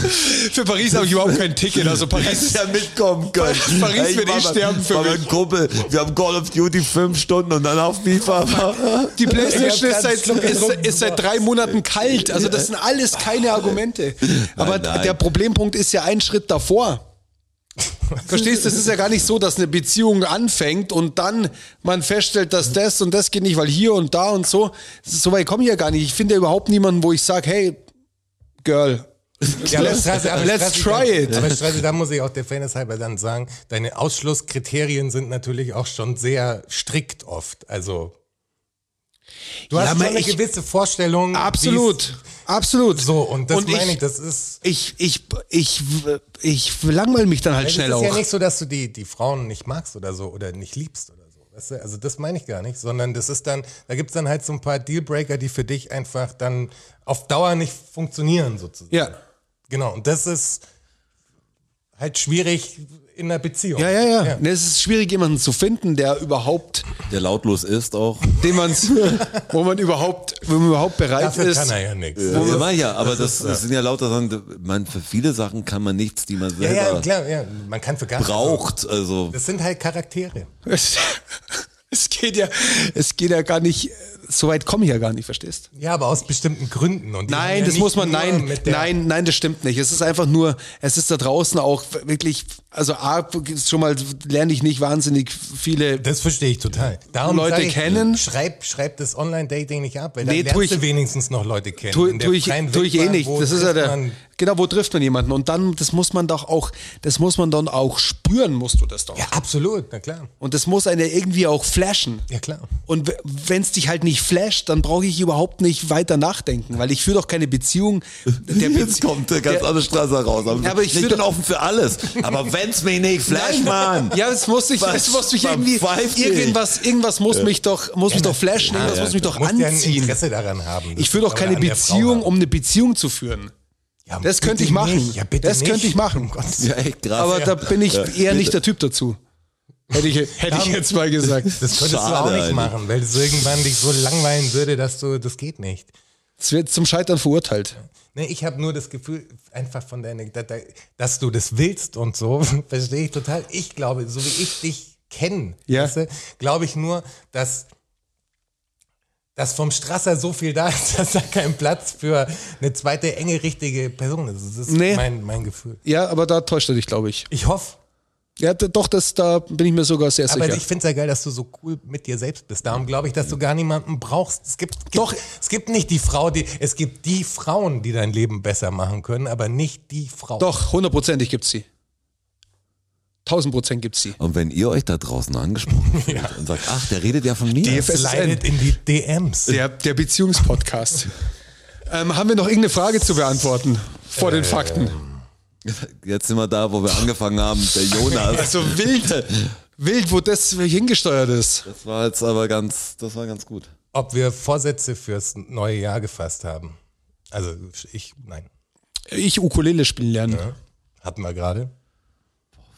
[SPEAKER 2] für Paris habe ich überhaupt kein Ticket. Also Paris
[SPEAKER 1] Hättest
[SPEAKER 2] ist
[SPEAKER 1] ja mitkommen können.
[SPEAKER 2] Paris wird eh
[SPEAKER 1] war
[SPEAKER 2] sterben für
[SPEAKER 1] war
[SPEAKER 2] mich.
[SPEAKER 1] mit einem Kumpel, wir haben Call of Duty fünf Stunden und dann auf FIFA. war-
[SPEAKER 2] die Playstation
[SPEAKER 3] Ich
[SPEAKER 2] ist
[SPEAKER 3] hab
[SPEAKER 2] seit,
[SPEAKER 3] ganz genau. Schluck
[SPEAKER 2] ist,
[SPEAKER 3] getrunken.
[SPEAKER 2] ist seit drei Monaten kalt. Also das sind alles keine Argumente. Aber
[SPEAKER 1] Nein, nein.
[SPEAKER 2] der Problempunkt ist ja ein Schritt davor. Verstehst du, es ist ja gar nicht so, dass eine Beziehung anfängt und dann man feststellt, dass das und das geht nicht, weil hier und da und so. So weit komme ich ja gar nicht. Ich finde ja überhaupt niemanden, wo ich sage, hey, Girl,
[SPEAKER 3] Ja, aber
[SPEAKER 2] Let's-
[SPEAKER 3] Strassi- aber
[SPEAKER 2] let's
[SPEAKER 3] Strassi,
[SPEAKER 2] try
[SPEAKER 3] da-
[SPEAKER 2] it.
[SPEAKER 3] Aber Strassi, da muss ich auch der Fairness halber dann sagen, deine Ausschlusskriterien sind natürlich auch schon sehr strikt oft. Also du
[SPEAKER 2] Ja,
[SPEAKER 3] hast
[SPEAKER 2] aber
[SPEAKER 3] schon eine
[SPEAKER 2] ich-
[SPEAKER 3] gewisse Vorstellung. wie's-
[SPEAKER 2] absolut, absolut.
[SPEAKER 3] So, und das meine ich,
[SPEAKER 2] ich,
[SPEAKER 3] das ist.
[SPEAKER 2] ich, ich, ich, ich langweile mich dann halt
[SPEAKER 3] Es ist
[SPEAKER 2] schnell auch.
[SPEAKER 3] ja nicht so, dass du die, die Frauen nicht magst oder so oder nicht liebst oder so. Weißt du? Also das meine ich gar nicht, sondern das ist dann, da gibt es dann halt so ein paar Dealbreaker, die für dich einfach dann auf Dauer nicht funktionieren, sozusagen.
[SPEAKER 2] ja.
[SPEAKER 3] Genau. Und das ist halt schwierig in einer Beziehung.
[SPEAKER 2] Ja, ja, ja.
[SPEAKER 3] ja.
[SPEAKER 2] Ne, es ist schwierig, jemanden zu finden, der überhaupt,
[SPEAKER 1] Der lautlos ist auch.
[SPEAKER 2] den man's, wo man überhaupt, wo man überhaupt bereit
[SPEAKER 3] Dafür
[SPEAKER 2] ist.
[SPEAKER 3] kann er ja nichts.
[SPEAKER 1] Ja, ja, aber das, das sind ja lauter Sachen, man, für viele Sachen kann man nichts, die man
[SPEAKER 3] Ja,
[SPEAKER 1] selber
[SPEAKER 3] ja, klar, ja. Man kann für gar
[SPEAKER 1] braucht. Also
[SPEAKER 3] Das sind halt Charaktere.
[SPEAKER 2] es, es geht ja, es geht ja gar nicht, so weit komme ich ja gar nicht, verstehst du?
[SPEAKER 3] Ja, aber aus bestimmten Gründen. Und die haben
[SPEAKER 2] Nein,
[SPEAKER 3] ja
[SPEAKER 2] das
[SPEAKER 3] nicht
[SPEAKER 2] muss man,
[SPEAKER 3] nur
[SPEAKER 2] nein,
[SPEAKER 3] mit der-
[SPEAKER 2] nein, nein, das stimmt nicht. Es ist einfach nur, es ist da draußen auch wirklich, also A, schon mal lerne ich nicht wahnsinnig viele
[SPEAKER 3] Das verstehe ich total. Darum
[SPEAKER 2] Leute
[SPEAKER 3] sag ich,
[SPEAKER 2] kennen.
[SPEAKER 3] Schreib, schreib das Online-Dating nicht ab, weil
[SPEAKER 2] Nee,
[SPEAKER 3] dann
[SPEAKER 2] tu
[SPEAKER 3] lernst
[SPEAKER 2] ich-
[SPEAKER 3] du wenigstens noch Leute kennen.
[SPEAKER 2] tue
[SPEAKER 3] In der
[SPEAKER 2] tu ich,
[SPEAKER 3] freien
[SPEAKER 2] tu ich eh
[SPEAKER 3] Wildbahn,
[SPEAKER 2] nicht.
[SPEAKER 3] wo
[SPEAKER 2] Das ist ja
[SPEAKER 3] trifft
[SPEAKER 2] der,
[SPEAKER 3] man-
[SPEAKER 2] genau, wo trifft man jemanden? Und dann, das muss man doch auch, das muss man dann auch spüren, musst du das doch.
[SPEAKER 3] Ja, absolut, na klar.
[SPEAKER 2] Und das muss einen ja irgendwie auch flashen.
[SPEAKER 3] Ja, klar.
[SPEAKER 2] Und wenn es dich halt nicht flasht, dann brauche ich überhaupt nicht weiter nachdenken, weil ich führe doch keine Beziehung. Der
[SPEAKER 1] jetzt
[SPEAKER 2] Bezie-
[SPEAKER 1] kommt eine ganz
[SPEAKER 2] der-
[SPEAKER 1] andere Straße raus. Aber,
[SPEAKER 2] Ja, aber ich
[SPEAKER 1] ich,
[SPEAKER 2] würde-
[SPEAKER 1] bin offen für alles. Aber wenn's mich nicht flasht, Mann.
[SPEAKER 2] Ja, es muss ich,
[SPEAKER 1] Was-
[SPEAKER 2] es muss mich
[SPEAKER 1] man
[SPEAKER 2] irgendwie,
[SPEAKER 1] pfeift
[SPEAKER 2] irgendwas, irgendwas muss mich doch, muss mich doch flashen, irgendwas
[SPEAKER 1] ja,
[SPEAKER 2] muss mich
[SPEAKER 3] Du
[SPEAKER 2] doch
[SPEAKER 3] musst ja ein
[SPEAKER 2] anziehen.
[SPEAKER 3] Interesse daran haben. Das
[SPEAKER 2] Ich führe doch
[SPEAKER 3] muss man
[SPEAKER 2] keine
[SPEAKER 3] an der Frau
[SPEAKER 2] Beziehung,
[SPEAKER 3] haben.
[SPEAKER 2] um eine Beziehung zu führen.
[SPEAKER 3] Ja,
[SPEAKER 2] Das
[SPEAKER 3] bitte
[SPEAKER 2] könnte ich machen.
[SPEAKER 3] Nicht. Ja, bitte
[SPEAKER 2] das
[SPEAKER 3] nicht.
[SPEAKER 2] könnte ich machen. um
[SPEAKER 1] Ja, echt krass.
[SPEAKER 2] Aber
[SPEAKER 1] ja.
[SPEAKER 2] da bin ich eher nicht der Typ dazu. Hätte ich, hätte ich
[SPEAKER 3] Ja.
[SPEAKER 2] jetzt mal gesagt.
[SPEAKER 3] Das könntest du
[SPEAKER 1] Schade
[SPEAKER 3] auch nicht
[SPEAKER 1] eigentlich.
[SPEAKER 3] machen, weil es irgendwann dich so langweilen würde, dass du, das geht nicht.
[SPEAKER 2] Es wird zum Scheitern verurteilt.
[SPEAKER 3] Nee, Ne, ich habe nur das Gefühl, einfach von deiner, da- da- dass du das willst und so, verstehe ich total. Ich glaube, so wie ich dich kenne,
[SPEAKER 2] Ja.
[SPEAKER 3] glaube ich nur, dass, dass vom Strasser so viel da ist, dass da kein Platz für eine zweite enge, richtige Person ist. Das ist
[SPEAKER 2] Nee.
[SPEAKER 3] mein, mein Gefühl.
[SPEAKER 2] Ja, aber da täuscht er dich, glaube ich.
[SPEAKER 3] Ich hoffe.
[SPEAKER 2] Ja, d- doch, das, da bin ich mir sogar sehr
[SPEAKER 3] Aber
[SPEAKER 2] sicher.
[SPEAKER 3] ich finde es ja geil, dass du so cool mit dir selbst bist. Darum glaube ich, dass du gar niemanden brauchst. Es gibt, gibt
[SPEAKER 2] Doch.
[SPEAKER 3] es gibt nicht die Frau, die es gibt die Frauen, die dein Leben besser machen können, aber nicht die Frau.
[SPEAKER 2] doch, hundertprozentig gibt's sie. Tausend Prozent gibt's sie.
[SPEAKER 1] und wenn ihr euch da draußen angesprochen fühlt und sagt, ach, der redet ja von mir.
[SPEAKER 2] DFS
[SPEAKER 3] Slidet in die DMs.
[SPEAKER 2] Der, der Beziehungspodcast. ähm, haben wir noch irgendeine Frage zu beantworten vor
[SPEAKER 1] Äh.
[SPEAKER 2] den Fakten?
[SPEAKER 1] Jetzt sind wir da, wo wir angefangen haben, der Jonas.
[SPEAKER 2] Also wild, wild, wo das hingesteuert ist.
[SPEAKER 1] Das war jetzt aber ganz, das war ganz gut.
[SPEAKER 3] Ob wir Vorsätze fürs neue Jahr gefasst haben. Also ich, nein,
[SPEAKER 2] Ich Ukulele spielen lernen.
[SPEAKER 3] hatten wir gerade.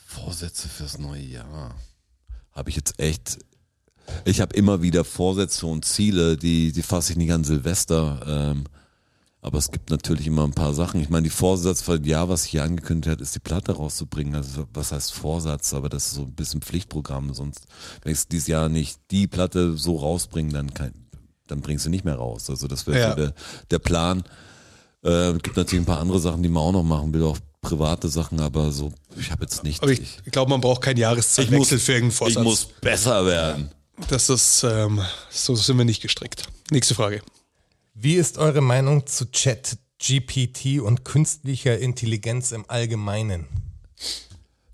[SPEAKER 1] Vorsätze fürs neue Jahr. Habe ich jetzt echt. Ich habe immer wieder Vorsätze und Ziele, die, die fasse ich nicht an Silvester. Ähm, aber es gibt natürlich immer ein paar Sachen. Ich meine, die Vorsatz für das Jahr, was ich hier angekündigt hat, ist die Platte rauszubringen. Also was heißt Vorsatz? Aber das ist so ein bisschen Pflichtprogramm. Sonst, wenn ich dieses Jahr nicht die Platte so rausbringe, dann, kein, dann bringst du nicht mehr raus. Also das wäre
[SPEAKER 2] Ja.
[SPEAKER 1] so der, der Plan. Äh, gibt natürlich ein paar andere Sachen, die man auch noch machen will, auch private Sachen, aber so, ich habe jetzt nicht.
[SPEAKER 2] Aber ich, ich glaube, man braucht keinen
[SPEAKER 1] ich muss,
[SPEAKER 2] Jahreszeitwechsel für irgendeinen
[SPEAKER 1] ich
[SPEAKER 2] Vorsatz.
[SPEAKER 1] muss besser werden.
[SPEAKER 2] Das ist, ähm, so sind wir nicht gestrickt. Nächste Frage.
[SPEAKER 3] Wie ist eure Meinung zu Chat, GPT und künstlicher Intelligenz im Allgemeinen?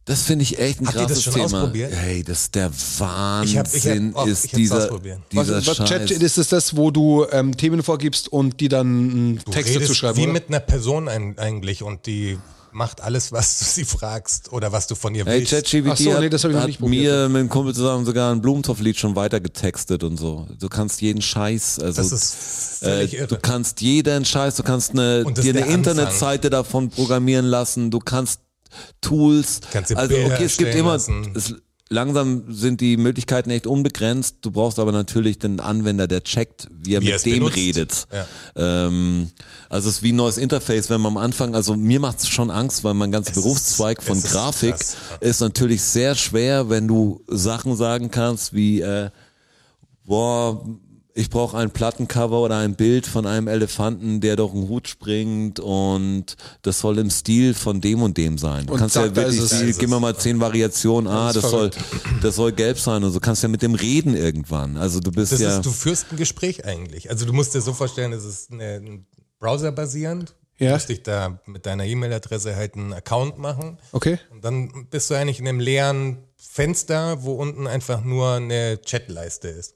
[SPEAKER 1] Das finde ich echt ein
[SPEAKER 3] Habt ihr das
[SPEAKER 1] krasses
[SPEAKER 3] schon
[SPEAKER 1] Thema.
[SPEAKER 3] ausprobiert?
[SPEAKER 1] Hey, das ist der Wahnsinn,
[SPEAKER 3] Ich hab- ich hab auch- ich
[SPEAKER 1] ist
[SPEAKER 3] hab's
[SPEAKER 1] dieser,
[SPEAKER 3] ausprobiert.
[SPEAKER 1] dieser Scheiß.
[SPEAKER 2] Chat, ist es das, wo du ähm, Themen vorgibst und die dann ähm,
[SPEAKER 3] Du
[SPEAKER 2] Texte
[SPEAKER 3] redest
[SPEAKER 2] zu schreiben?
[SPEAKER 3] wie
[SPEAKER 2] oder?
[SPEAKER 3] mit einer Person ein, eigentlich und die macht alles, was du sie fragst oder was du von ihr
[SPEAKER 1] Hey,
[SPEAKER 3] willst.
[SPEAKER 1] ChatGPT
[SPEAKER 2] Ach so,
[SPEAKER 1] hat,
[SPEAKER 2] nee, das hab ich noch
[SPEAKER 1] hat
[SPEAKER 2] nicht probiert.
[SPEAKER 1] mir mit einem Kumpel zusammen sogar ein Blumentopflied schon weiter getextet und so. Du kannst jeden Scheiß, also
[SPEAKER 3] das ist völlig
[SPEAKER 1] äh, du
[SPEAKER 3] irre.
[SPEAKER 1] kannst jeden Scheiß, du kannst eine,
[SPEAKER 3] Und das
[SPEAKER 1] dir
[SPEAKER 3] ist
[SPEAKER 1] eine
[SPEAKER 3] der Anfang.
[SPEAKER 1] Internetseite davon programmieren lassen, du kannst Tools,
[SPEAKER 3] Kannst dir
[SPEAKER 1] also
[SPEAKER 3] Bilder
[SPEAKER 1] okay, es gibt
[SPEAKER 3] erstellen
[SPEAKER 1] immer,
[SPEAKER 3] lassen.
[SPEAKER 1] es, langsam sind die Möglichkeiten echt unbegrenzt, du brauchst aber natürlich den Anwender, der checkt, wie er
[SPEAKER 3] Wie er es
[SPEAKER 1] mit dem
[SPEAKER 3] benutzt.
[SPEAKER 1] redet.
[SPEAKER 3] Ja.
[SPEAKER 1] Ähm, also es ist wie ein neues Interface, wenn man am Anfang, also mir macht es schon Angst, weil mein ganzer
[SPEAKER 3] Es ist-
[SPEAKER 1] Berufszweig von
[SPEAKER 3] es ist
[SPEAKER 1] Grafik
[SPEAKER 3] krass, ja.
[SPEAKER 1] ist natürlich sehr schwer, wenn du Sachen sagen kannst wie, äh, boah, ich brauche ein Plattencover oder ein Bild von einem Elefanten, der durch einen Hut springt und das soll im Stil von dem und dem sein. Du
[SPEAKER 2] Und
[SPEAKER 1] kannst ja
[SPEAKER 2] zack, da
[SPEAKER 1] wirklich
[SPEAKER 2] ist es.
[SPEAKER 1] viel, gib mir mal zehn Variationen, ah,
[SPEAKER 2] Das ist
[SPEAKER 1] das soll, das soll gelb sein und so. Kannst ja mit dem reden irgendwann. Also du bist
[SPEAKER 3] Das
[SPEAKER 1] ja.
[SPEAKER 3] ist, du führst ein Gespräch eigentlich. Also du musst dir so vorstellen, es ist eine, ein Browser basierend. Du
[SPEAKER 2] Ja.
[SPEAKER 3] musst dich da mit deiner E-Mail-Adresse halt einen Account machen.
[SPEAKER 2] Okay.
[SPEAKER 3] Und dann bist du eigentlich in einem leeren Fenster, wo unten einfach nur eine Chatleiste ist.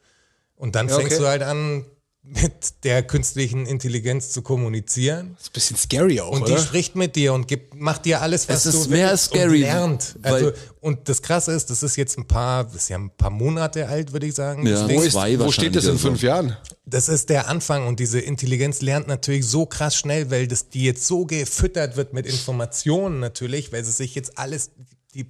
[SPEAKER 3] Und dann
[SPEAKER 2] Ja,
[SPEAKER 3] fängst
[SPEAKER 2] okay.
[SPEAKER 3] du halt an, mit der künstlichen Intelligenz zu kommunizieren.
[SPEAKER 2] Das ist ein bisschen scary auch,
[SPEAKER 3] Und
[SPEAKER 2] oder?
[SPEAKER 3] die spricht mit dir und gibt, macht dir alles, was
[SPEAKER 1] Es ist
[SPEAKER 3] du
[SPEAKER 1] mehr
[SPEAKER 3] willst
[SPEAKER 1] scary,
[SPEAKER 3] und lernt. Also,
[SPEAKER 1] weil-
[SPEAKER 3] und das Krasse ist, das ist jetzt ein paar, das ist ja ein paar Monate alt, würde ich sagen.
[SPEAKER 1] Ja.
[SPEAKER 3] das Ding.
[SPEAKER 2] wo, ist,
[SPEAKER 1] zwei
[SPEAKER 2] wo steht das in
[SPEAKER 1] wahrscheinlich
[SPEAKER 2] fünf Jahren?
[SPEAKER 3] Das ist der Anfang und diese Intelligenz lernt natürlich so krass schnell, weil das, die jetzt so gefüttert wird mit Informationen natürlich, weil sie sich jetzt alles, die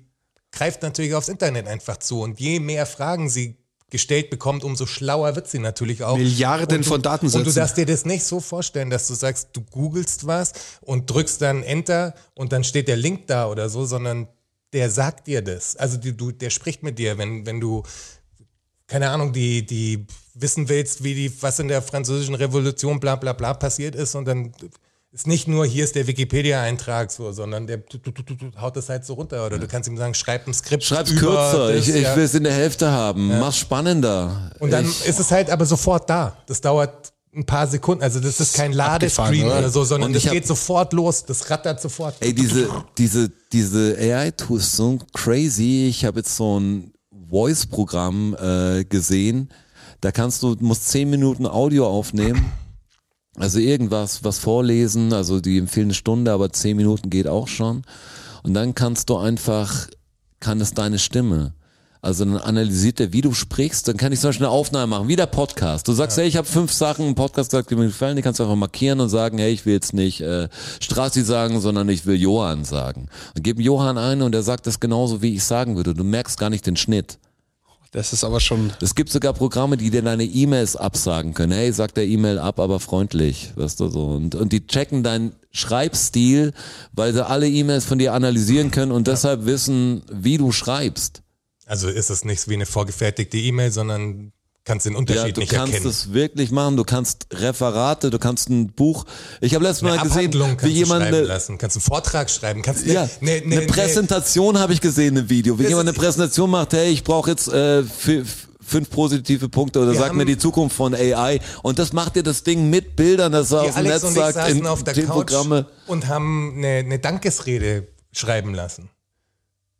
[SPEAKER 3] greift natürlich aufs Internet einfach zu und je mehr Fragen sie gestellt bekommt, umso schlauer wird sie natürlich auch.
[SPEAKER 2] Milliarden
[SPEAKER 3] Und du-
[SPEAKER 2] von Datensätzen.
[SPEAKER 3] Und du darfst dir das nicht so vorstellen, dass du sagst, du googelst was und drückst dann Enter und dann steht der Link da oder so, sondern der sagt dir das. Also die, du, der spricht mit dir, wenn, wenn du keine Ahnung, die, die wissen willst, wie die, was in der französischen Revolution bla bla bla passiert ist und dann ist nicht nur hier ist der Wikipedia-Eintrag so, sondern der tut, tut, tut, tut, haut das halt so runter. Oder du kannst ihm sagen, schreib ein Skript.
[SPEAKER 1] Schreib's
[SPEAKER 3] über
[SPEAKER 1] kürzer,
[SPEAKER 3] das,
[SPEAKER 1] ich, ich
[SPEAKER 3] ja.
[SPEAKER 1] will es in der Hälfte haben. Mach's spannender.
[SPEAKER 3] Und dann
[SPEAKER 1] ich,
[SPEAKER 3] ist es halt aber sofort da. Das dauert ein paar Sekunden. Also das ist kein Ladescreen
[SPEAKER 2] abgefahren, oder?
[SPEAKER 3] oder? so, sondern
[SPEAKER 1] Und
[SPEAKER 3] das
[SPEAKER 1] ich hab-
[SPEAKER 3] geht sofort los. Das rattert sofort.
[SPEAKER 1] Ey, diese, diese, diese AI-Tools ist so crazy. Ich habe jetzt so ein Voice-Programm äh, gesehen. Da kannst du, musst zehn Minuten Audio aufnehmen. Also irgendwas, was vorlesen. Also die empfehlen eine Stunde, aber zehn Minuten geht auch schon. Und dann kannst du einfach, kann es deine Stimme. Also dann analysiert er, wie du sprichst, dann kann ich zum Beispiel eine Aufnahme machen, wie der Podcast. Du sagst, hey, ich habe fünf Sachen im Podcast gesagt, die mir gefallen, die kannst du einfach markieren und sagen, hey, ich will jetzt nicht äh, Strassi sagen, sondern ich will Johann sagen. Und gib ihm Johann ein und er sagt das genauso, wie ich sagen würde. Du merkst gar nicht den Schnitt.
[SPEAKER 2] Das ist aber schon.
[SPEAKER 1] Es gibt sogar Programme, die dir deine E-Mails absagen können. Hey, sag der E-Mail ab, aber freundlich, weißt du so. Und, und die checken deinen Schreibstil, weil sie alle E-Mails von dir analysieren können und deshalb wissen, wie du schreibst.
[SPEAKER 3] Also ist es nicht wie eine vorgefertigte E-Mail, sondern kannst den
[SPEAKER 1] Ja,
[SPEAKER 3] Unterschied
[SPEAKER 1] du
[SPEAKER 3] nicht
[SPEAKER 1] kannst
[SPEAKER 3] erkennen.
[SPEAKER 1] es wirklich machen. Du kannst Referate, du kannst ein Buch. Ich habe letztes
[SPEAKER 3] eine
[SPEAKER 1] Mal gesehen,
[SPEAKER 3] Abhandlung
[SPEAKER 1] wie
[SPEAKER 3] kannst
[SPEAKER 1] jemand
[SPEAKER 3] du schreiben
[SPEAKER 1] eine,
[SPEAKER 3] lassen, kannst einen Vortrag schreiben, kannst eine, ne,
[SPEAKER 1] ja,
[SPEAKER 3] eine, eine,
[SPEAKER 1] eine Präsentation habe ich gesehen im Video, wie
[SPEAKER 3] Das
[SPEAKER 1] jemand
[SPEAKER 3] ist-
[SPEAKER 1] eine Präsentation macht. Hey, ich brauche jetzt äh, fü- f- fünf positive Punkte oder
[SPEAKER 3] Wir
[SPEAKER 1] sag mir
[SPEAKER 3] haben-
[SPEAKER 1] die Zukunft von AI. Und das macht dir das Ding mit Bildern, das er
[SPEAKER 3] Die
[SPEAKER 1] aus dem
[SPEAKER 3] Alex
[SPEAKER 1] Netz
[SPEAKER 3] und ich
[SPEAKER 1] sagt, in
[SPEAKER 3] saßen auf der
[SPEAKER 1] den
[SPEAKER 3] Couch
[SPEAKER 1] Programme.
[SPEAKER 3] und haben eine, eine Dankesrede schreiben lassen.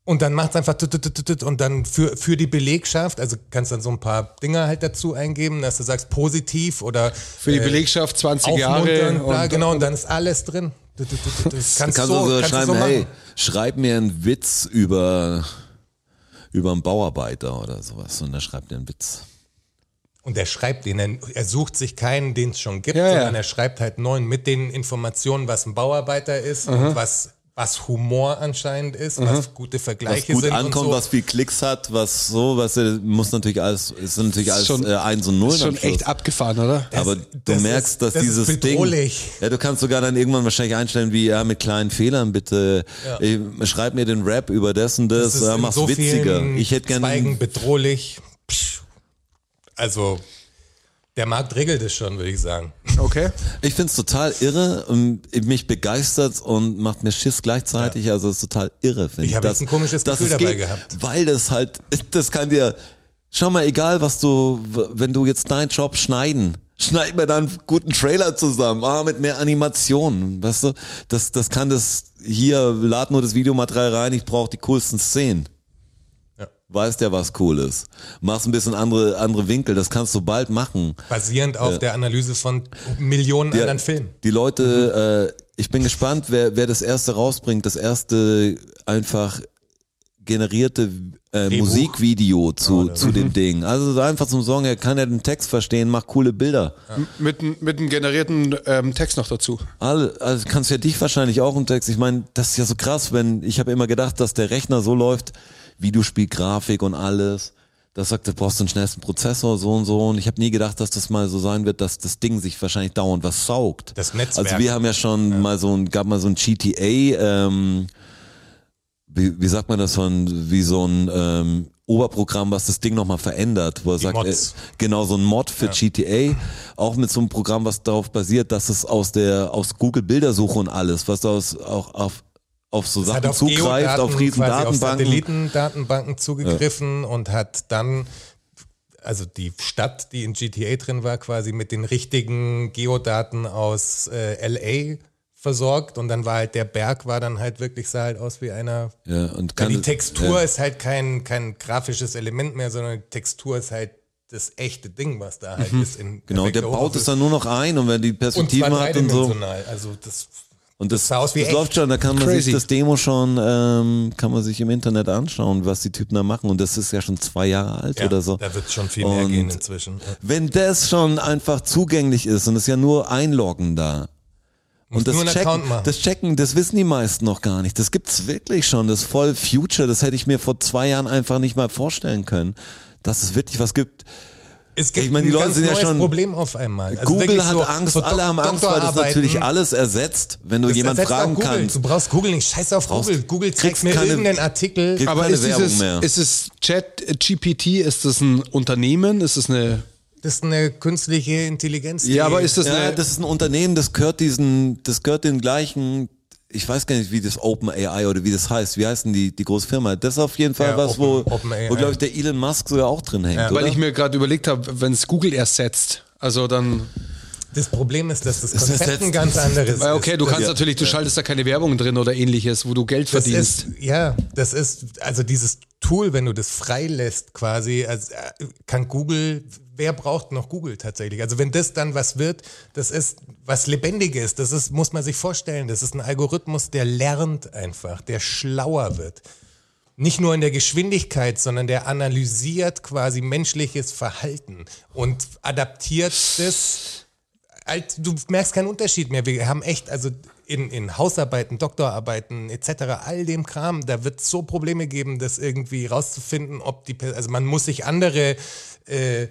[SPEAKER 3] Und dann macht's einfach tut, tut, tut, tut, tut. und dann für, für die Belegschaft, also kannst dann so ein paar Dinger halt dazu eingeben, dass du sagst positiv oder äh,
[SPEAKER 2] Für die Belegschaft 20 Jahre.
[SPEAKER 3] aufmuntern, bla,
[SPEAKER 2] und-
[SPEAKER 3] genau, und dann ist alles drin. Du, du, du, du, du.
[SPEAKER 1] Kannst, du so schreiben, hey, schreib mir einen Witz über über einen Bauarbeiter oder sowas und er schreibt dir einen Witz.
[SPEAKER 3] Und er schreibt den, er- er sucht sich keinen, den es schon gibt,
[SPEAKER 2] Ja, ja.
[SPEAKER 3] sondern er schreibt halt neuen mit den Informationen, was ein Bauarbeiter ist und was, was Humor anscheinend ist, was gute
[SPEAKER 1] was
[SPEAKER 3] Vergleiche
[SPEAKER 1] gut
[SPEAKER 3] sind.
[SPEAKER 1] ankommt,
[SPEAKER 3] und so.
[SPEAKER 1] was viel Klicks hat, was so, was äh, muss natürlich alles, ist natürlich alles
[SPEAKER 2] schon-
[SPEAKER 1] äh, eins und null.
[SPEAKER 2] Ist schon echt abgefahren, oder?
[SPEAKER 1] Aber du
[SPEAKER 3] das
[SPEAKER 1] merkst,
[SPEAKER 3] ist-
[SPEAKER 1] dass
[SPEAKER 3] das ist
[SPEAKER 1] dieses Ding.
[SPEAKER 3] bedrohlich.
[SPEAKER 1] Ja, du kannst sogar dann irgendwann wahrscheinlich einstellen, wie ja mit kleinen Fehlern bitte.
[SPEAKER 3] Ja.
[SPEAKER 1] eh, schreib mir den Rap über das und das,
[SPEAKER 3] Das ist
[SPEAKER 1] äh,
[SPEAKER 3] in
[SPEAKER 1] mach's
[SPEAKER 3] so vielen
[SPEAKER 1] witziger. Ich hätte
[SPEAKER 3] Zweigen
[SPEAKER 1] gerne.
[SPEAKER 3] bedrohlich. Psch. Also, Der Markt regelt es schon, würde ich sagen.
[SPEAKER 2] Okay.
[SPEAKER 1] Ich find's total irre und mich begeistert und macht mir Schiss gleichzeitig. Also es ist total irre, finde ich.
[SPEAKER 3] Ich habe
[SPEAKER 1] dass-
[SPEAKER 3] jetzt ein komisches
[SPEAKER 1] dass
[SPEAKER 3] Gefühl
[SPEAKER 1] es
[SPEAKER 3] dabei
[SPEAKER 1] geht,
[SPEAKER 3] gehabt.
[SPEAKER 1] Weil das halt, das kann dir, schau mal, egal was du, w- wenn du jetzt deinen Job schneiden, schneid mir dann einen guten Trailer zusammen, ah, mit mehr Animationen, weißt du, das, das kann das, hier, lad nur das Videomaterial rein, ich brauche die coolsten Szenen.
[SPEAKER 3] Ja.
[SPEAKER 1] Weißt ja, was cool ist. Machst ein bisschen andere, andere Winkel, das kannst du bald machen.
[SPEAKER 3] Basierend auf der Analyse von Millionen
[SPEAKER 1] Ja,
[SPEAKER 3] anderen Filmen.
[SPEAKER 1] Die Leute, äh, ich bin gespannt, wer, wer das erste rausbringt, das erste einfach generierte äh,
[SPEAKER 3] Drehbuch.
[SPEAKER 1] Musikvideo zu, zu dem Ding. Also einfach zum Song, er kann ja den Text verstehen, macht coole Bilder.
[SPEAKER 2] Mit, n- mit einem generierten ähm, Text noch dazu.
[SPEAKER 1] Alle, also kannst ja dich wahrscheinlich auch im Text. Ich meine, das ist ja so krass, wenn ich habe immer gedacht, dass der Rechner so läuft, Videospielgrafik und alles. Das sagt, du brauchst den schnellsten Prozessor, so und so. Und ich habe nie gedacht, dass das mal so sein wird, dass das Ding sich wahrscheinlich dauernd was saugt.
[SPEAKER 3] Das Netzwerk.
[SPEAKER 1] Also wir haben ja schon mal so ein, gab mal so ein GTA, ähm, wie, wie sagt man das von, wie so ein ähm, Oberprogramm, was das Ding nochmal verändert, wo er sagt, äh,
[SPEAKER 3] Mods.
[SPEAKER 1] genau so ein Mod für GTA, auch mit so einem Programm, was darauf basiert, dass es aus der aus Google Bildersuche und alles, was aus auch auf auf so
[SPEAKER 3] hat
[SPEAKER 1] Sachen
[SPEAKER 3] auf
[SPEAKER 1] zugreift,
[SPEAKER 3] Geodaten
[SPEAKER 1] auf riesen
[SPEAKER 3] quasi auf
[SPEAKER 1] Datenbanken.
[SPEAKER 3] Satellitendatenbanken zugegriffen und hat dann also die Stadt, die in GTA drin war, quasi mit den richtigen Geodaten aus äh, LA versorgt und dann war halt der Berg war dann halt wirklich sah halt aus wie einer
[SPEAKER 1] Ja, und
[SPEAKER 3] Weil
[SPEAKER 1] kann,
[SPEAKER 3] die Textur
[SPEAKER 1] ja.
[SPEAKER 3] ist halt kein, kein grafisches Element mehr, sondern die Textur ist halt das echte Ding, was da halt ist. In
[SPEAKER 1] Genau, der
[SPEAKER 3] perfekter
[SPEAKER 1] baut es
[SPEAKER 3] Oberfläche.
[SPEAKER 1] dann nur noch ein und wenn die
[SPEAKER 3] und zwar
[SPEAKER 1] Perspektive hat und so.
[SPEAKER 3] dreidimensional. Also das,
[SPEAKER 1] Und das,
[SPEAKER 3] sah aus wie
[SPEAKER 1] das
[SPEAKER 3] echt.
[SPEAKER 1] läuft schon, da kann man
[SPEAKER 2] Crazy.
[SPEAKER 1] sich das Demo schon, ähm, kann man sich im Internet anschauen, was die Typen da machen. Und das ist ja schon zwei Jahre alt
[SPEAKER 3] ja,
[SPEAKER 1] oder so.
[SPEAKER 3] da wird schon viel mehr
[SPEAKER 1] Und
[SPEAKER 3] gehen inzwischen. Ja.
[SPEAKER 1] Wenn das schon einfach zugänglich ist und es ist ja nur Einloggen da. Und das
[SPEAKER 3] nur einen
[SPEAKER 1] checken,
[SPEAKER 3] Account machen.
[SPEAKER 1] das checken, das wissen die meisten noch gar nicht. Das gibt's wirklich schon. Das ist voll Future. Das hätte ich mir vor zwei Jahren einfach nicht mal vorstellen können, dass es wirklich was gibt.
[SPEAKER 3] Es gibt
[SPEAKER 1] Ich meine, die
[SPEAKER 3] ein
[SPEAKER 1] Leute
[SPEAKER 3] ganz
[SPEAKER 1] sind ja
[SPEAKER 3] neues
[SPEAKER 1] schon-
[SPEAKER 3] Problem auf einmal. Also
[SPEAKER 1] Google
[SPEAKER 3] wirklich
[SPEAKER 1] hat
[SPEAKER 3] so-
[SPEAKER 1] Angst,
[SPEAKER 3] so
[SPEAKER 1] alle
[SPEAKER 3] Dok-
[SPEAKER 1] haben Angst, weil das
[SPEAKER 3] Doktorarbeiten.
[SPEAKER 1] natürlich alles ersetzt, wenn du
[SPEAKER 3] Das
[SPEAKER 1] jemand
[SPEAKER 3] ersetzt auch
[SPEAKER 1] fragen
[SPEAKER 3] Google.
[SPEAKER 1] kannst.
[SPEAKER 3] Du brauchst Google nicht. Scheiß auf
[SPEAKER 1] Brauchst-
[SPEAKER 3] Google. Google zeigt
[SPEAKER 1] kriegst
[SPEAKER 3] mir
[SPEAKER 1] keine-
[SPEAKER 3] irgendeinen Artikel.
[SPEAKER 1] Gibt-
[SPEAKER 2] Aber
[SPEAKER 1] keine
[SPEAKER 2] ist
[SPEAKER 1] Werbung
[SPEAKER 2] dieses,
[SPEAKER 1] mehr.
[SPEAKER 2] ist es Chat äh, GPT, ist das ein Unternehmen? Ist das eine.
[SPEAKER 3] Das ist eine künstliche Intelligenz. die-
[SPEAKER 2] Ja, aber ist das
[SPEAKER 1] ja,
[SPEAKER 2] eine.
[SPEAKER 1] das ist ein Unternehmen, das gehört diesen, das gehört den gleichen, ich weiß gar nicht, wie das Open AI oder wie das heißt. Wie heißt denn die, die große Firma? Das ist auf jeden Fall
[SPEAKER 3] Ja,
[SPEAKER 1] was, wo,
[SPEAKER 3] Open- OpenAI.
[SPEAKER 1] wo glaube ich, der Elon Musk sogar auch drin hängt.
[SPEAKER 3] Ja,
[SPEAKER 1] oder?
[SPEAKER 2] weil ich mir gerade überlegt habe, wenn es Google ersetzt, also dann.
[SPEAKER 3] das Problem ist, dass das
[SPEAKER 1] Das
[SPEAKER 3] Konzept
[SPEAKER 1] ersetzt-
[SPEAKER 3] ein ganz anderes
[SPEAKER 2] Weil okay,
[SPEAKER 3] ist.
[SPEAKER 2] du kannst
[SPEAKER 1] ja,
[SPEAKER 2] natürlich, du schaltest da keine Werbung drin oder ähnliches, wo du Geld
[SPEAKER 3] Das
[SPEAKER 2] verdienst.
[SPEAKER 3] Ist, ja, das ist, also dieses Tool, wenn du das freilässt quasi, also äh, kann Google, wer braucht noch Google tatsächlich? Also wenn das dann was wird, das ist was Lebendiges, das ist, muss man sich vorstellen, das ist ein Algorithmus, der lernt einfach, der schlauer wird. Nicht nur in der Geschwindigkeit, sondern der analysiert quasi menschliches Verhalten und adaptiert das alt, du merkst keinen Unterschied mehr. Wir haben echt, also in, in Hausarbeiten, Doktorarbeiten etc., all dem Kram, da wird so Probleme geben, das irgendwie rauszufinden, ob die, Per- also man muss sich andere äh,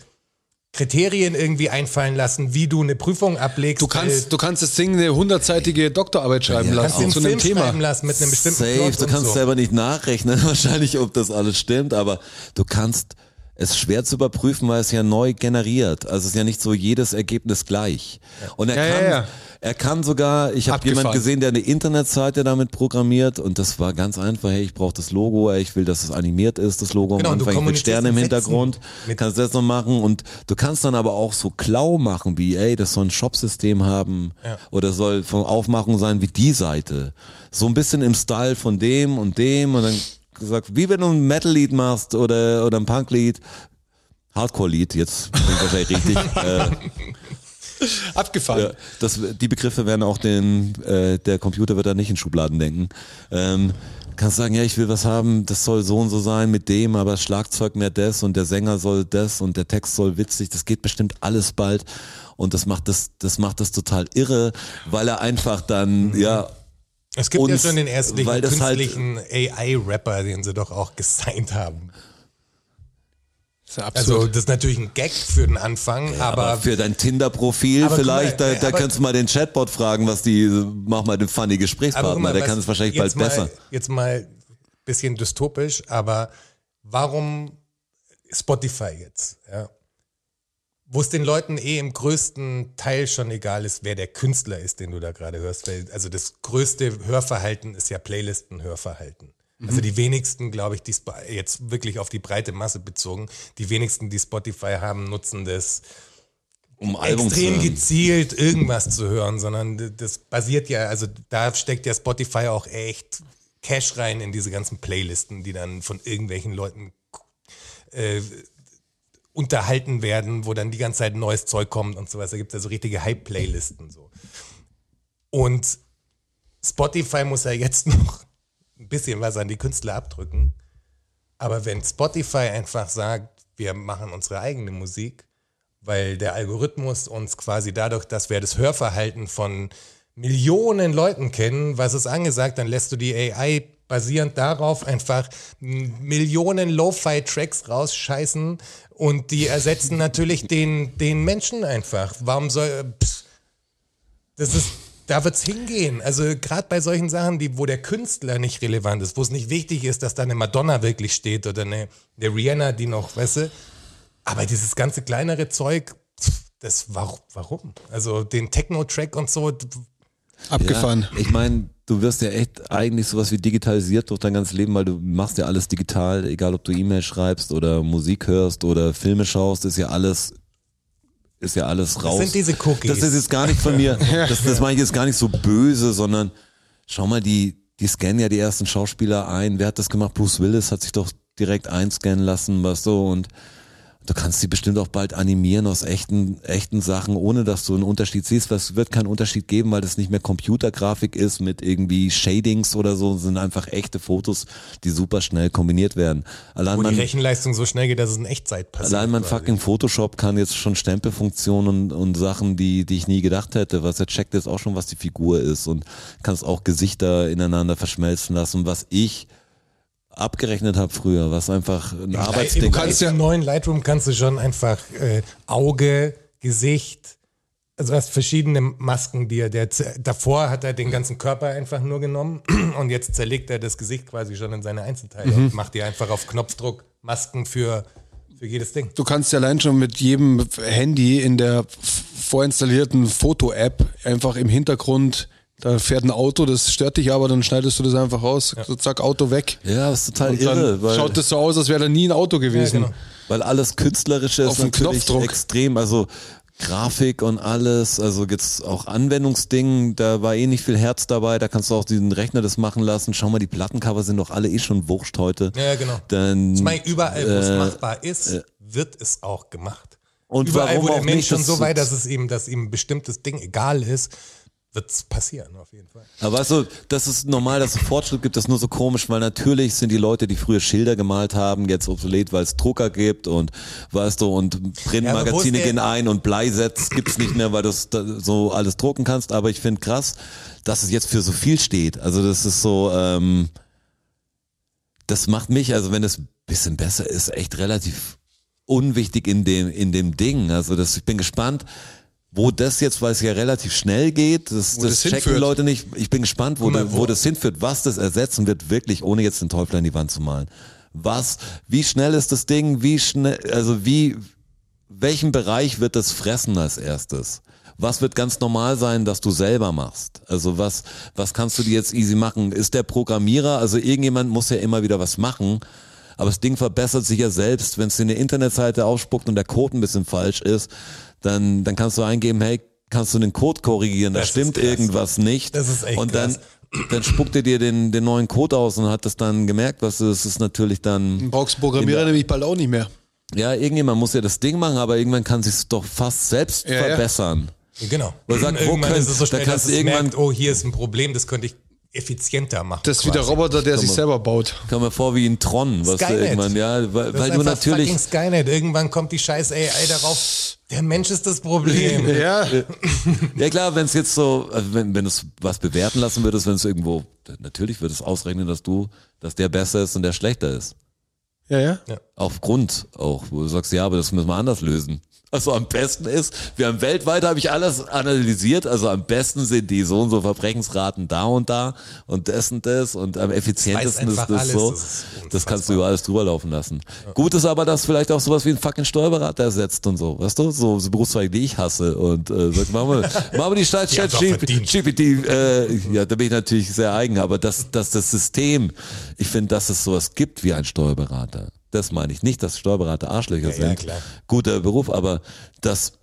[SPEAKER 3] Kriterien irgendwie einfallen lassen, wie du eine Prüfung ablegst.
[SPEAKER 2] Du
[SPEAKER 3] äh,
[SPEAKER 2] kannst, du kannst das Ding eine hundertseitige Doktorarbeit schreiben
[SPEAKER 1] Ja,
[SPEAKER 2] lassen
[SPEAKER 3] kannst
[SPEAKER 2] zu
[SPEAKER 3] den
[SPEAKER 2] einem
[SPEAKER 3] Film
[SPEAKER 2] Thema.
[SPEAKER 3] schreiben lassen mit einem bestimmten
[SPEAKER 1] Safe,
[SPEAKER 3] Plot
[SPEAKER 1] du
[SPEAKER 3] und
[SPEAKER 1] kannst
[SPEAKER 3] so.
[SPEAKER 1] selber nicht nachrechnen, wahrscheinlich, ob das alles stimmt, aber du kannst es ist schwer zu überprüfen, weil es ja neu generiert. Also es ist ja nicht so jedes Ergebnis gleich. Und er
[SPEAKER 2] Ja,
[SPEAKER 1] kann,
[SPEAKER 2] ja, ja.
[SPEAKER 1] er kann sogar, ich habe
[SPEAKER 2] Abgefahren.
[SPEAKER 1] jemand gesehen, der eine Internetseite damit programmiert und das war ganz einfach, hey, ich brauche das Logo, ey, ich will, dass es animiert ist, das Logo
[SPEAKER 3] Genau,
[SPEAKER 1] am
[SPEAKER 3] und
[SPEAKER 1] Anfang,
[SPEAKER 3] du
[SPEAKER 1] ich will
[SPEAKER 3] kommunizierst
[SPEAKER 1] Sterne im
[SPEAKER 3] mit Sätzen.
[SPEAKER 1] Hintergrund,
[SPEAKER 3] Mit-
[SPEAKER 1] kannst das noch machen und du kannst dann aber auch so Klau machen, wie, ey, das soll ein Shopsystem haben oder soll von Aufmachung sein wie die Seite. So ein bisschen im Style von dem und dem und dann gesagt, wie wenn du ein Metal-Lied machst oder, oder ein Punk-Lied, Hardcore-Lied, jetzt bin ich wahrscheinlich richtig. äh,
[SPEAKER 2] Abgefahren.
[SPEAKER 1] ja, das, die Begriffe werden auch den, äh, der Computer wird da nicht in Schubladen denken. Ähm, kannst sagen, ja, ich will was haben, das soll so und so sein mit dem, aber das Schlagzeug mehr das und der Sänger soll das und der Text soll witzig, das geht bestimmt alles bald. Und das macht das, das macht das total irre, weil er einfach dann,
[SPEAKER 3] Mhm.
[SPEAKER 1] ja,
[SPEAKER 3] Es gibt
[SPEAKER 1] uns,
[SPEAKER 3] ja schon den ersten
[SPEAKER 1] weil das halt-
[SPEAKER 3] künstlichen AI-Rapper, den sie doch auch gesigned haben.
[SPEAKER 2] Das ist ja
[SPEAKER 3] Also
[SPEAKER 2] absurd.
[SPEAKER 3] das ist natürlich ein Gag für den Anfang,
[SPEAKER 1] aber
[SPEAKER 3] aber
[SPEAKER 1] für dein Tinder-Profil
[SPEAKER 3] Aber guck mal,
[SPEAKER 1] vielleicht, da,
[SPEAKER 3] ey,
[SPEAKER 1] da
[SPEAKER 3] aber-
[SPEAKER 1] kannst du mal den Chatbot fragen, was die, mach mal den funny
[SPEAKER 3] Aber
[SPEAKER 1] Gesprächspartner,
[SPEAKER 3] guck mal,
[SPEAKER 1] der
[SPEAKER 3] was-
[SPEAKER 1] kann es wahrscheinlich bald
[SPEAKER 3] jetzt mal,
[SPEAKER 1] besser.
[SPEAKER 3] Jetzt mal bisschen dystopisch, aber warum Spotify jetzt? Ja? Wo es den Leuten eh im größten Teil schon egal ist, wer der Künstler ist, den du da gerade hörst. Weil, also das größte Hörverhalten ist ja Playlisten-Hörverhalten.
[SPEAKER 1] Mhm.
[SPEAKER 3] Also die wenigsten, glaube ich, die Spo- jetzt wirklich auf die breite Masse bezogen, die wenigsten, die Spotify haben, nutzen das
[SPEAKER 1] um Album zu
[SPEAKER 3] extrem
[SPEAKER 1] hören.
[SPEAKER 3] gezielt irgendwas zu hören, sondern d- das basiert ja, also da steckt ja Spotify auch echt Cash rein in diese ganzen Playlisten, die dann von irgendwelchen Leuten äh, unterhalten werden, wo dann die ganze Zeit neues Zeug kommt und sowas. Da gibt es also richtige Hype-Playlisten so. Und Spotify muss ja jetzt noch ein bisschen was an die Künstler abdrücken. Aber wenn Spotify einfach sagt, wir machen unsere eigene Musik, weil der Algorithmus uns quasi dadurch, dass wir das Hörverhalten von Millionen Leuten kennen, was ist angesagt, dann lässt du die AI basierend darauf einfach m- Millionen Lo-Fi-Tracks rausscheißen und die ersetzen natürlich den, den Menschen einfach. Warum soll, pff, das ist, da wird's hingehen. Also gerade bei solchen Sachen, die, wo der Künstler nicht relevant ist, wo es nicht wichtig ist, dass da eine Madonna wirklich steht oder eine, eine Rihanna, die noch, weißt du, aber dieses ganze kleinere Zeug, pf, das warum? warum? Also den Techno-Track und so, d-
[SPEAKER 2] Abgefahren.
[SPEAKER 1] Also, Ja, ich meine, du wirst ja echt eigentlich sowas wie digitalisiert durch dein ganzes Leben, weil du machst ja alles digital, egal ob du E-Mail schreibst oder Musik hörst oder Filme schaust, ist ja alles ist ja alles raus.
[SPEAKER 3] sind diese Cookies.
[SPEAKER 1] Das ist jetzt gar nicht von mir. Das, das meine ich jetzt gar nicht so böse, sondern schau mal, die, die scannen ja die ersten Schauspieler ein. Wer hat das gemacht? Bruce Willis hat sich doch direkt einscannen lassen, was so und Du kannst sie bestimmt auch bald animieren aus echten, echten Sachen, ohne dass du einen Unterschied siehst. Es wird keinen Unterschied geben, weil das nicht mehr Computergrafik ist mit irgendwie Shadings oder so, sondern einfach echte Fotos, die super schnell kombiniert werden. Allein
[SPEAKER 3] wo die
[SPEAKER 1] man,
[SPEAKER 3] Rechenleistung so schnell geht, dass es in Echtzeit passiert.
[SPEAKER 1] allein man
[SPEAKER 3] quasi.
[SPEAKER 1] fucking Photoshop kann jetzt schon Stempelfunktionen und, und Sachen, die, die ich nie gedacht hätte. Was er checkt jetzt auch schon, was die Figur ist und kannst auch Gesichter ineinander verschmelzen lassen, was ich abgerechnet habe früher, was einfach ein Arbeitsding
[SPEAKER 3] Im,
[SPEAKER 1] ist.
[SPEAKER 3] kannst im neuen Lightroom kannst du schon einfach äh, Auge, Gesicht, also hast verschiedene Masken, die er, der, z- davor hat er den ganzen Körper einfach nur genommen und jetzt zerlegt er das Gesicht quasi schon in seine Einzelteile
[SPEAKER 1] Mhm.
[SPEAKER 3] und macht die einfach auf Knopfdruck Masken für, für jedes Ding.
[SPEAKER 2] Du kannst ja allein schon mit jedem Handy in der f- vorinstallierten Foto-App einfach im Hintergrund, da fährt ein Auto, das stört dich aber, dann schneidest du das einfach raus, so zack, Auto weg.
[SPEAKER 1] Ja, das ist total
[SPEAKER 2] Und dann
[SPEAKER 1] irre. Weil
[SPEAKER 2] schaut das so aus, als wäre da nie ein Auto gewesen.
[SPEAKER 3] genau.
[SPEAKER 1] Weil alles Künstlerische ist
[SPEAKER 2] Auf den
[SPEAKER 1] natürlich
[SPEAKER 2] Knopfdruck.
[SPEAKER 1] extrem, also Grafik und alles, also jetzt auch Anwendungsdingen, da war eh nicht viel Herz dabei, da kannst du auch diesen Rechner das machen lassen. Schau mal, die Plattencover sind doch alle eh schon wurscht heute.
[SPEAKER 3] Ja, genau.
[SPEAKER 1] Dann, äh,
[SPEAKER 3] Ich meine, überall, wo es machbar ist, wird es auch gemacht.
[SPEAKER 1] Und
[SPEAKER 3] überall,
[SPEAKER 1] warum
[SPEAKER 3] wo der
[SPEAKER 1] auch
[SPEAKER 3] Mensch
[SPEAKER 1] nicht,
[SPEAKER 3] schon
[SPEAKER 1] das
[SPEAKER 3] so
[SPEAKER 1] ist-
[SPEAKER 3] weit, dass es ihm, dass ihm ein bestimmtes Ding egal ist, wird es passieren, auf jeden Fall.
[SPEAKER 1] Aber weißt du, das ist normal, dass es Fortschritt gibt, das ist nur so komisch, weil natürlich sind die Leute, die früher Schilder gemalt haben, jetzt obsolet, weil es Drucker gibt und weißt du, und
[SPEAKER 3] Ja, aber wo ist
[SPEAKER 1] Printmagazine
[SPEAKER 3] der-
[SPEAKER 1] gehen ein und Bleisets gibt's nicht mehr, weil du es da so alles drucken kannst. Aber ich finde krass, dass es jetzt für so viel steht. Also das ist so, ähm, das macht mich, also wenn es ein bisschen besser ist, echt relativ unwichtig in dem, in dem Ding. Also das, ich bin gespannt, wo das jetzt, weil es ja relativ schnell geht, das,
[SPEAKER 2] Wo
[SPEAKER 1] das,
[SPEAKER 2] das
[SPEAKER 1] checken
[SPEAKER 2] hinführt.
[SPEAKER 1] Leute nicht. Ich bin gespannt, wo,
[SPEAKER 3] mal,
[SPEAKER 1] da- wo
[SPEAKER 3] wo-
[SPEAKER 1] das hinführt, was das ersetzen wird, wirklich, ohne jetzt den Teufel an die Wand zu malen. Was, wie schnell ist das Ding, wie schnell, also wie, welchen Bereich wird das fressen als erstes? Was wird ganz normal sein, dass du selber machst? Also was, was kannst du dir jetzt easy machen? Ist der Programmierer, also irgendjemand muss ja immer wieder was machen, aber das Ding verbessert sich ja selbst. Wenn es dir eine Internetseite ausspuckt und der Code ein bisschen falsch ist, dann, dann kannst du eingeben, hey, kannst du den Code korrigieren? Da
[SPEAKER 3] Das ist
[SPEAKER 1] stimmt
[SPEAKER 3] krass.
[SPEAKER 1] irgendwas nicht.
[SPEAKER 3] Das ist echt
[SPEAKER 1] Und dann,
[SPEAKER 3] krass.
[SPEAKER 1] dann spuckt er dir den, den neuen Code aus und hat das dann gemerkt, was es ist natürlich dann.
[SPEAKER 2] Brauchst Programmierer nämlich bald auch nicht mehr.
[SPEAKER 1] Ja, irgendjemand muss ja das Ding machen, aber irgendwann kann sich's doch fast selbst
[SPEAKER 2] Ja, ja.
[SPEAKER 1] verbessern.
[SPEAKER 3] Genau.
[SPEAKER 1] Oder sagt, wo
[SPEAKER 3] irgendwann
[SPEAKER 1] könnt-
[SPEAKER 3] ist es so
[SPEAKER 1] da
[SPEAKER 3] schnell,
[SPEAKER 1] kannst
[SPEAKER 3] dass
[SPEAKER 1] du
[SPEAKER 3] es
[SPEAKER 1] irgendwann-
[SPEAKER 3] merkt, oh, hier ist ein Problem, das könnte ich effizienter machen.
[SPEAKER 2] Das ist wie der
[SPEAKER 3] quasi.
[SPEAKER 2] Roboter, der sich
[SPEAKER 1] mal.
[SPEAKER 2] selber baut.
[SPEAKER 1] Kam mir vor wie ein Tron, was du
[SPEAKER 3] Skynet.
[SPEAKER 1] irgendwann, ja, weil, weil
[SPEAKER 3] Das ist
[SPEAKER 1] du
[SPEAKER 3] einfach
[SPEAKER 1] natürlich,
[SPEAKER 3] fucking Skynet. Irgendwann kommt die scheiß AI darauf, der Mensch ist das Problem.
[SPEAKER 2] Ja,
[SPEAKER 1] ja klar, wenn es jetzt so, also wenn, wenn du was bewerten lassen würdest, wenn es irgendwo, natürlich wird es ausrechnen, dass du, dass der besser ist und der schlechter ist.
[SPEAKER 2] ja, ja.
[SPEAKER 1] Aufgrund auch, wo du sagst, ja, aber das müssen wir anders lösen. Also am besten ist, wir haben weltweit, habe ich alles analysiert, also am besten sind die so und so Verbrechensraten da und da und das und das und am effizientesten ist
[SPEAKER 3] einfach
[SPEAKER 1] das
[SPEAKER 3] alles,
[SPEAKER 1] so.
[SPEAKER 3] das ist
[SPEAKER 1] Das,
[SPEAKER 3] unfassbar.
[SPEAKER 1] kannst du über alles drüber laufen lassen. Gut ist aber, dass vielleicht auch sowas wie ein fucking Steuerberater ersetzt und so, weißt du? So, so Berufszweig, die ich hasse und äh, sagt, machen wir, machen wir die Stadt,
[SPEAKER 3] Die
[SPEAKER 1] Stadt,
[SPEAKER 3] hat's auch verdient.
[SPEAKER 1] GPT, äh, ja, da bin ich natürlich sehr eigen, aber dass, dass das System, ich finde, dass es sowas gibt wie ein Steuerberater. Das meine ich nicht, dass Steuerberater Arschlöcher
[SPEAKER 3] Ja, ja,
[SPEAKER 1] sind.
[SPEAKER 3] klar.
[SPEAKER 1] Guter Beruf, aber das,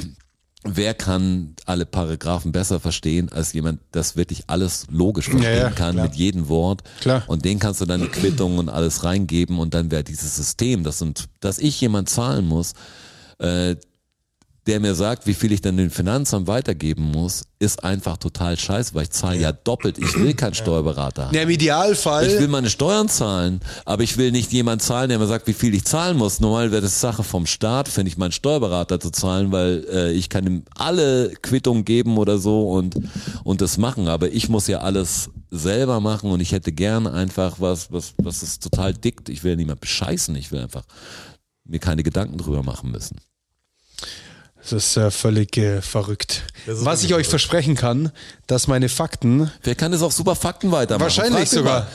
[SPEAKER 1] wer kann alle Paragraphen besser verstehen als jemand, das wirklich alles logisch verstehen
[SPEAKER 2] ja,
[SPEAKER 1] kann mit jedem Wort.
[SPEAKER 2] Klar.
[SPEAKER 1] Und den kannst du dann die Quittung und alles reingeben und dann wäre dieses System, das sind, dass ich jemand zahlen muss, äh, der mir sagt, wie viel ich dann dem Finanzamt weitergeben muss, ist einfach total scheiße, weil ich zahle ja doppelt. Ich will keinen Steuerberater. haben.
[SPEAKER 2] Ja, Im Idealfall.
[SPEAKER 3] Äh.
[SPEAKER 1] Ich will meine Steuern zahlen, aber ich will nicht jemand zahlen, der mir sagt, wie viel ich zahlen muss. Normal wäre das Sache vom Staat, finde ich, meinen Steuerberater zu zahlen, weil äh, ich kann ihm alle Quittungen geben oder so und und das machen. Aber ich muss ja alles selber machen und ich hätte gern einfach was, was, was es total dickt. Ich will niemand bescheißen. Ich will einfach mir keine Gedanken drüber machen müssen.
[SPEAKER 2] das ist äh, völlig äh, verrückt.
[SPEAKER 3] Das ist
[SPEAKER 2] Was ich
[SPEAKER 3] wirklich
[SPEAKER 2] euch
[SPEAKER 3] verrückt.
[SPEAKER 2] versprechen kann, dass meine Fakten
[SPEAKER 1] Wer kann das auch super Fakten weitermachen?
[SPEAKER 2] wahrscheinlich
[SPEAKER 1] Frag den
[SPEAKER 2] sogar.
[SPEAKER 1] mal.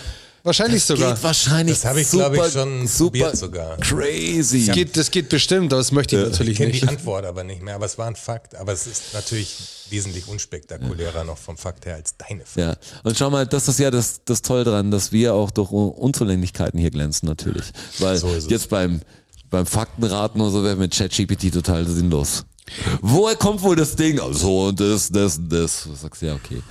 [SPEAKER 2] Wahrscheinlich sogar.
[SPEAKER 1] Geht wahrscheinlich
[SPEAKER 3] Das habe ich,
[SPEAKER 1] super,
[SPEAKER 3] glaube ich, schon
[SPEAKER 1] super
[SPEAKER 3] probiert sogar.
[SPEAKER 1] crazy.
[SPEAKER 2] Das geht, das geht bestimmt, aber das möchte ich
[SPEAKER 3] Also Ich
[SPEAKER 2] natürlich
[SPEAKER 3] kenne
[SPEAKER 2] nicht.
[SPEAKER 3] die Antwort aber nicht mehr, aber es war ein Fakt. Aber es ist natürlich wesentlich unspektakulärer noch vom Fakt her als deine Frage.
[SPEAKER 1] Ja, und schau mal, das ist ja das, das Tolle dran, dass wir auch durch Un- Unzulänglichkeiten hier glänzen natürlich. Weil
[SPEAKER 3] So ist es.
[SPEAKER 1] jetzt beim, beim Faktenraten oder so wäre mit ChatGPT total sinnlos. Woher kommt wohl das Ding? Oh, So und das, das und das. Du sagst ja, okay.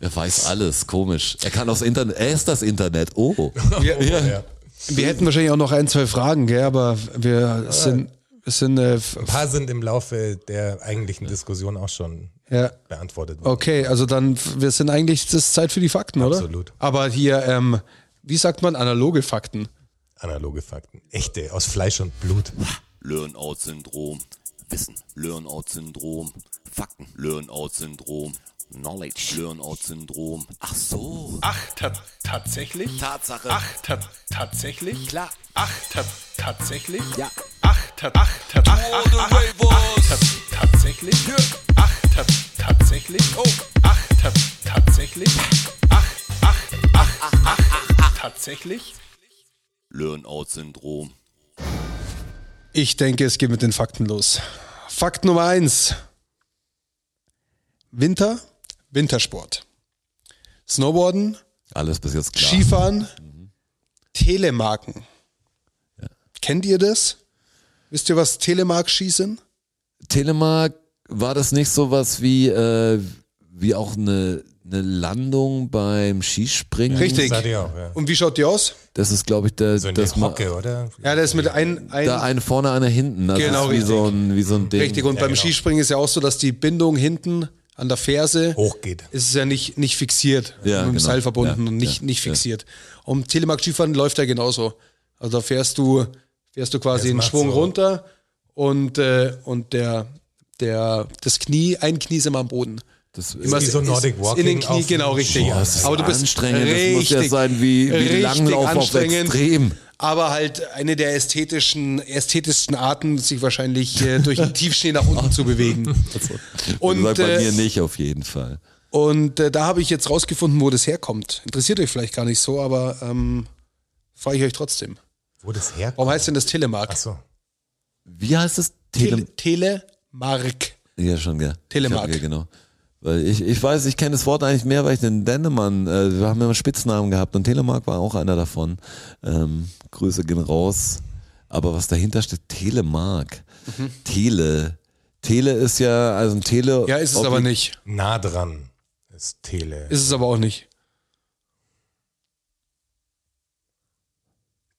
[SPEAKER 1] Er weiß alles, komisch. Er kann aus Internet, er ist das Internet. Oh.
[SPEAKER 3] Ja. ja.
[SPEAKER 2] Wir hätten wahrscheinlich auch noch ein, zwei Fragen, gell? aber wir sind, wir sind äh, f-
[SPEAKER 3] Ein paar sind im Laufe der eigentlichen Diskussion auch schon
[SPEAKER 2] Ja.
[SPEAKER 3] beantwortet worden.
[SPEAKER 2] Okay, also dann, wir sind eigentlich, das ist Zeit für die Fakten, oder?
[SPEAKER 3] Absolut.
[SPEAKER 2] Aber hier, ähm, wie sagt man, analoge Fakten?
[SPEAKER 3] Analoge Fakten. Echte, aus Fleisch und Blut.
[SPEAKER 4] Learn-out-Syndrom, Wissen, Learn-out-Syndrom, Fakten, Learn-out-Syndrom, Knowledge, Learn-out-Syndrom. Ach so.
[SPEAKER 5] Ach, ta tatsächlich?
[SPEAKER 4] Tatsache.
[SPEAKER 5] Ach, ta tatsächlich?
[SPEAKER 4] Klar.
[SPEAKER 5] Ach, ta tatsächlich?
[SPEAKER 4] Ja.
[SPEAKER 5] Ach, ta ach, ta ach, ach, ach, ach, ta tatsächlich? Ach, ta tatsächlich? Oh. Ach, ta tatsächlich? Ach, ach, ach, ach, ach, ach, tatsächlich?
[SPEAKER 4] Learn-out-Syndrom.
[SPEAKER 2] Ich denke, es geht mit den Fakten los. Fakt Nummer eins. Winter, Wintersport. Snowboarden,
[SPEAKER 1] Alles bis jetzt klar.
[SPEAKER 2] Skifahren, Telemarken. Kennt ihr das? Wisst ihr, was Telemark-Ski sind?
[SPEAKER 1] Telemark, war das nicht sowas wie, äh, wie auch eine, eine Landung beim Skispringen?
[SPEAKER 2] Richtig.
[SPEAKER 3] Das hatte ich auch, ja.
[SPEAKER 2] Und wie schaut die aus?
[SPEAKER 1] Das ist, glaube ich, der,
[SPEAKER 3] So in
[SPEAKER 1] das
[SPEAKER 3] der
[SPEAKER 1] ma-
[SPEAKER 3] Hocke, oder?
[SPEAKER 2] Ja, das ist mit ein, ein
[SPEAKER 1] Da eine vorne, eine hinten. Also
[SPEAKER 2] Genau,
[SPEAKER 1] genau, wie
[SPEAKER 2] richtig.
[SPEAKER 1] so ein, wie so ein Ding.
[SPEAKER 2] Richtig, und beim
[SPEAKER 3] genau.
[SPEAKER 2] Skispringen ist ja auch so, dass die Bindung hinten an der Ferse
[SPEAKER 3] Hochgeht.
[SPEAKER 2] ist es ja nicht, nicht fixiert,
[SPEAKER 1] Oh. Ja,
[SPEAKER 2] mit dem
[SPEAKER 1] genau.
[SPEAKER 2] Seil verbunden
[SPEAKER 1] Ja,
[SPEAKER 2] und nicht,
[SPEAKER 1] ja,
[SPEAKER 2] nicht
[SPEAKER 1] ja.
[SPEAKER 2] fixiert. Und Telemark-Skifahren läuft ja genauso. Also da fährst du, fährst du quasi
[SPEAKER 3] Das
[SPEAKER 2] einen
[SPEAKER 3] macht
[SPEAKER 2] Schwung
[SPEAKER 3] so.
[SPEAKER 2] runter und, äh, und der, der, das Knie, ein Knie ist immer am Boden.
[SPEAKER 1] Das
[SPEAKER 2] Immer
[SPEAKER 3] wie so Nordic
[SPEAKER 2] in den
[SPEAKER 3] Walking
[SPEAKER 2] Knie,
[SPEAKER 3] auf
[SPEAKER 2] genau,
[SPEAKER 3] dem
[SPEAKER 2] richtig.
[SPEAKER 3] Ski. Boah,
[SPEAKER 1] das ist
[SPEAKER 2] Aber du bist
[SPEAKER 1] anstrengend.
[SPEAKER 2] Richtig,
[SPEAKER 1] das muss ja sein wie, wie
[SPEAKER 2] richtig
[SPEAKER 1] Langlauf auf
[SPEAKER 2] anstrengend.
[SPEAKER 1] Extrem.
[SPEAKER 2] aber halt eine der ästhetischen, ästhetischsten Arten, sich wahrscheinlich äh, durch den Tiefschnee nach unten zu bewegen.
[SPEAKER 1] Und,
[SPEAKER 2] Und,
[SPEAKER 1] sagt Also, bei mir
[SPEAKER 2] äh,
[SPEAKER 1] nicht auf jeden Fall.
[SPEAKER 2] Und äh, da habe ich jetzt rausgefunden, wo das herkommt. Interessiert euch vielleicht gar nicht so, aber ähm, frage ich euch trotzdem.
[SPEAKER 3] Wo das herkommt.
[SPEAKER 2] Warum heißt denn das Telemark?
[SPEAKER 3] Achso.
[SPEAKER 1] Wie heißt es? Tele
[SPEAKER 2] Tele Telemark.
[SPEAKER 1] ja, schon, ja.
[SPEAKER 2] Telemark.
[SPEAKER 1] Ja, genau. Weil ich, ich weiß, ich kenne das Wort eigentlich mehr, weil ich den Dennemann, äh, wir haben immer Spitznamen gehabt und Telemark war auch einer davon. Ähm, Grüße gehen raus. Aber was dahinter steht, Telemark.
[SPEAKER 2] Mhm.
[SPEAKER 1] Tele. Tele ist ja, also ein Tele.
[SPEAKER 2] Ja, ist es
[SPEAKER 1] Ob-
[SPEAKER 2] aber nicht.
[SPEAKER 3] Nah dran ist Tele.
[SPEAKER 2] Ist es aber auch nicht.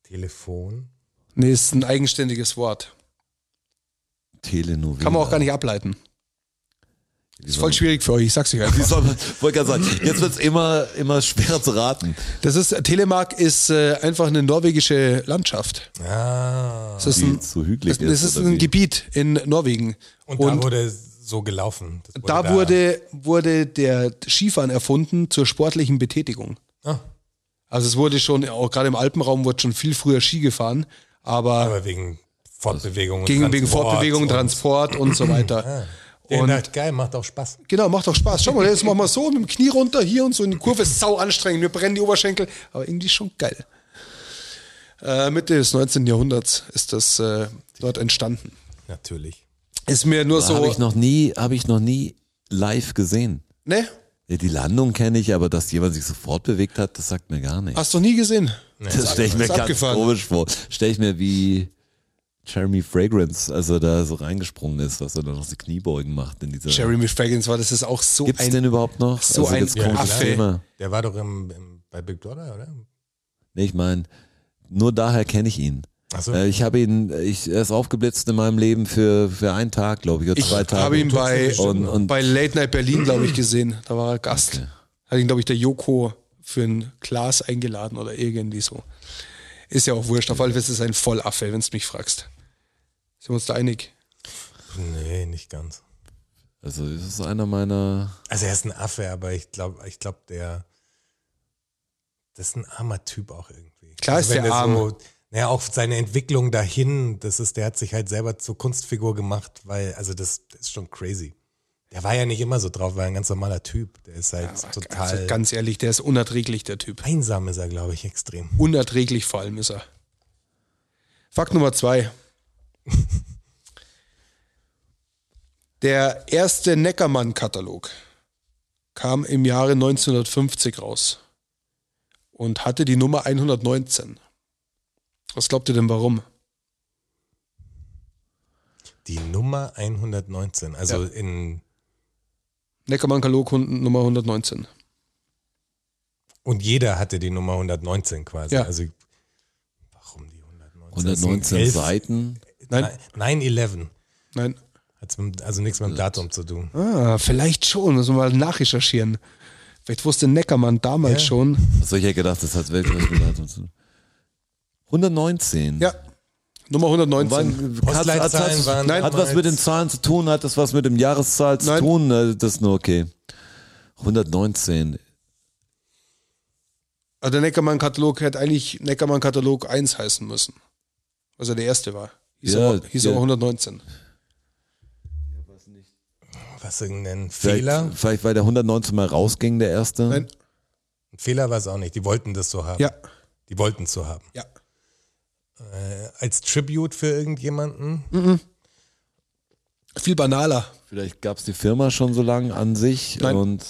[SPEAKER 3] Telefon.
[SPEAKER 2] Nee, ist ein eigenständiges Wort.
[SPEAKER 1] Telenovela.
[SPEAKER 2] Kann man auch gar nicht ableiten. Ist voll schwierig für euch, ich sag's euch
[SPEAKER 1] Wie
[SPEAKER 2] einfach.
[SPEAKER 1] soll man, wollte gerade sagen, jetzt wird's immer, immer schwer zu raten.
[SPEAKER 2] Das ist, Telemark ist äh, einfach eine norwegische Landschaft.
[SPEAKER 3] Ah.
[SPEAKER 2] Das ist
[SPEAKER 1] Die
[SPEAKER 2] ein,
[SPEAKER 1] zu hügelig
[SPEAKER 2] das, das ist
[SPEAKER 1] ist oder
[SPEAKER 2] ein
[SPEAKER 1] wie?
[SPEAKER 2] Gebiet in Norwegen.
[SPEAKER 3] Und, da wurde so gelaufen. Das
[SPEAKER 2] da, wurde, wurde der Skifahren erfunden zur sportlichen Betätigung.
[SPEAKER 3] Ah.
[SPEAKER 2] Also es wurde schon, auch gerade im Alpenraum wurde schon viel früher Ski gefahren, aber,
[SPEAKER 3] Aber wegen Fortbewegung und
[SPEAKER 2] Gegen, wegen
[SPEAKER 3] Transport
[SPEAKER 2] Fortbewegung,
[SPEAKER 3] und- Ah.
[SPEAKER 2] Transport und so weiter.
[SPEAKER 3] Der
[SPEAKER 2] Und-
[SPEAKER 3] dachte, geil, macht auch Spaß.
[SPEAKER 2] Genau, macht doch Spaß. Schau mal, jetzt machen wir so mit dem Knie runter hier und so. Und die Kurve ist sau anstrengend. Wir brennen die Oberschenkel, aber irgendwie schon geil. Äh, Mitte des 19. Jahrhunderts ist das äh, dort entstanden.
[SPEAKER 3] Natürlich.
[SPEAKER 2] Ist mir nur so.
[SPEAKER 1] Habe ich noch nie, habe ich noch nie live gesehen.
[SPEAKER 2] ne?
[SPEAKER 1] Ja, Die Landung kenne ich, aber dass jemand sich sofort bewegt hat, das sagt mir gar nichts.
[SPEAKER 2] Hast du noch nie gesehen?
[SPEAKER 1] das stelle ich mir
[SPEAKER 2] ist
[SPEAKER 1] ganz
[SPEAKER 2] abgefahren.
[SPEAKER 1] komisch vor. Stelle ich mir wie Jeremy Fragrance, als er da so reingesprungen ist, was er da noch so Kniebeugen macht in dieser.
[SPEAKER 2] Jeremy Fragrance war, das ist auch so
[SPEAKER 1] Gibt's
[SPEAKER 2] ein.
[SPEAKER 1] den überhaupt noch? Also
[SPEAKER 2] so ein
[SPEAKER 1] gibt's komische
[SPEAKER 2] Affe.
[SPEAKER 1] Filme?
[SPEAKER 3] Der war doch im, im, bei Big Brother, oder?
[SPEAKER 1] Nee, ich meine, nur daher kenne ich ihn.
[SPEAKER 3] Achso,
[SPEAKER 1] Äh, Ich habe ihn, ich, er ist aufgeblitzt in meinem Leben für, für einen Tag, glaube ich, oder
[SPEAKER 2] ich
[SPEAKER 1] zwei Tage.
[SPEAKER 2] habe ihn bei,
[SPEAKER 1] und, und
[SPEAKER 2] bei Late Night Berlin, glaube ich, gesehen. Da war er Gast. Hat ihn, glaube ich, der Joko für ein Glas eingeladen oder irgendwie so. Ist ja auch wurscht. Auf alle Fälle ist es ein Vollaffe, wenn du mich fragst. Sind wir uns da einig?
[SPEAKER 3] nee, nicht ganz.
[SPEAKER 1] also das ist einer meiner.
[SPEAKER 3] Also er ist ein Affe, aber ich glaube, ich glaube, der das ist ein armer Typ auch irgendwie.
[SPEAKER 2] Klar
[SPEAKER 3] also
[SPEAKER 2] ist der arm.
[SPEAKER 3] So, naja, auch seine Entwicklung dahin, das ist, der hat sich halt selber zur Kunstfigur gemacht, weil, also das, das ist schon crazy. Der war ja nicht immer so drauf, war ein ganz normaler Typ. Der ist halt total
[SPEAKER 2] Also ganz ehrlich, der ist unerträglich, der Typ.
[SPEAKER 3] einsam ist er, glaube ich, extrem.
[SPEAKER 2] Unerträglich vor allem ist er. Fakt Nummer zwei. Der erste Neckermann-Katalog kam im Jahre 1950 raus und hatte die Nummer 119. Was glaubt ihr denn warum?
[SPEAKER 3] Die Nummer 119, also in
[SPEAKER 2] Neckermann-Katalog Hund- Nummer 119.
[SPEAKER 3] und jeder hatte die Nummer 119 quasi.
[SPEAKER 2] Ja.
[SPEAKER 3] Also warum die 119? Das sind
[SPEAKER 1] 119
[SPEAKER 3] elf-
[SPEAKER 1] Seiten.
[SPEAKER 2] Nein.
[SPEAKER 3] 9-11.
[SPEAKER 2] Nein.
[SPEAKER 3] Hat's mit, also nichts mit dem Datum zu tun.
[SPEAKER 2] Ah, vielleicht schon. Müssen wir mal nachrecherchieren. Vielleicht wusste Neckermann damals
[SPEAKER 3] Ja.
[SPEAKER 2] schon.
[SPEAKER 1] Was ich ja gedacht, das hat Weltkrieg gedacht. 119.
[SPEAKER 2] Ja. Nummer 119.
[SPEAKER 1] Wann- hat,
[SPEAKER 3] Postleitzahlen
[SPEAKER 1] hat,
[SPEAKER 3] waren
[SPEAKER 1] nein, hat was
[SPEAKER 3] damals-
[SPEAKER 1] mit den Zahlen zu tun, hat das was mit dem Jahreszahl zu
[SPEAKER 2] Nein.
[SPEAKER 1] tun? Äh, Das ist nur okay. 119.
[SPEAKER 2] Also der Neckermann-Katalog hätte eigentlich Neckermann-Katalog 1 heißen müssen. Also der erste war. Hieß,
[SPEAKER 1] Ja,
[SPEAKER 2] aber, hieß
[SPEAKER 1] ja. Hm.
[SPEAKER 2] aber 119.
[SPEAKER 3] Was irgendein
[SPEAKER 1] Vielleicht,
[SPEAKER 3] Fehler?
[SPEAKER 1] Vielleicht, weil der 119 mal rausging, der erste.
[SPEAKER 2] Nein.
[SPEAKER 3] Ein Fehler war es auch nicht. Die wollten das so haben.
[SPEAKER 2] Ja,
[SPEAKER 3] Die wollten es so haben.
[SPEAKER 2] ja.
[SPEAKER 3] Als Tribute für irgendjemanden?
[SPEAKER 2] Viel banaler.
[SPEAKER 1] Vielleicht gab es die Firma schon so lange an sich
[SPEAKER 2] Nein.
[SPEAKER 1] und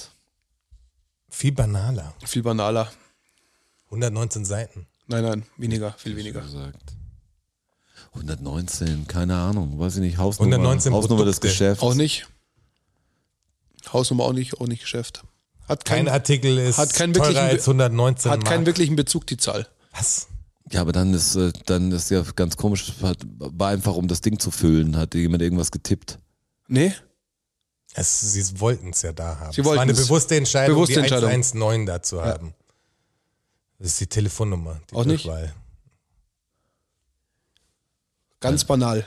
[SPEAKER 3] Viel banaler.
[SPEAKER 2] Viel banaler.
[SPEAKER 3] 119 Seiten.
[SPEAKER 2] Nein, nein, weniger, viel weniger.
[SPEAKER 1] gesagt. 119, keine Ahnung, weiß ich nicht, Hausnummer,
[SPEAKER 3] 119
[SPEAKER 1] Hausnummer des
[SPEAKER 3] Produkte.
[SPEAKER 1] Geschäfts.
[SPEAKER 2] Auch nicht. Hausnummer auch nicht, auch nicht Geschäft. Hat
[SPEAKER 3] Kein
[SPEAKER 2] keinen,
[SPEAKER 3] Artikel ist
[SPEAKER 2] hat keinen
[SPEAKER 3] teurer
[SPEAKER 2] wirklichen-
[SPEAKER 3] als 119
[SPEAKER 2] hat keinen
[SPEAKER 3] Mark.
[SPEAKER 2] wirklichen Bezug, die Zahl.
[SPEAKER 3] Was?
[SPEAKER 1] Ja, aber dann ist, äh, dann ist ja ganz komisch, hat, war einfach um das Ding zu füllen, hat jemand irgendwas getippt.
[SPEAKER 2] Nee?
[SPEAKER 3] Es, sie wollten es ja da haben.
[SPEAKER 2] Sie
[SPEAKER 3] es war eine
[SPEAKER 2] wollten's.
[SPEAKER 3] bewusste Entscheidung,
[SPEAKER 2] Bewusste
[SPEAKER 3] die
[SPEAKER 2] Entscheidung.
[SPEAKER 3] 119 da zu haben. Das ist die Telefonnummer. Die
[SPEAKER 2] Auch nicht?
[SPEAKER 3] Durchwahl.
[SPEAKER 2] Ganz banal.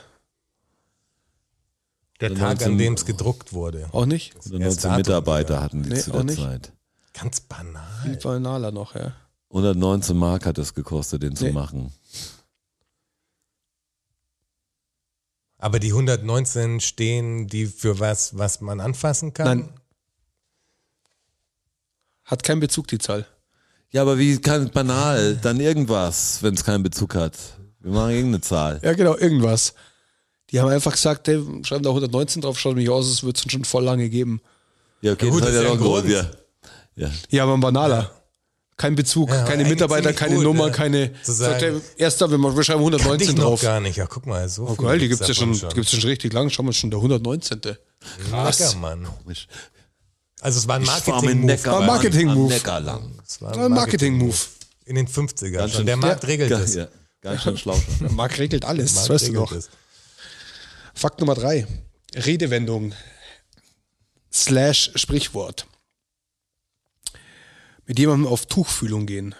[SPEAKER 3] Der Tag,
[SPEAKER 1] 19
[SPEAKER 3] an dem es gedruckt wurde.
[SPEAKER 2] Auch nicht?
[SPEAKER 3] Erst
[SPEAKER 1] 119
[SPEAKER 3] Datum
[SPEAKER 1] Mitarbeiter hatten die
[SPEAKER 2] Nee,
[SPEAKER 1] zu
[SPEAKER 2] auch
[SPEAKER 1] der
[SPEAKER 2] nicht.
[SPEAKER 1] Zeit.
[SPEAKER 3] Ganz
[SPEAKER 2] Viel
[SPEAKER 3] banal.
[SPEAKER 2] banaler noch, ja.
[SPEAKER 1] 119 Mark hat es gekostet, den
[SPEAKER 2] Nee.
[SPEAKER 1] zu machen.
[SPEAKER 3] Aber die 119 stehen die für was, was man anfassen kann?
[SPEAKER 2] Nein. Hat keinen Bezug, die Zahl.
[SPEAKER 1] Ja, aber wie kann banal dann irgendwas, wenn es keinen Bezug hat? Wir machen irgendeine Zahl.
[SPEAKER 2] Ja, genau, irgendwas. Die haben einfach gesagt, hey, schreiben da 119 drauf, schaut mich aus, es wird es schon voll lange geben.
[SPEAKER 1] Ja, okay,
[SPEAKER 3] Ja, gut,
[SPEAKER 1] das hat
[SPEAKER 3] das ist
[SPEAKER 1] ja
[SPEAKER 3] ja
[SPEAKER 1] noch
[SPEAKER 3] ein
[SPEAKER 1] einen Grund.
[SPEAKER 3] Grund.
[SPEAKER 1] Ja. Ja.
[SPEAKER 2] Ja, aber ein banaler. Kein Bezug,
[SPEAKER 3] Ja, aber
[SPEAKER 2] keine
[SPEAKER 3] eigentlich
[SPEAKER 2] Mitarbeiter,
[SPEAKER 3] ziemlich
[SPEAKER 2] keine
[SPEAKER 3] gut,
[SPEAKER 2] Nummer,
[SPEAKER 3] ja.
[SPEAKER 2] keine.
[SPEAKER 3] Zu sagen,
[SPEAKER 2] sagt er, erster, wir machen- wir schreiben
[SPEAKER 3] Kannte
[SPEAKER 2] 119
[SPEAKER 3] ich noch
[SPEAKER 2] drauf.
[SPEAKER 3] gar nicht. Ja, guck mal, so
[SPEAKER 2] Oh,
[SPEAKER 3] viele
[SPEAKER 2] geil, die
[SPEAKER 3] gibt's
[SPEAKER 2] gibt's ja
[SPEAKER 3] davon
[SPEAKER 2] schon, gibt's schon richtig lang. Schauen wir schon, der 119.
[SPEAKER 3] Lecker, Mann.
[SPEAKER 1] Komisch.
[SPEAKER 3] Also es war ein
[SPEAKER 1] Ich war mit
[SPEAKER 3] Marketing-Move.
[SPEAKER 1] Neckar,
[SPEAKER 2] War ein
[SPEAKER 1] Mann,
[SPEAKER 2] Marketing-Move.
[SPEAKER 1] am Neckar lang.
[SPEAKER 3] Es war
[SPEAKER 2] Ein Marketing-Move.
[SPEAKER 3] In den 50ern
[SPEAKER 1] Ganz
[SPEAKER 3] schon.
[SPEAKER 1] schön-
[SPEAKER 3] Der Markt
[SPEAKER 2] Ja.
[SPEAKER 3] regelt
[SPEAKER 1] Ganz-
[SPEAKER 3] es.
[SPEAKER 1] Ja, ganz schön schlau.
[SPEAKER 2] Der Marc regelt alles,
[SPEAKER 3] Der
[SPEAKER 2] das
[SPEAKER 3] Markt
[SPEAKER 2] weißt du
[SPEAKER 3] regelt
[SPEAKER 2] doch.
[SPEAKER 3] es.
[SPEAKER 2] Fakt Nummer drei. Redewendung. Slash Sprichwort. Mit jemandem auf Tuchfühlung gehen.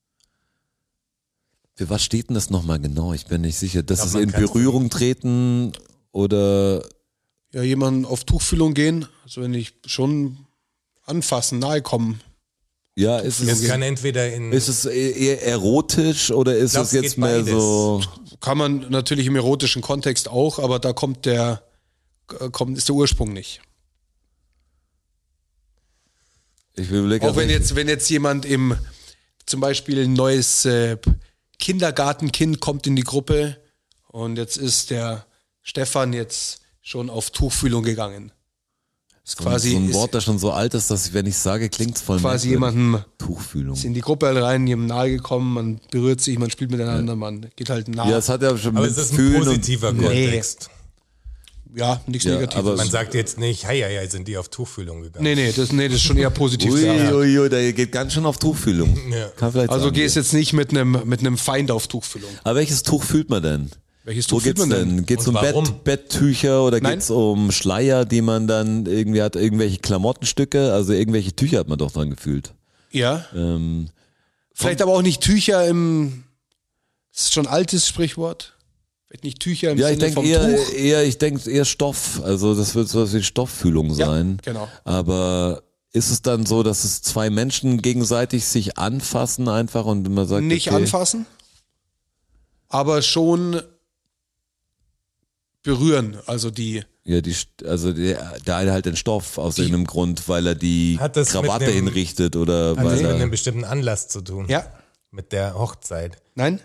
[SPEAKER 1] Für was steht denn das nochmal genau? Ich bin nicht sicher. Das
[SPEAKER 3] Ja,
[SPEAKER 1] ist
[SPEAKER 3] man
[SPEAKER 1] in
[SPEAKER 3] kann's-
[SPEAKER 1] Berührung treten oder
[SPEAKER 2] ja, jemanden auf Tuchfühlung gehen, also wenn ich schon anfassen, nahe kommen.
[SPEAKER 1] Ja, ist
[SPEAKER 3] Es
[SPEAKER 1] es,
[SPEAKER 3] kann entweder in
[SPEAKER 1] ist es eher erotisch oder ist
[SPEAKER 3] glaub,
[SPEAKER 1] es
[SPEAKER 3] es
[SPEAKER 1] jetzt
[SPEAKER 3] geht
[SPEAKER 1] mehr
[SPEAKER 3] beides.
[SPEAKER 1] so.
[SPEAKER 2] Kann man natürlich im erotischen Kontext auch, aber da kommt der, äh, kommt, ist der Ursprung nicht.
[SPEAKER 1] Ich also will Blick
[SPEAKER 2] Auch wenn jetzt, wenn jetzt jemand im, zum Beispiel ein neues äh, Kindergartenkind kommt in die Gruppe und jetzt ist der Stefan jetzt schon auf Tuchfühlung gegangen. Ist quasi,
[SPEAKER 1] so ein
[SPEAKER 2] ist
[SPEAKER 1] Wort, das ne? schon so alt ist, dass ich, wenn ich sage, klingt's voll
[SPEAKER 2] quasi
[SPEAKER 1] merkwürdig.
[SPEAKER 2] jemandem
[SPEAKER 1] Tuchfühlung.
[SPEAKER 2] ist in die Gruppe rein, jemandem nahe gekommen, man berührt sich, man spielt miteinander, man geht halt nah.
[SPEAKER 1] Ja, es hat ja schon
[SPEAKER 3] Aber
[SPEAKER 1] mit
[SPEAKER 3] es ist ein
[SPEAKER 1] Fühlen
[SPEAKER 3] positiver
[SPEAKER 1] und,
[SPEAKER 3] Kontext.
[SPEAKER 2] Ja, nichts
[SPEAKER 1] Ja,
[SPEAKER 2] Negatives.
[SPEAKER 1] aber-
[SPEAKER 3] Man sagt jetzt nicht, hei, hei, hei, sind die auf Tuchfühlung gegangen.
[SPEAKER 2] nee, nee, das, nee, das ist schon eher positiv.
[SPEAKER 1] Ui,
[SPEAKER 2] ja.
[SPEAKER 1] ui, ui, der geht ganz schön auf Tuchfühlung.
[SPEAKER 3] Ja.
[SPEAKER 1] Kann vielleicht
[SPEAKER 2] Also
[SPEAKER 1] sagen,
[SPEAKER 2] gehst jetzt nicht mit einem mit einem Feind auf Tuchfühlung.
[SPEAKER 1] Aber welches Tuch fühlt man denn?
[SPEAKER 2] Welches
[SPEAKER 1] Wo
[SPEAKER 2] Tuch fühlt
[SPEAKER 1] geht's
[SPEAKER 2] man denn?
[SPEAKER 1] denn? Geht's
[SPEAKER 3] Und
[SPEAKER 1] um
[SPEAKER 3] warum?
[SPEAKER 1] Bett, Betttücher oder
[SPEAKER 2] Nein.
[SPEAKER 1] geht's um Schleier, die man dann irgendwie hat, irgendwelche Klamottenstücke, also irgendwelche Tücher hat man doch dran gefühlt.
[SPEAKER 2] Ja.
[SPEAKER 1] Ähm,
[SPEAKER 2] Vielleicht aber auch nicht Tücher im. Das ist schon ein altes Sprichwort. Vielleicht nicht Tücher im
[SPEAKER 1] ja, ich
[SPEAKER 2] Sinne
[SPEAKER 1] denke
[SPEAKER 2] vom
[SPEAKER 1] eher,
[SPEAKER 2] Tuch.
[SPEAKER 1] eher, ich denke eher Stoff. Also das wird sowas wie Stofffühlung
[SPEAKER 2] Ja,
[SPEAKER 1] sein.
[SPEAKER 2] genau.
[SPEAKER 1] Aber ist es dann so, dass es zwei Menschen gegenseitig sich anfassen einfach und man sagt,
[SPEAKER 2] Nicht
[SPEAKER 1] äh, okay,
[SPEAKER 2] anfassen, aber schon berühren. Also die.
[SPEAKER 1] Ja, die, St- also der, der eine halt den Stoff aus irgendeinem Grund, weil er die
[SPEAKER 3] Hat das mit
[SPEAKER 1] Krawatte
[SPEAKER 3] einem-
[SPEAKER 1] hinrichtet oder
[SPEAKER 3] Hat das
[SPEAKER 1] weil
[SPEAKER 3] mit
[SPEAKER 1] er,
[SPEAKER 3] einem bestimmten Anlass zu tun.
[SPEAKER 2] Ja?
[SPEAKER 3] Mit der Hochzeit,
[SPEAKER 2] Nein?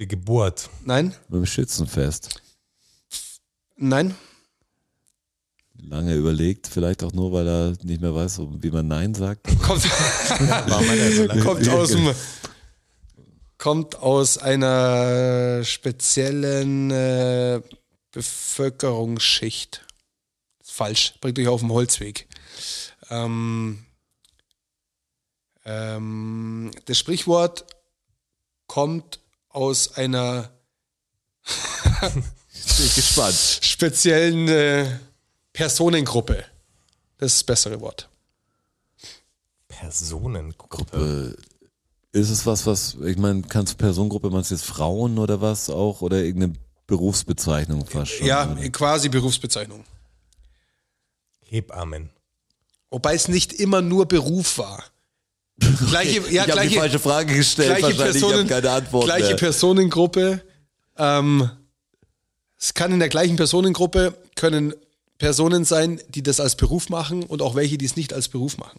[SPEAKER 3] die Geburt.
[SPEAKER 2] Nein?
[SPEAKER 1] mit dem Schützenfest.
[SPEAKER 2] Nein?
[SPEAKER 1] Lange überlegt, vielleicht auch nur, weil er nicht mehr weiß, wie man Nein sagt.
[SPEAKER 2] Kommt,
[SPEAKER 3] War man also lange-
[SPEAKER 2] kommt aus dem. Kommt aus einer speziellen äh, Bevölkerungsschicht. Ist falsch. Bringt euch auf den Holzweg. Ähm, ähm, das Sprichwort kommt aus einer
[SPEAKER 1] Bin ich gespannt.
[SPEAKER 2] speziellen äh, Personengruppe. Das ist das bessere Wort.
[SPEAKER 3] Personengruppe.
[SPEAKER 1] Ist es was, was, ich meine, kannst du Personengruppe, meinst du jetzt Frauen oder was auch? Oder irgendeine Berufsbezeichnung fast schon?
[SPEAKER 2] Ja,
[SPEAKER 1] oder?
[SPEAKER 2] quasi Berufsbezeichnung.
[SPEAKER 3] Hebammen.
[SPEAKER 2] Wobei es nicht immer nur Beruf war. Gleiche, ja,
[SPEAKER 1] ich habe die
[SPEAKER 2] gleiche,
[SPEAKER 1] falsche Frage gestellt,
[SPEAKER 2] gleiche,
[SPEAKER 1] wahrscheinlich,
[SPEAKER 2] Personen,
[SPEAKER 1] ich habe keine Antwort
[SPEAKER 2] gleiche
[SPEAKER 1] mehr.
[SPEAKER 2] Personengruppe. Ähm, es kann in der gleichen Personengruppe können Personen sein, die das als Beruf machen und auch welche, die es nicht als Beruf machen.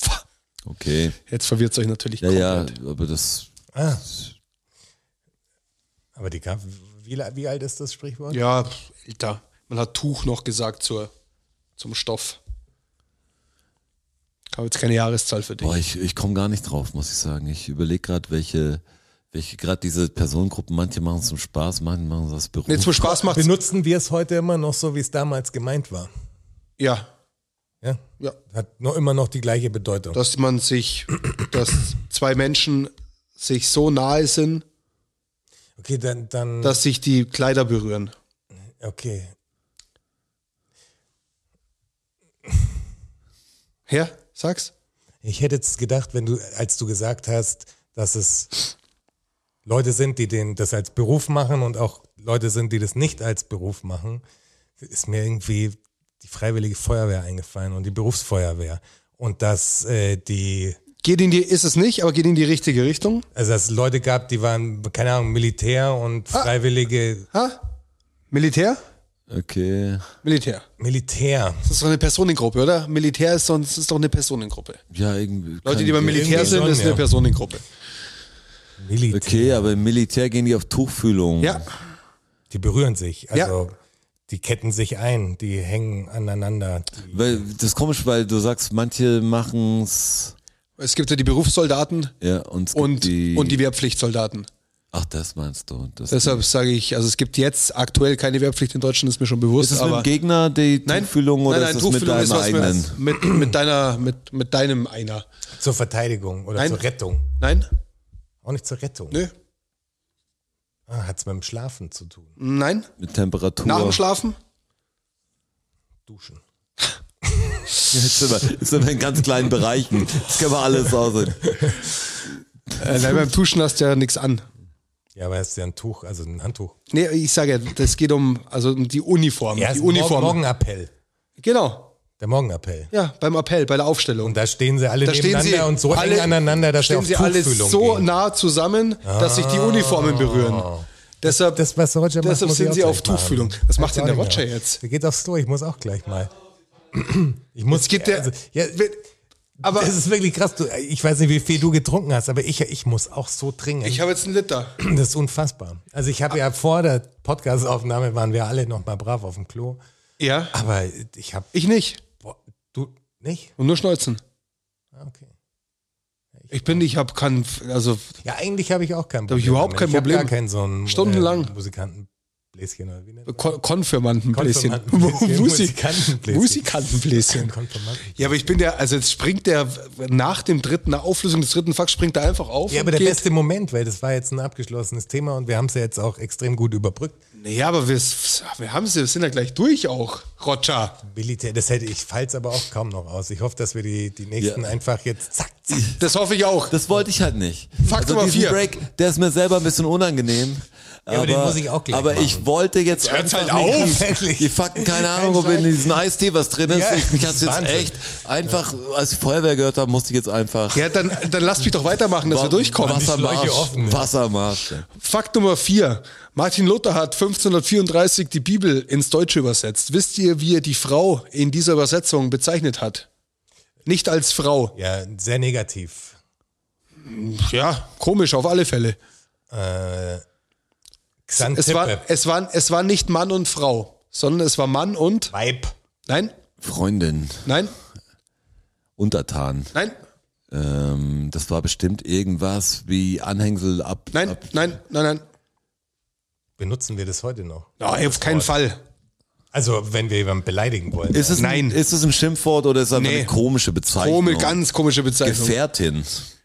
[SPEAKER 2] Pah,
[SPEAKER 1] okay,
[SPEAKER 2] Jetzt verwirrt es euch natürlich
[SPEAKER 1] ja, ja,
[SPEAKER 2] komplett.
[SPEAKER 1] aber das,
[SPEAKER 3] Ah. Aber die gab, wie, la- wie alt ist das Sprichwort?
[SPEAKER 2] Ja, älter. Man hat Tuch noch gesagt zur, zum Stoff. Ich habe jetzt keine Jahreszahl für dich.
[SPEAKER 1] boah, ich, ich komme gar nicht drauf, muss ich sagen. Ich überlege gerade, welche, welche gerade diese Personengruppen, manche machen es zum Spaß, manche machen es als Beruf.
[SPEAKER 2] nee, zum Spaß macht's.
[SPEAKER 3] Benutzen wir es heute immer noch so, wie es damals gemeint war?
[SPEAKER 2] Ja,
[SPEAKER 3] Ja?
[SPEAKER 2] ja.
[SPEAKER 3] Hat noch immer noch die gleiche Bedeutung.
[SPEAKER 2] dass man sich, dass zwei Menschen sich so nahe sind,
[SPEAKER 3] Okay, dann, dann
[SPEAKER 2] dass sich die Kleider berühren.
[SPEAKER 3] okay.
[SPEAKER 2] Ja, sag's.
[SPEAKER 3] Ich hätte jetzt gedacht, wenn du, als du gesagt hast, dass es Leute sind, die den, das als Beruf machen und auch Leute sind, die das nicht als Beruf machen, ist mir irgendwie die Freiwillige Feuerwehr eingefallen und die Berufsfeuerwehr. Und dass äh, die,
[SPEAKER 2] Geht in die, ist es nicht, aber geht in die richtige Richtung.
[SPEAKER 3] also dass es Leute gab, die waren, keine Ahnung, Militär und
[SPEAKER 2] Ah.
[SPEAKER 3] Freiwillige
[SPEAKER 2] Ha? Militär?
[SPEAKER 1] Okay.
[SPEAKER 2] Militär.
[SPEAKER 3] Militär.
[SPEAKER 2] Das ist doch eine Personengruppe, oder? Militär ist sonst ist doch eine Personengruppe.
[SPEAKER 1] Ja, irgendwie.
[SPEAKER 2] Leute,
[SPEAKER 1] kann-
[SPEAKER 2] die beim Militär
[SPEAKER 3] irgendwie
[SPEAKER 2] sind,
[SPEAKER 3] schon,
[SPEAKER 2] ist eine
[SPEAKER 3] ja.
[SPEAKER 2] Personengruppe.
[SPEAKER 3] Militär.
[SPEAKER 1] Okay, aber im Militär gehen die auf Tuchfühlung.
[SPEAKER 2] Ja,
[SPEAKER 3] Die berühren sich.
[SPEAKER 2] Ja.
[SPEAKER 3] Also die ketten sich ein, die hängen aneinander. Die,
[SPEAKER 1] Weil, das ist komisch, weil du sagst, manche machen's,
[SPEAKER 2] es gibt ja die Berufssoldaten
[SPEAKER 1] ja, und, es gibt
[SPEAKER 2] und
[SPEAKER 1] die,
[SPEAKER 2] die, und die Wehrpflichtsoldaten.
[SPEAKER 1] Ach, das meinst du. Das
[SPEAKER 2] Deshalb sage ich, also es gibt jetzt aktuell keine Wehrpflicht in Deutschland, ist mir schon bewusst.
[SPEAKER 1] ist es mit
[SPEAKER 2] aber
[SPEAKER 1] dem Gegner die
[SPEAKER 2] Nein,
[SPEAKER 1] Tuchfühlung oder
[SPEAKER 2] nein,
[SPEAKER 1] ist
[SPEAKER 2] nein,
[SPEAKER 1] es mit
[SPEAKER 2] Tuchfühlung
[SPEAKER 1] deinem
[SPEAKER 2] was mit-
[SPEAKER 1] eigenen?
[SPEAKER 2] Mit, mit, deiner, mit, mit deinem einer.
[SPEAKER 3] zur Verteidigung oder
[SPEAKER 2] Nein.
[SPEAKER 3] zur Rettung.
[SPEAKER 2] Nein?
[SPEAKER 3] Auch nicht zur Rettung.
[SPEAKER 2] Nö?
[SPEAKER 3] Ah, hat's mit dem Schlafen zu tun.
[SPEAKER 2] Nein?
[SPEAKER 1] mit Temperatur.
[SPEAKER 2] Nach dem Schlafen?
[SPEAKER 3] Duschen.
[SPEAKER 1] Jetzt sind, wir, jetzt sind wir in ganz kleinen Bereichen. Das können wir alles aussehen.
[SPEAKER 2] Äh, nein, beim Duschen hast du ja nichts an.
[SPEAKER 3] Ja, aber hast ja ein Tuch, also ein Handtuch.
[SPEAKER 2] Nee, ich sage ja, das geht um, also um die Uniform.
[SPEAKER 3] Erst
[SPEAKER 2] die Uniform.
[SPEAKER 3] Morgen Morgenappell.
[SPEAKER 2] Genau.
[SPEAKER 3] Der Morgenappell.
[SPEAKER 2] Ja, beim Appell, bei der Aufstellung.
[SPEAKER 3] Und da stehen sie alle
[SPEAKER 2] da stehen
[SPEAKER 3] nebeneinander
[SPEAKER 2] sie
[SPEAKER 3] und so
[SPEAKER 2] alle,
[SPEAKER 3] eng aneinander, dass
[SPEAKER 2] stehen
[SPEAKER 3] sie
[SPEAKER 2] sie
[SPEAKER 3] auf
[SPEAKER 2] alle
[SPEAKER 3] Tuchfühlung
[SPEAKER 2] so
[SPEAKER 3] gehen. Ah.
[SPEAKER 2] nah zusammen, dass sich die Uniformen berühren. Deshalb,
[SPEAKER 3] Das, was Roger macht,
[SPEAKER 2] deshalb
[SPEAKER 3] muss ich
[SPEAKER 2] sind
[SPEAKER 3] auch
[SPEAKER 2] sie
[SPEAKER 3] gleich
[SPEAKER 2] auf
[SPEAKER 3] machen.
[SPEAKER 2] Tuchfühlung. Was macht
[SPEAKER 3] Als
[SPEAKER 2] denn der
[SPEAKER 3] Solinger.
[SPEAKER 2] Roger jetzt?
[SPEAKER 3] Der geht aufs Klo, ich muss auch gleich mal. Ich muss,
[SPEAKER 2] Jetzt geht der-
[SPEAKER 3] also, ja,
[SPEAKER 2] Aber
[SPEAKER 3] das ist wirklich krass. Du, ich weiß nicht, wie viel du getrunken hast, aber ich, ich muss auch so trinken.
[SPEAKER 2] ich Ah. habe jetzt einen Liter.
[SPEAKER 3] das ist unfassbar. Also ich habe ja vor der Podcastaufnahme waren wir alle noch mal brav auf dem Klo.
[SPEAKER 2] Ja,
[SPEAKER 3] Aber ich habe,
[SPEAKER 2] ich nicht.
[SPEAKER 3] du nicht?
[SPEAKER 2] Und nur schneuzen.
[SPEAKER 3] Ah, Okay.
[SPEAKER 2] Ich bin, ich habe keinen, also
[SPEAKER 3] Ja, eigentlich habe ich auch kein Problem.
[SPEAKER 2] Da habe ich überhaupt kein
[SPEAKER 3] damit. ich
[SPEAKER 2] Problem.
[SPEAKER 3] Hab gar keinen so einen,
[SPEAKER 2] Stundenlang.
[SPEAKER 3] Äh, Musikantenbläschen oder wie nennt man
[SPEAKER 2] Kon Konfirmandenbläschen.
[SPEAKER 3] Konfirmandenbläschen,
[SPEAKER 2] Musi-
[SPEAKER 3] Musikantenbläschen. das?
[SPEAKER 2] Musikantenbläschen.
[SPEAKER 3] Konfirmanten.
[SPEAKER 2] Ja, aber ich bin der, also jetzt springt der nach dem dritten, nach Auflösung des dritten Facts springt er einfach auf.
[SPEAKER 3] Ja,
[SPEAKER 2] und
[SPEAKER 3] aber der
[SPEAKER 2] geht.
[SPEAKER 3] beste Moment, weil das war jetzt ein abgeschlossenes Thema und wir haben es ja jetzt auch extrem gut überbrückt.
[SPEAKER 2] Naja, aber wir, wir haben sie, wir sind ja gleich durch auch, Roger.
[SPEAKER 3] Militär, das hätte ich, falls aber auch kaum noch aus. Ich hoffe, dass wir die, die nächsten
[SPEAKER 1] Ja.
[SPEAKER 3] einfach jetzt zack, zack.
[SPEAKER 2] Das hoffe ich auch.
[SPEAKER 1] Das wollte ich halt nicht.
[SPEAKER 2] Fakt Nummer
[SPEAKER 1] diesen
[SPEAKER 2] vier.
[SPEAKER 1] Break, der ist mir selber ein bisschen unangenehm.
[SPEAKER 3] Ja, aber den muss ich auch gleich
[SPEAKER 1] Aber ich
[SPEAKER 3] machen.
[SPEAKER 1] wollte jetzt.
[SPEAKER 2] hört's
[SPEAKER 1] einfach
[SPEAKER 2] halt
[SPEAKER 1] nicht-
[SPEAKER 2] auf.
[SPEAKER 3] Wirklich.
[SPEAKER 1] Die Fakten, keine Ahnung, ob
[SPEAKER 3] Kein
[SPEAKER 1] in
[SPEAKER 3] Scheiß.
[SPEAKER 1] diesem Eistee was drin ist.
[SPEAKER 3] Ja,
[SPEAKER 1] ich mich hat's jetzt
[SPEAKER 3] Wahnsinn.
[SPEAKER 1] echt einfach, als ich Feuerwehr gehört habe, musste ich jetzt einfach.
[SPEAKER 2] Ja, dann, dann lasst mich doch weitermachen, dass wir durchkommen.
[SPEAKER 3] Wasser- Die
[SPEAKER 1] Wassermarsch.
[SPEAKER 3] Schläuche offen, ja.
[SPEAKER 1] Wassermarsch.
[SPEAKER 2] Fakt Nummer vier: Martin Luther hat 1534 die Bibel ins Deutsche übersetzt. Wisst ihr, wie er die Frau in dieser Übersetzung bezeichnet hat? Nicht als Frau.
[SPEAKER 3] Ja, sehr negativ.
[SPEAKER 2] Ja, komisch auf alle Fälle.
[SPEAKER 3] Äh,
[SPEAKER 2] Es war,
[SPEAKER 3] Xantippe,
[SPEAKER 2] es, war, es war nicht Mann und Frau, sondern es war Mann und.
[SPEAKER 3] Weib.
[SPEAKER 2] Nein,
[SPEAKER 1] Freundin.
[SPEAKER 2] nein,
[SPEAKER 1] Untertan.
[SPEAKER 2] nein,
[SPEAKER 1] Ähm, das war bestimmt irgendwas wie Anhängsel ab.
[SPEAKER 2] nein,
[SPEAKER 1] ab
[SPEAKER 2] nein, nein, nein.
[SPEAKER 3] Benutzen wir das heute noch?
[SPEAKER 2] Nein, auf
[SPEAKER 1] Oh,
[SPEAKER 2] keinen Fall.
[SPEAKER 3] Also, wenn wir jemanden beleidigen wollen.
[SPEAKER 1] Ist es
[SPEAKER 2] Nein.
[SPEAKER 1] Ein, ist es ein Schimpfwort oder ist es einfach
[SPEAKER 2] Nee.
[SPEAKER 1] eine komische Bezeichnung?
[SPEAKER 2] Komisch, ganz also- komische Bezeichnung.
[SPEAKER 1] Gefährtin.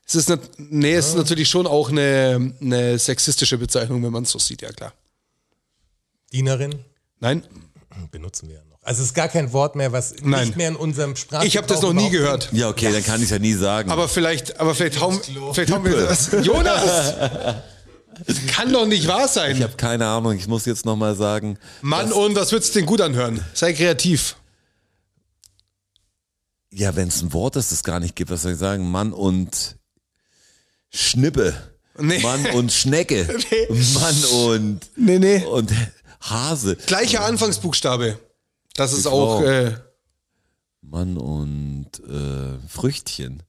[SPEAKER 2] Es ist, nat nee, es ist natürlich schon auch eine, eine sexistische Bezeichnung, wenn man es so sieht, ja klar.
[SPEAKER 3] Dienerin
[SPEAKER 2] Nein,
[SPEAKER 3] benutzen wir ja noch. Also, es ist gar kein Wort mehr, was
[SPEAKER 2] Nein.
[SPEAKER 3] nicht mehr in unserem Sprach.
[SPEAKER 2] ich habe das noch nie gehört.
[SPEAKER 1] Ja, okay, dann kann ich ja nie sagen.
[SPEAKER 2] Aber vielleicht, aber vielleicht hauen, vielleicht hauen wir das. Jonas! Das kann doch nicht wahr
[SPEAKER 1] ich
[SPEAKER 2] sein.
[SPEAKER 1] habe keine Ahnung. Ich muss jetzt nochmal sagen.
[SPEAKER 2] Mann, und was wird's denn gut anhören? Sei kreativ.
[SPEAKER 1] Ja, wenn es ein Wort ist, das gar nicht gibt, was soll ich sagen? Mann und Schnippe.
[SPEAKER 2] Nee.
[SPEAKER 1] Mann und Schnecke.
[SPEAKER 2] Nee.
[SPEAKER 1] Mann und,
[SPEAKER 2] Nee, nee.
[SPEAKER 1] und Hase.
[SPEAKER 2] Gleicher Anfangsbuchstabe. Das ist
[SPEAKER 1] Die
[SPEAKER 2] auch
[SPEAKER 1] Frau.
[SPEAKER 2] äh,
[SPEAKER 1] Mann und äh, Früchtchen.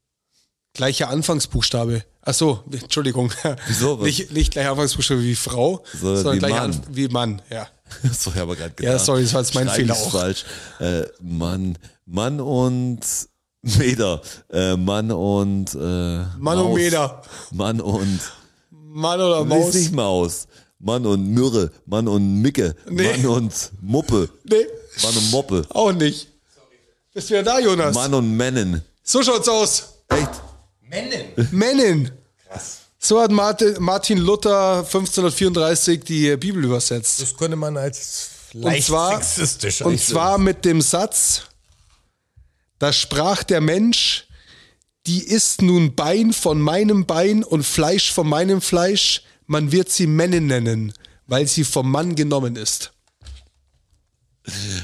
[SPEAKER 2] gleicher Anfangsbuchstabe. Ach so, Entschuldigung.
[SPEAKER 1] Wieso? Was?
[SPEAKER 2] Nicht, nicht gleicher Anfangsbuchstabe wie Frau,
[SPEAKER 1] Sondern
[SPEAKER 2] sondern
[SPEAKER 1] wie
[SPEAKER 2] gleicher
[SPEAKER 1] Mann.
[SPEAKER 2] Anf- wie Mann, ja.
[SPEAKER 1] Das habe ich aber gerade
[SPEAKER 2] Ja,
[SPEAKER 1] gedacht.
[SPEAKER 2] sorry, das war jetzt mein
[SPEAKER 1] Schreib
[SPEAKER 2] Fehler
[SPEAKER 1] ich's
[SPEAKER 2] auch.
[SPEAKER 1] falsch. Äh, Mann, Mann und Meter. Äh, Mann und äh, Mann
[SPEAKER 2] und Meter.
[SPEAKER 1] Mann und
[SPEAKER 2] Mann oder
[SPEAKER 1] Maus.
[SPEAKER 2] Maus?
[SPEAKER 1] nicht Maus. Mann und Mürre. Mann und Micke.
[SPEAKER 2] Nee.
[SPEAKER 1] Mann und Muppe.
[SPEAKER 2] Nee,
[SPEAKER 1] Mann und Moppe.
[SPEAKER 2] auch nicht. Bist wieder da, Jonas?
[SPEAKER 1] Mann und Mennen.
[SPEAKER 2] So schaut's aus.
[SPEAKER 1] Echt?
[SPEAKER 3] Männen.
[SPEAKER 2] Männin. So hat Martin, Martin Luther 1534 die Bibel übersetzt.
[SPEAKER 3] Das könnte man als
[SPEAKER 2] Und
[SPEAKER 3] leicht
[SPEAKER 2] zwar,
[SPEAKER 3] sexistisch
[SPEAKER 2] und
[SPEAKER 3] einstufen.
[SPEAKER 2] zwar mit dem Satz, da sprach der Mensch, die ist nun Bein von meinem Bein und Fleisch von meinem Fleisch, man wird sie Männin nennen, weil sie vom Mann genommen ist.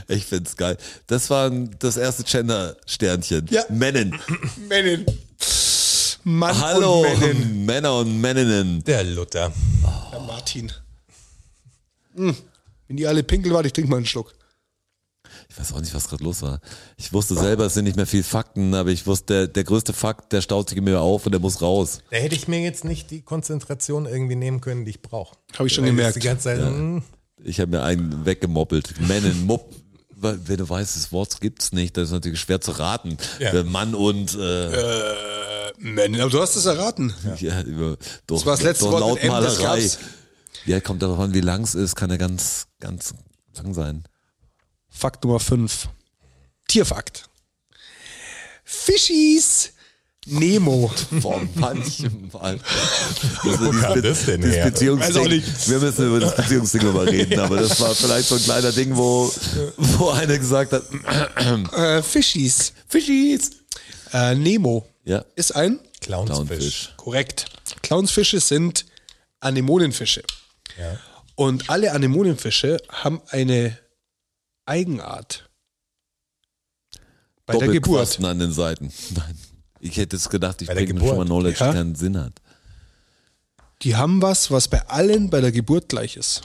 [SPEAKER 1] Ich find's geil. Das war das erste Gender-Sternchen.
[SPEAKER 2] Ja.
[SPEAKER 1] Mennen.
[SPEAKER 2] Männin. Mann
[SPEAKER 1] Hallo,
[SPEAKER 2] und Männin.
[SPEAKER 1] Männer und Männinnen.
[SPEAKER 3] der Luther.
[SPEAKER 2] Herr Martin. Hm. Wenn die alle pinkel waren, ich trinke mal einen Schluck.
[SPEAKER 1] Ich weiß auch nicht, was gerade los war. Ich wusste selber, es sind nicht mehr viel Fakten, aber ich wusste, der, der größte Fakt, der staut sich in mir auf und der muss raus.
[SPEAKER 3] Da hätte ich mir jetzt nicht die Konzentration irgendwie nehmen können, die ich brauche.
[SPEAKER 2] Habe ich schon
[SPEAKER 3] Die
[SPEAKER 2] gemerkt.
[SPEAKER 3] ganze Zeit, hm,
[SPEAKER 1] Ich habe mir einen weggemoppelt. Mennen, Mupp. Weil, Wenn du weißt, das Wort gibt's nicht, das ist natürlich schwer zu raten.
[SPEAKER 3] Ja.
[SPEAKER 1] Der Mann und äh,
[SPEAKER 2] Männin, aber du hast es erraten.
[SPEAKER 1] ja. über durch,
[SPEAKER 2] war das letzte
[SPEAKER 1] durch
[SPEAKER 2] Wort mit M, das
[SPEAKER 1] Lautmalerei.
[SPEAKER 2] gab's.
[SPEAKER 1] Ja, kommt darauf an, wie lang es ist, kann ja ganz, ganz lang sein.
[SPEAKER 2] Fakt Nummer 5. Tierfakt. Fischis Nemo.
[SPEAKER 1] Vor manchem Mal.
[SPEAKER 3] Wo kam das denn
[SPEAKER 1] Dieses
[SPEAKER 3] her?
[SPEAKER 1] Beziehungsding,
[SPEAKER 2] Weiß auch nicht.
[SPEAKER 1] wir müssen über das Beziehungsding nochmal reden, aber das war vielleicht so ein kleiner Ding, wo, wo einer gesagt hat,
[SPEAKER 2] Äh, Fischis.
[SPEAKER 1] Fischis.
[SPEAKER 2] Äh, Nemo
[SPEAKER 1] Ja,
[SPEAKER 2] ist ein
[SPEAKER 3] Clownsfisch.
[SPEAKER 1] Clownfisch.
[SPEAKER 2] Korrekt. Clownsfische sind Anemonenfische. Und alle Anemonenfische haben eine Eigenart. Bei der Geburt.
[SPEAKER 1] Doppelquasten an den Seiten. Nein. Ich hätte es gedacht, ich
[SPEAKER 3] Bei der
[SPEAKER 1] bringe schon mal
[SPEAKER 3] Geburt.
[SPEAKER 1] Knowledge,
[SPEAKER 2] Ja.
[SPEAKER 1] keinen Sinn hat.
[SPEAKER 2] Die haben was, was bei allen bei der Geburt gleich ist.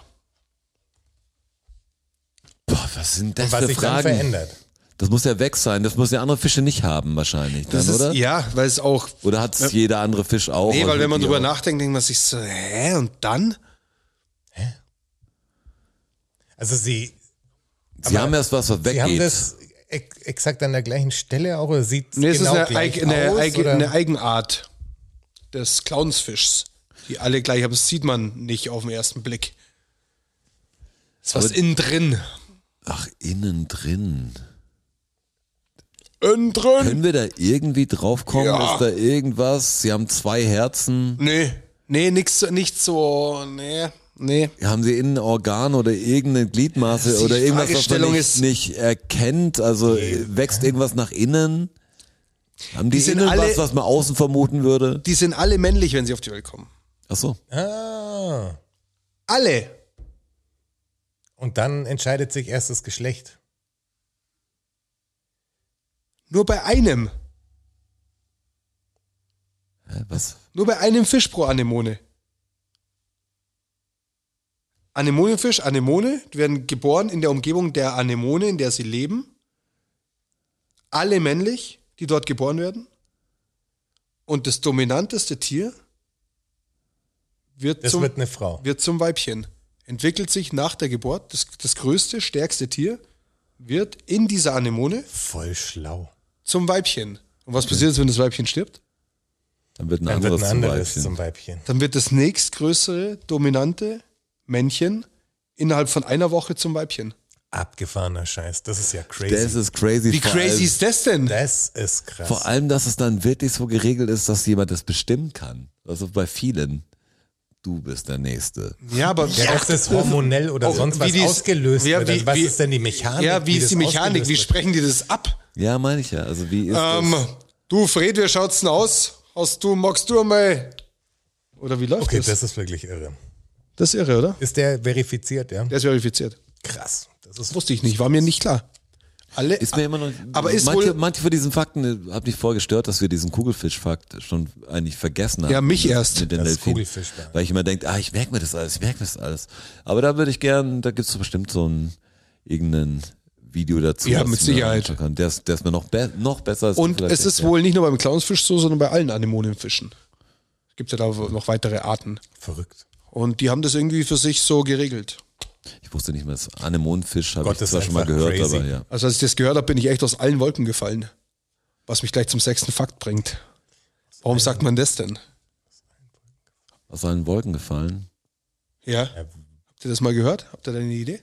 [SPEAKER 1] Boah, was sind das
[SPEAKER 3] Was
[SPEAKER 1] für
[SPEAKER 3] sich dann
[SPEAKER 1] Fragen?
[SPEAKER 3] verändert.
[SPEAKER 1] Das muss ja weg sein. Das muss ja andere Fische nicht haben wahrscheinlich, dann,
[SPEAKER 2] ist,
[SPEAKER 1] oder?
[SPEAKER 2] Ja, weil es auch.
[SPEAKER 1] Oder hat es jeder andere Fisch auch?
[SPEAKER 2] Nee,
[SPEAKER 1] Oder
[SPEAKER 2] weil wenn man
[SPEAKER 1] die
[SPEAKER 2] drüber
[SPEAKER 1] auch?
[SPEAKER 2] nachdenkt, denkt man sich so, hä, und dann?
[SPEAKER 3] Also sie,
[SPEAKER 1] Sie haben erst was, was
[SPEAKER 3] sie haben
[SPEAKER 1] weggeht.
[SPEAKER 3] das ex- exakt an der gleichen Stelle auch oder sieht
[SPEAKER 2] Nee, es
[SPEAKER 3] genau
[SPEAKER 2] ist eine,
[SPEAKER 3] gleich
[SPEAKER 2] Eig eine,
[SPEAKER 3] aus?
[SPEAKER 2] Eig
[SPEAKER 3] oder?
[SPEAKER 2] eine Eigenart des Clownsfischs, die alle gleich haben. Das sieht man nicht auf den ersten Blick. Das ist was
[SPEAKER 1] Aber-
[SPEAKER 2] innen drin.
[SPEAKER 1] Ach, innen drin.
[SPEAKER 2] Innen drin?
[SPEAKER 1] Können wir da irgendwie drauf kommen?
[SPEAKER 2] Ja.
[SPEAKER 1] Ist da irgendwas? Sie haben zwei Herzen.
[SPEAKER 2] Nee, nee, nix, nicht so, nee, nee.
[SPEAKER 1] Haben sie innen ein Organ oder irgendeine Gliedmaße
[SPEAKER 2] Die
[SPEAKER 1] oder irgendwas, was man
[SPEAKER 2] Fragestellung
[SPEAKER 1] nicht,
[SPEAKER 2] ist-
[SPEAKER 1] nicht erkennt? Also äh, wächst irgendwas nach innen? Haben die,
[SPEAKER 2] Die sind
[SPEAKER 1] innen
[SPEAKER 2] alle-
[SPEAKER 1] was, was man außen vermuten würde?
[SPEAKER 2] Die sind alle männlich, wenn sie auf die Welt kommen.
[SPEAKER 1] Ach so.
[SPEAKER 3] Ah,
[SPEAKER 2] Alle.
[SPEAKER 3] und dann entscheidet sich erst das Geschlecht.
[SPEAKER 2] Nur bei einem.
[SPEAKER 1] Hä, Was?
[SPEAKER 2] Nur bei einem Fisch pro Anemone. Anemonenfisch, Anemone, die werden geboren in der Umgebung der Anemone, in der sie leben. Alle männlich, die dort geboren werden. Und das dominanteste Tier wird
[SPEAKER 3] Das
[SPEAKER 2] zum
[SPEAKER 3] wird eine Frau.
[SPEAKER 2] wird zum Weibchen. Entwickelt sich nach der Geburt. Das, das größte, stärkste Tier wird in dieser Anemone
[SPEAKER 3] Voll schlau.
[SPEAKER 2] zum Weibchen. Und was passiert, wenn das Weibchen stirbt?
[SPEAKER 1] Dann wird ein
[SPEAKER 3] Dann
[SPEAKER 1] anderes
[SPEAKER 3] wird ein
[SPEAKER 1] zum
[SPEAKER 3] anderes
[SPEAKER 1] Weibchen.
[SPEAKER 3] zum Weibchen.
[SPEAKER 2] Dann wird das nächstgrößere, dominante Männchen innerhalb von einer Woche zum Weibchen.
[SPEAKER 3] Abgefahrener Scheiß. Das ist ja crazy.
[SPEAKER 1] Das ist crazy.
[SPEAKER 2] Wie
[SPEAKER 1] vor
[SPEAKER 2] crazy
[SPEAKER 1] allem,
[SPEAKER 2] ist das denn?
[SPEAKER 3] das ist krass.
[SPEAKER 1] Vor allem, dass es dann wirklich so geregelt ist, dass jemand das bestimmen kann. Also bei vielen. Du bist der Nächste.
[SPEAKER 2] Ja, aber
[SPEAKER 3] Ja, ob das hormonell oder
[SPEAKER 2] Auch
[SPEAKER 3] sonst was
[SPEAKER 2] wie dies-
[SPEAKER 3] ausgelöst
[SPEAKER 2] ja,
[SPEAKER 3] wird.
[SPEAKER 2] wie-
[SPEAKER 3] Also was
[SPEAKER 2] wie-
[SPEAKER 3] ist denn die Mechanik?
[SPEAKER 2] ja, wie
[SPEAKER 3] das
[SPEAKER 2] ist die Mechanik?
[SPEAKER 3] ausgelöst
[SPEAKER 2] Wie
[SPEAKER 3] wird?
[SPEAKER 2] sprechen die das ab?
[SPEAKER 1] Ja, meine ich ja. Also wie ist
[SPEAKER 2] Ähm,
[SPEAKER 1] das?
[SPEAKER 2] du, Fred, wie schaut's denn aus? Hast du, magst du einmal? Oder wie läuft
[SPEAKER 3] Okay,
[SPEAKER 2] das?
[SPEAKER 3] das ist wirklich irre.
[SPEAKER 2] Das ist irre, oder?
[SPEAKER 3] Ist der verifiziert, ja?
[SPEAKER 2] Der ist verifiziert.
[SPEAKER 3] Krass. Das ist
[SPEAKER 2] Wusste ich nicht, war mir nicht klar. Alle,
[SPEAKER 1] Ist mir immer noch.
[SPEAKER 2] aber ist
[SPEAKER 1] manche,
[SPEAKER 2] wohl-
[SPEAKER 1] manche von diesen Fakten äh, hat mich voll gestört, dass wir diesen Kugelfisch-Fakt schon eigentlich vergessen haben.
[SPEAKER 2] Ja, mich
[SPEAKER 1] Mit-
[SPEAKER 2] erst.
[SPEAKER 1] Mit den
[SPEAKER 3] Das
[SPEAKER 1] Delfinen.
[SPEAKER 3] Kugelfisch war.
[SPEAKER 1] Weil ich immer denke, ah, ich merke mir das alles, ich merke mir das alles. Aber da würde ich gern, da gibt's doch bestimmt so ein irgendein Video dazu.
[SPEAKER 2] Ja,
[SPEAKER 1] was
[SPEAKER 2] mit
[SPEAKER 1] ich mir
[SPEAKER 2] Sicherheit.
[SPEAKER 1] anschauen kann. Der ist, der ist mir noch, be noch besser als
[SPEAKER 2] und
[SPEAKER 1] du vielleicht
[SPEAKER 2] es ist
[SPEAKER 1] denkst, ja.
[SPEAKER 2] wohl nicht nur beim Clownsfisch so, sondern bei allen Anemonenfischen. Es gibt ja da noch weitere Arten.
[SPEAKER 3] verrückt.
[SPEAKER 2] Und die haben das irgendwie für sich so geregelt.
[SPEAKER 1] Ich wusste nicht mal, das Anemonenfisch habe ich
[SPEAKER 3] Gott, das
[SPEAKER 1] zwar
[SPEAKER 3] ist
[SPEAKER 1] schon mal
[SPEAKER 3] einfach
[SPEAKER 1] gehört,
[SPEAKER 3] crazy.
[SPEAKER 1] aber ja.
[SPEAKER 2] Also als ich das gehört habe, bin ich echt aus allen Wolken gefallen. Was mich gleich zum sechsten Fakt bringt. Warum sagt man das denn?
[SPEAKER 1] Aus allen Wolken gefallen.
[SPEAKER 2] Ja. Habt ihr das mal gehört? Habt ihr da eine Idee?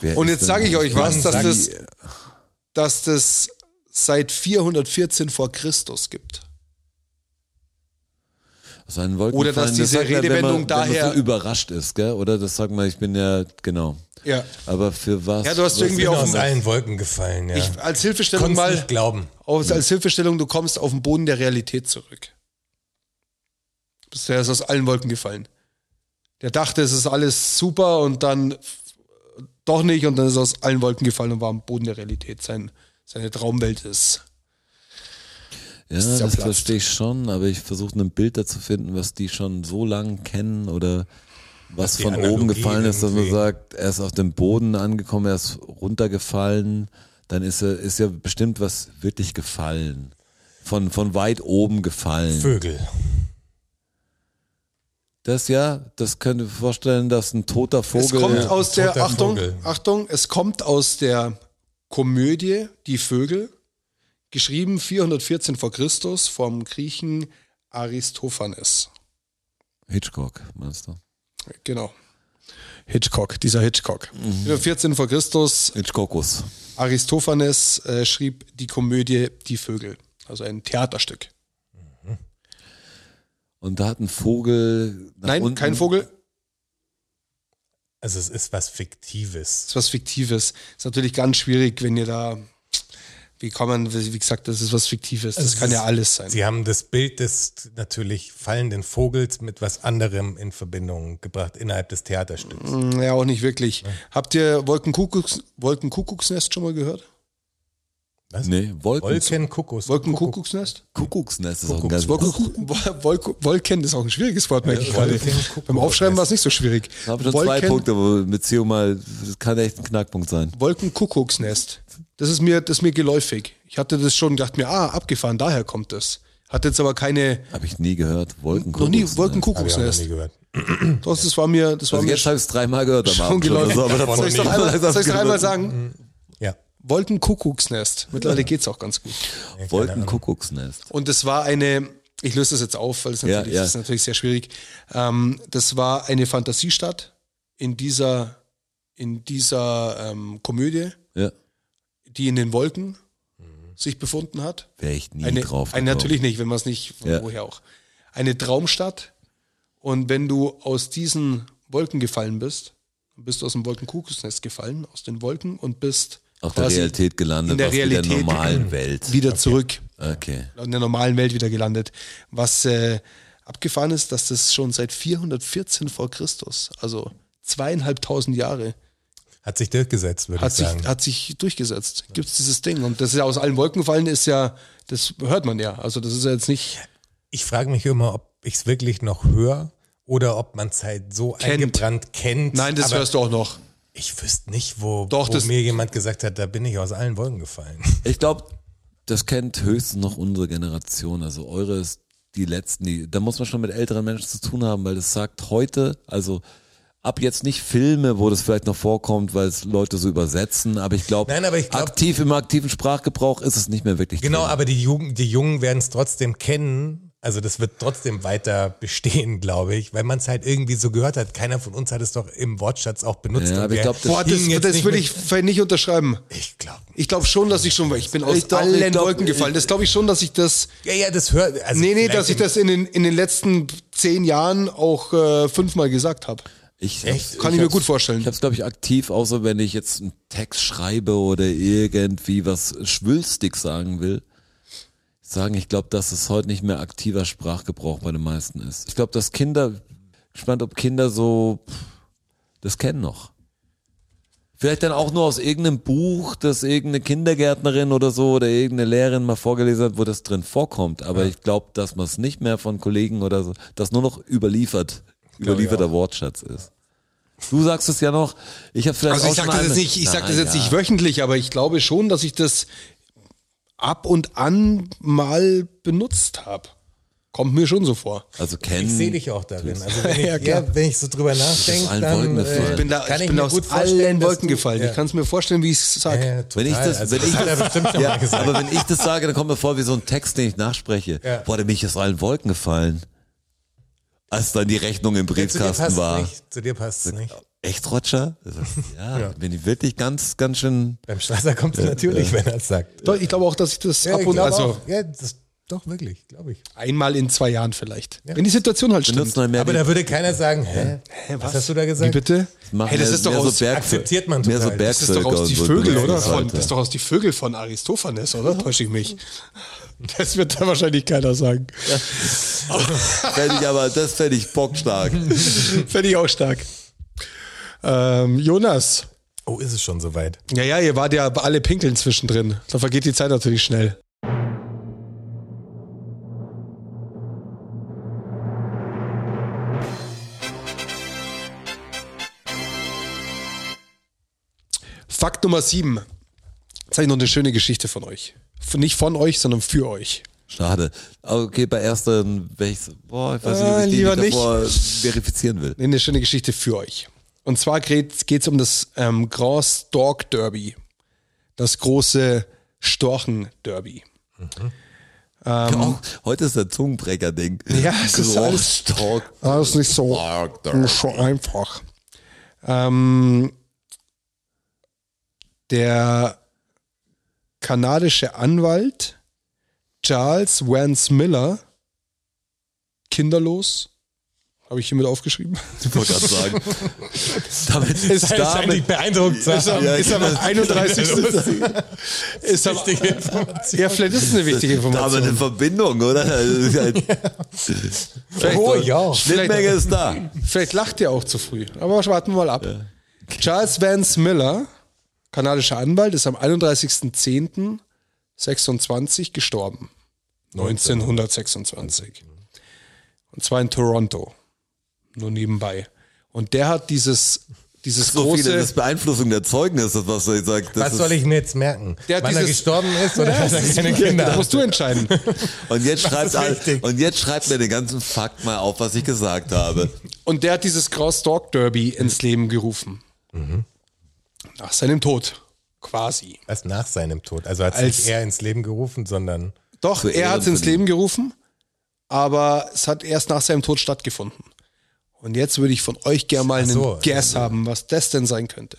[SPEAKER 1] Wer
[SPEAKER 2] Und
[SPEAKER 1] ist
[SPEAKER 2] jetzt
[SPEAKER 1] denn-
[SPEAKER 2] sage ich euch was,
[SPEAKER 3] Mann,
[SPEAKER 2] dass
[SPEAKER 3] sag
[SPEAKER 2] das,
[SPEAKER 3] ich- äh,
[SPEAKER 2] dass das seit 414 vor Christus gibt.
[SPEAKER 1] Aus allen Wolken
[SPEAKER 2] Oder dass
[SPEAKER 1] gefallen.
[SPEAKER 2] diese
[SPEAKER 1] sagt man,
[SPEAKER 2] Redewendung
[SPEAKER 1] wenn man, Wenn
[SPEAKER 2] daher-
[SPEAKER 1] man so überrascht ist, gell? Oder das sagt man, ich bin ja, genau.
[SPEAKER 2] Ja.
[SPEAKER 1] Aber für was?
[SPEAKER 2] Ja, du hast
[SPEAKER 1] was
[SPEAKER 2] irgendwie
[SPEAKER 3] Bin
[SPEAKER 2] auch-
[SPEAKER 3] aus allen Wolken gefallen, ja.
[SPEAKER 2] Ich, als Hilfestellung
[SPEAKER 3] Konnt's
[SPEAKER 2] mal,
[SPEAKER 3] nicht glauben.
[SPEAKER 2] Aus, als Hilfestellung, du kommst auf den Boden der Realität zurück. Bist der ist aus allen Wolken gefallen. Der dachte, es ist alles super und dann f- doch nicht und dann ist er aus allen Wolken gefallen und war am Boden der Realität. Sein, seine Traumwelt ist.
[SPEAKER 1] Ja,
[SPEAKER 2] ist
[SPEAKER 1] das
[SPEAKER 2] zerplatzt.
[SPEAKER 1] verstehe ich schon, aber ich versuche ein Bild dazu finden, was die schon so lange kennen oder was
[SPEAKER 3] die
[SPEAKER 1] von oben
[SPEAKER 3] Analogie
[SPEAKER 1] gefallen ist, dass man
[SPEAKER 3] irgendwie-
[SPEAKER 1] sagt, er ist auf dem Boden angekommen, er ist runtergefallen, dann ist er, ist ja bestimmt was wirklich gefallen. Von, von weit oben gefallen.
[SPEAKER 3] Vögel.
[SPEAKER 1] Das ja, das könnte ich mir vorstellen, dass ein toter Vogel.
[SPEAKER 2] Es kommt
[SPEAKER 1] ja.
[SPEAKER 2] aus der,
[SPEAKER 3] toter
[SPEAKER 2] Achtung,
[SPEAKER 3] Vogel.
[SPEAKER 2] Achtung, es kommt aus der Komödie Die Vögel, geschrieben 414 vor Christus vom Griechen Aristophanes.
[SPEAKER 1] Hitchcock, meinst du?
[SPEAKER 2] Genau. Hitchcock, dieser Hitchcock. 14 vor Christus,
[SPEAKER 1] Hitchcockus.
[SPEAKER 2] Aristophanes äh, schrieb die Komödie Die Vögel, also ein Theaterstück.
[SPEAKER 1] Und da hat ein Vogel. nach
[SPEAKER 2] Nein,
[SPEAKER 1] unten-
[SPEAKER 2] kein Vogel,
[SPEAKER 3] Also es ist was Fiktives.
[SPEAKER 2] ist was Fiktives. Ist natürlich ganz schwierig, wenn ihr da Wie kann man, wie wie gesagt, das ist was Fiktives. Das kann ja alles sein.
[SPEAKER 3] Sie haben das Bild des natürlich fallenden Vogels mit was anderem in Verbindung gebracht innerhalb des Theaterstücks.
[SPEAKER 2] Ja, auch nicht wirklich. Habt ihr Wolkenkuckucks, Wolkenkuckucksnest schon mal gehört?
[SPEAKER 3] Was?
[SPEAKER 1] Nee, Wolken.
[SPEAKER 3] Wolkenkuckus.
[SPEAKER 2] Wolkenkuckucksnest?
[SPEAKER 1] Kuckucksnest ist auch ein ganz
[SPEAKER 2] Wolken, Wolken, Wolken ist auch ein schwieriges Wort, merke ich gerade.
[SPEAKER 3] Wolkenkuckuck-
[SPEAKER 2] Beim Aufschreiben war es nicht so schwierig.
[SPEAKER 1] Ich habe schon zwei
[SPEAKER 2] Wolken-
[SPEAKER 1] Punkte, aber Beziehung mal, das kann echt ein Knackpunkt sein.
[SPEAKER 2] Wolkenkuckucksnest. Das ist mir, das ist mir geläufig. Ich hatte das schon, dachte mir, ah, abgefahren, daher kommt das. Hatte jetzt aber keine,
[SPEAKER 1] Habe ich nie gehört.
[SPEAKER 2] noch nie
[SPEAKER 1] Wolkenkuckucksnest.
[SPEAKER 3] Hab ich auch noch nie
[SPEAKER 1] Ah,
[SPEAKER 2] Wolkenkuckucksnest.
[SPEAKER 3] gehört.
[SPEAKER 2] Das, das war mir, das war
[SPEAKER 1] Also
[SPEAKER 2] mir
[SPEAKER 1] jetzt habe ich es dreimal gehört am
[SPEAKER 2] schon
[SPEAKER 1] Abend. schon,
[SPEAKER 2] geläufig.
[SPEAKER 1] also, aber
[SPEAKER 2] Soll ich es noch einmal, soll ich's noch einmal sagen?
[SPEAKER 3] Ja.
[SPEAKER 2] Wolkenkuckucksnest. Mittlerweile geht's auch ganz gut.
[SPEAKER 1] Wolkenkuckucksnest.
[SPEAKER 2] Und das war eine, ich löse das jetzt auf, weil es
[SPEAKER 1] Ja,
[SPEAKER 2] natürlich,
[SPEAKER 1] ja.
[SPEAKER 2] Das ist natürlich sehr schwierig. Ähm, das war eine Fantasiestadt in dieser, in dieser ähm, Komödie,
[SPEAKER 1] Ja.
[SPEAKER 2] die in den Wolken sich befunden hat.
[SPEAKER 1] Wäre ich nie
[SPEAKER 2] Eine,
[SPEAKER 1] drauf.
[SPEAKER 2] eine
[SPEAKER 1] gekommen.
[SPEAKER 2] natürlich nicht, wenn man es nicht,
[SPEAKER 1] Ja.
[SPEAKER 2] woher auch. Eine Traumstadt. Und wenn du aus diesen Wolken gefallen bist, bist du aus dem Wolkenkuckucksnest gefallen, aus den Wolken und bist
[SPEAKER 1] Auf der
[SPEAKER 2] quasi
[SPEAKER 1] Realität gelandet,
[SPEAKER 2] in der
[SPEAKER 1] aus der
[SPEAKER 2] Realität
[SPEAKER 1] normalen Welt.
[SPEAKER 2] wieder zurück
[SPEAKER 1] Okay.
[SPEAKER 2] in der normalen Welt wieder gelandet. Was äh, abgefahren ist, dass das schon seit 414 vor Christus, also zweieinhalbtausend Jahre,
[SPEAKER 3] Hat sich durchgesetzt, würde
[SPEAKER 2] hat
[SPEAKER 3] ich
[SPEAKER 2] sich,
[SPEAKER 3] sagen.
[SPEAKER 2] hat sich durchgesetzt. Gibt es dieses Ding. Und das ist ja aus allen Wolken gefallen, ist ja, das hört man ja. Also das ist ja jetzt nicht,
[SPEAKER 3] ich frage mich immer, ob ich es wirklich noch höre oder ob man es halt so eingebrannt kennt.
[SPEAKER 2] nein, das
[SPEAKER 3] aber
[SPEAKER 2] hörst du auch noch.
[SPEAKER 3] Ich wüsste nicht, wo,
[SPEAKER 2] Doch,
[SPEAKER 3] wo
[SPEAKER 2] das-
[SPEAKER 3] mir jemand gesagt hat, da bin ich aus allen Wolken gefallen.
[SPEAKER 1] Ich glaube, das kennt höchstens noch unsere Generation. Also eure ist die letzten, die, da muss man schon mit älteren Menschen zu tun haben, weil das sagt heute, also ab jetzt nicht Filme, wo das vielleicht noch vorkommt, weil es Leute so übersetzen, aber ich glaube,
[SPEAKER 3] Nein, aber ich glaub-
[SPEAKER 1] aktiv im aktiven Sprachgebrauch ist es nicht mehr wirklich.
[SPEAKER 3] Genau,
[SPEAKER 1] drin.
[SPEAKER 3] aber die, Jugend, die Jungen werden es trotzdem kennen. Also das wird trotzdem weiter bestehen, glaube ich, weil man es halt irgendwie so gehört hat. Keiner von uns hat es doch im Wortschatz auch benutzt.
[SPEAKER 1] Ja,
[SPEAKER 3] und
[SPEAKER 1] aber ich
[SPEAKER 3] wir
[SPEAKER 1] glaub, das-
[SPEAKER 2] Boah, das,
[SPEAKER 3] hingen jetzt
[SPEAKER 2] das
[SPEAKER 3] nicht
[SPEAKER 2] würde
[SPEAKER 3] mit-
[SPEAKER 2] ich vielleicht nicht unterschreiben.
[SPEAKER 3] Ich glaube.
[SPEAKER 2] Ich glaube schon, dass ich schon, weil ich bin aus
[SPEAKER 1] Ich glaub, ich
[SPEAKER 2] allen
[SPEAKER 1] glaub,
[SPEAKER 2] Wolken gefallen. Das glaube ich schon, dass ich das,
[SPEAKER 3] Ja, ja, das hört. Also
[SPEAKER 2] nee, nee,
[SPEAKER 3] vielleicht
[SPEAKER 2] dass ich
[SPEAKER 3] im-
[SPEAKER 2] das in den, in den letzten zehn Jahren auch äh, fünfmal gesagt habe.
[SPEAKER 1] ich
[SPEAKER 3] Echt?
[SPEAKER 2] Kann ich, mir
[SPEAKER 1] hab's-
[SPEAKER 2] gut vorstellen.
[SPEAKER 1] Ich habe es, glaube ich, aktiv, außer wenn ich jetzt einen Text schreibe oder irgendwie was schwülstig sagen will. Sagen, ich glaube, dass es heute nicht mehr aktiver Sprachgebrauch bei den meisten ist. Ich glaube, dass Kinder, gespannt, ob Kinder so pff, das kennen noch. Vielleicht dann auch nur aus irgendeinem Buch, das irgendeine Kindergärtnerin oder so oder irgendeine Lehrerin mal vorgelesen hat, wo das drin vorkommt. Aber ich glaube, dass man es nicht mehr von Kollegen oder so, dass nur noch überliefert, überlieferter Wortschatz ist. Du sagst es ja noch. Ich habe vielleicht
[SPEAKER 2] Also ich
[SPEAKER 1] auch
[SPEAKER 2] sag
[SPEAKER 1] schon
[SPEAKER 2] das jetzt
[SPEAKER 1] einmal-
[SPEAKER 2] nicht, ich sag
[SPEAKER 1] Na
[SPEAKER 2] das jetzt
[SPEAKER 1] ja.
[SPEAKER 2] nicht wöchentlich, aber ich glaube schon, dass ich das ab und an mal benutzt habe. Kommt mir schon so vor.
[SPEAKER 1] Also kennen.
[SPEAKER 3] Ich sehe dich auch darin. Also wenn ich, ja,
[SPEAKER 2] klar.
[SPEAKER 3] wenn ich so drüber nachdenke,
[SPEAKER 1] allen Wolken
[SPEAKER 3] dann äh,
[SPEAKER 1] gefallen.
[SPEAKER 2] Ich bin da,
[SPEAKER 3] kann
[SPEAKER 2] ich bin
[SPEAKER 3] mir
[SPEAKER 2] aus
[SPEAKER 3] gut vorstellen,
[SPEAKER 2] allen
[SPEAKER 3] dass
[SPEAKER 2] Wolken
[SPEAKER 3] du-
[SPEAKER 2] gefallen.
[SPEAKER 3] Ja.
[SPEAKER 2] Ich kann es mir vorstellen, wie ich es sage.
[SPEAKER 3] Ja, total.
[SPEAKER 1] Wenn ich das-
[SPEAKER 3] also,
[SPEAKER 1] wenn ich
[SPEAKER 3] das hat er
[SPEAKER 1] das-
[SPEAKER 3] bestimmt schon mal gesagt.
[SPEAKER 1] Aber wenn ich das sage, dann kommt mir vor wie so ein Text, den ich nachspreche.
[SPEAKER 3] Ja.
[SPEAKER 1] Boah, der mich aus allen Wolken gefallen. Als dann die Rechnung im
[SPEAKER 3] zu dir
[SPEAKER 1] Briefkasten
[SPEAKER 3] passt
[SPEAKER 1] war.
[SPEAKER 3] nicht. Zu dir passt es nicht.
[SPEAKER 1] Echt, Roger? Ich sag, Ja, bin ich wirklich ganz, ganz schön.
[SPEAKER 3] Beim Strasser kommt es natürlich, wenn er es sagt.
[SPEAKER 2] Doch, ich glaube auch, dass ich das ab
[SPEAKER 3] ich
[SPEAKER 2] und
[SPEAKER 3] glaub
[SPEAKER 2] also
[SPEAKER 3] auch. ja, das, doch wirklich, glaube ich.
[SPEAKER 2] einmal in zwei Jahren vielleicht. Wenn die Situation halt stimmt.
[SPEAKER 1] Benutzt noch mehr
[SPEAKER 3] Aber
[SPEAKER 1] die-
[SPEAKER 3] da würde keiner sagen, hä, was? hast du da
[SPEAKER 2] Wie
[SPEAKER 3] gesagt?
[SPEAKER 2] bitte?
[SPEAKER 1] machen
[SPEAKER 2] Hey, das
[SPEAKER 1] mehr-
[SPEAKER 2] ist doch
[SPEAKER 1] mehr
[SPEAKER 2] aus,
[SPEAKER 1] so Bergvö-
[SPEAKER 3] akzeptiert man
[SPEAKER 1] mehr so
[SPEAKER 3] total. Das
[SPEAKER 2] das ist doch
[SPEAKER 1] Bergvölker
[SPEAKER 2] aus die
[SPEAKER 1] und so halt,
[SPEAKER 2] Vögel, oder?
[SPEAKER 1] benutzen
[SPEAKER 2] Von,
[SPEAKER 1] Leute.
[SPEAKER 2] das ist doch aus die Vögel von Aristophanes, oder? Täusche ich mich. Das wird da wahrscheinlich keiner sagen.
[SPEAKER 1] Fänd ich aber, das fände ich bockstark.
[SPEAKER 2] Fände ich auch stark. Ähm, Jonas.
[SPEAKER 3] Oh, ist es schon soweit.
[SPEAKER 2] Ja, ja, ihr wart ja alle pinkeln zwischendrin. Da vergeht die Zeit natürlich schnell. Fakt Nummer 7. Jetzt habe ich noch eine schöne Geschichte von euch. F- Nicht von euch, sondern für euch.
[SPEAKER 1] Schade. Aber Okay, bei ersten, welches, boah, ich weiß nicht, ob
[SPEAKER 2] Äh,
[SPEAKER 1] ich
[SPEAKER 2] lieber
[SPEAKER 1] die
[SPEAKER 2] nicht.
[SPEAKER 1] nicht davor verifizieren will.
[SPEAKER 2] Nee, eine schöne Geschichte für euch. Und zwar geht es um das ähm, Grand Stork Derby. Das große Storchen Derby.
[SPEAKER 1] Auch, heute ist der Zungenbrecher-Ding.
[SPEAKER 2] Ja, es ist alles-
[SPEAKER 1] Großstalk.
[SPEAKER 2] Das Ah, ist nicht so,
[SPEAKER 1] Stark
[SPEAKER 2] das ist so einfach. Ähm, der kanadische Anwalt Charles Vance Miller, kinderlos, Habe ich hiermit aufgeschrieben.
[SPEAKER 1] Ich wollte gerade sagen. Damit
[SPEAKER 2] Ist
[SPEAKER 3] Das ist
[SPEAKER 2] damit.
[SPEAKER 3] eigentlich beeindruckend.
[SPEAKER 2] Ist am,
[SPEAKER 1] Ja,
[SPEAKER 2] ist am
[SPEAKER 1] genau.
[SPEAKER 2] 31. ist am, ja, vielleicht ist es eine wichtige
[SPEAKER 1] damit in
[SPEAKER 2] Information.
[SPEAKER 1] Verbindung, oder? Also, es ist halt-
[SPEAKER 3] Oh ja.
[SPEAKER 1] Schnittmenge ist da.
[SPEAKER 2] Vielleicht lacht ihr auch zu früh. Aber warten wir mal ab. Charles Vance Miller, kanadischer Anwalt, ist am 31.10.26 gestorben. 1926. Und zwar in Toronto. Nur nebenbei. Und der hat dieses, dieses
[SPEAKER 1] So
[SPEAKER 2] große.
[SPEAKER 1] viele, das ist Beeinflussung der Zeugnis, was ich sage.
[SPEAKER 3] Was soll ich mir jetzt merken?
[SPEAKER 2] Der hat
[SPEAKER 3] Wann er
[SPEAKER 2] dieses-
[SPEAKER 3] gestorben ist oder dass er keine Kinder
[SPEAKER 2] da
[SPEAKER 3] hat?
[SPEAKER 2] musst du entscheiden.
[SPEAKER 1] Und jetzt,
[SPEAKER 3] ist
[SPEAKER 1] schreibt, all-
[SPEAKER 3] richtig.
[SPEAKER 1] und jetzt schreibt mir den ganzen Fakt mal auf, was ich gesagt habe.
[SPEAKER 2] Und der hat dieses Grouse Dog Derby ins Leben gerufen. Nach seinem Tod. Quasi.
[SPEAKER 3] Was nach seinem Tod? Also hat
[SPEAKER 2] Als-
[SPEAKER 3] nicht er ins Leben gerufen, sondern
[SPEAKER 2] Doch,
[SPEAKER 1] Zur
[SPEAKER 2] er hat es ins
[SPEAKER 1] Ehrenverdienung.
[SPEAKER 2] Leben gerufen, aber es hat erst nach seinem Tod stattgefunden. Und jetzt würde ich von euch gerne mal einen
[SPEAKER 3] so,
[SPEAKER 2] Guess haben, was das denn sein könnte.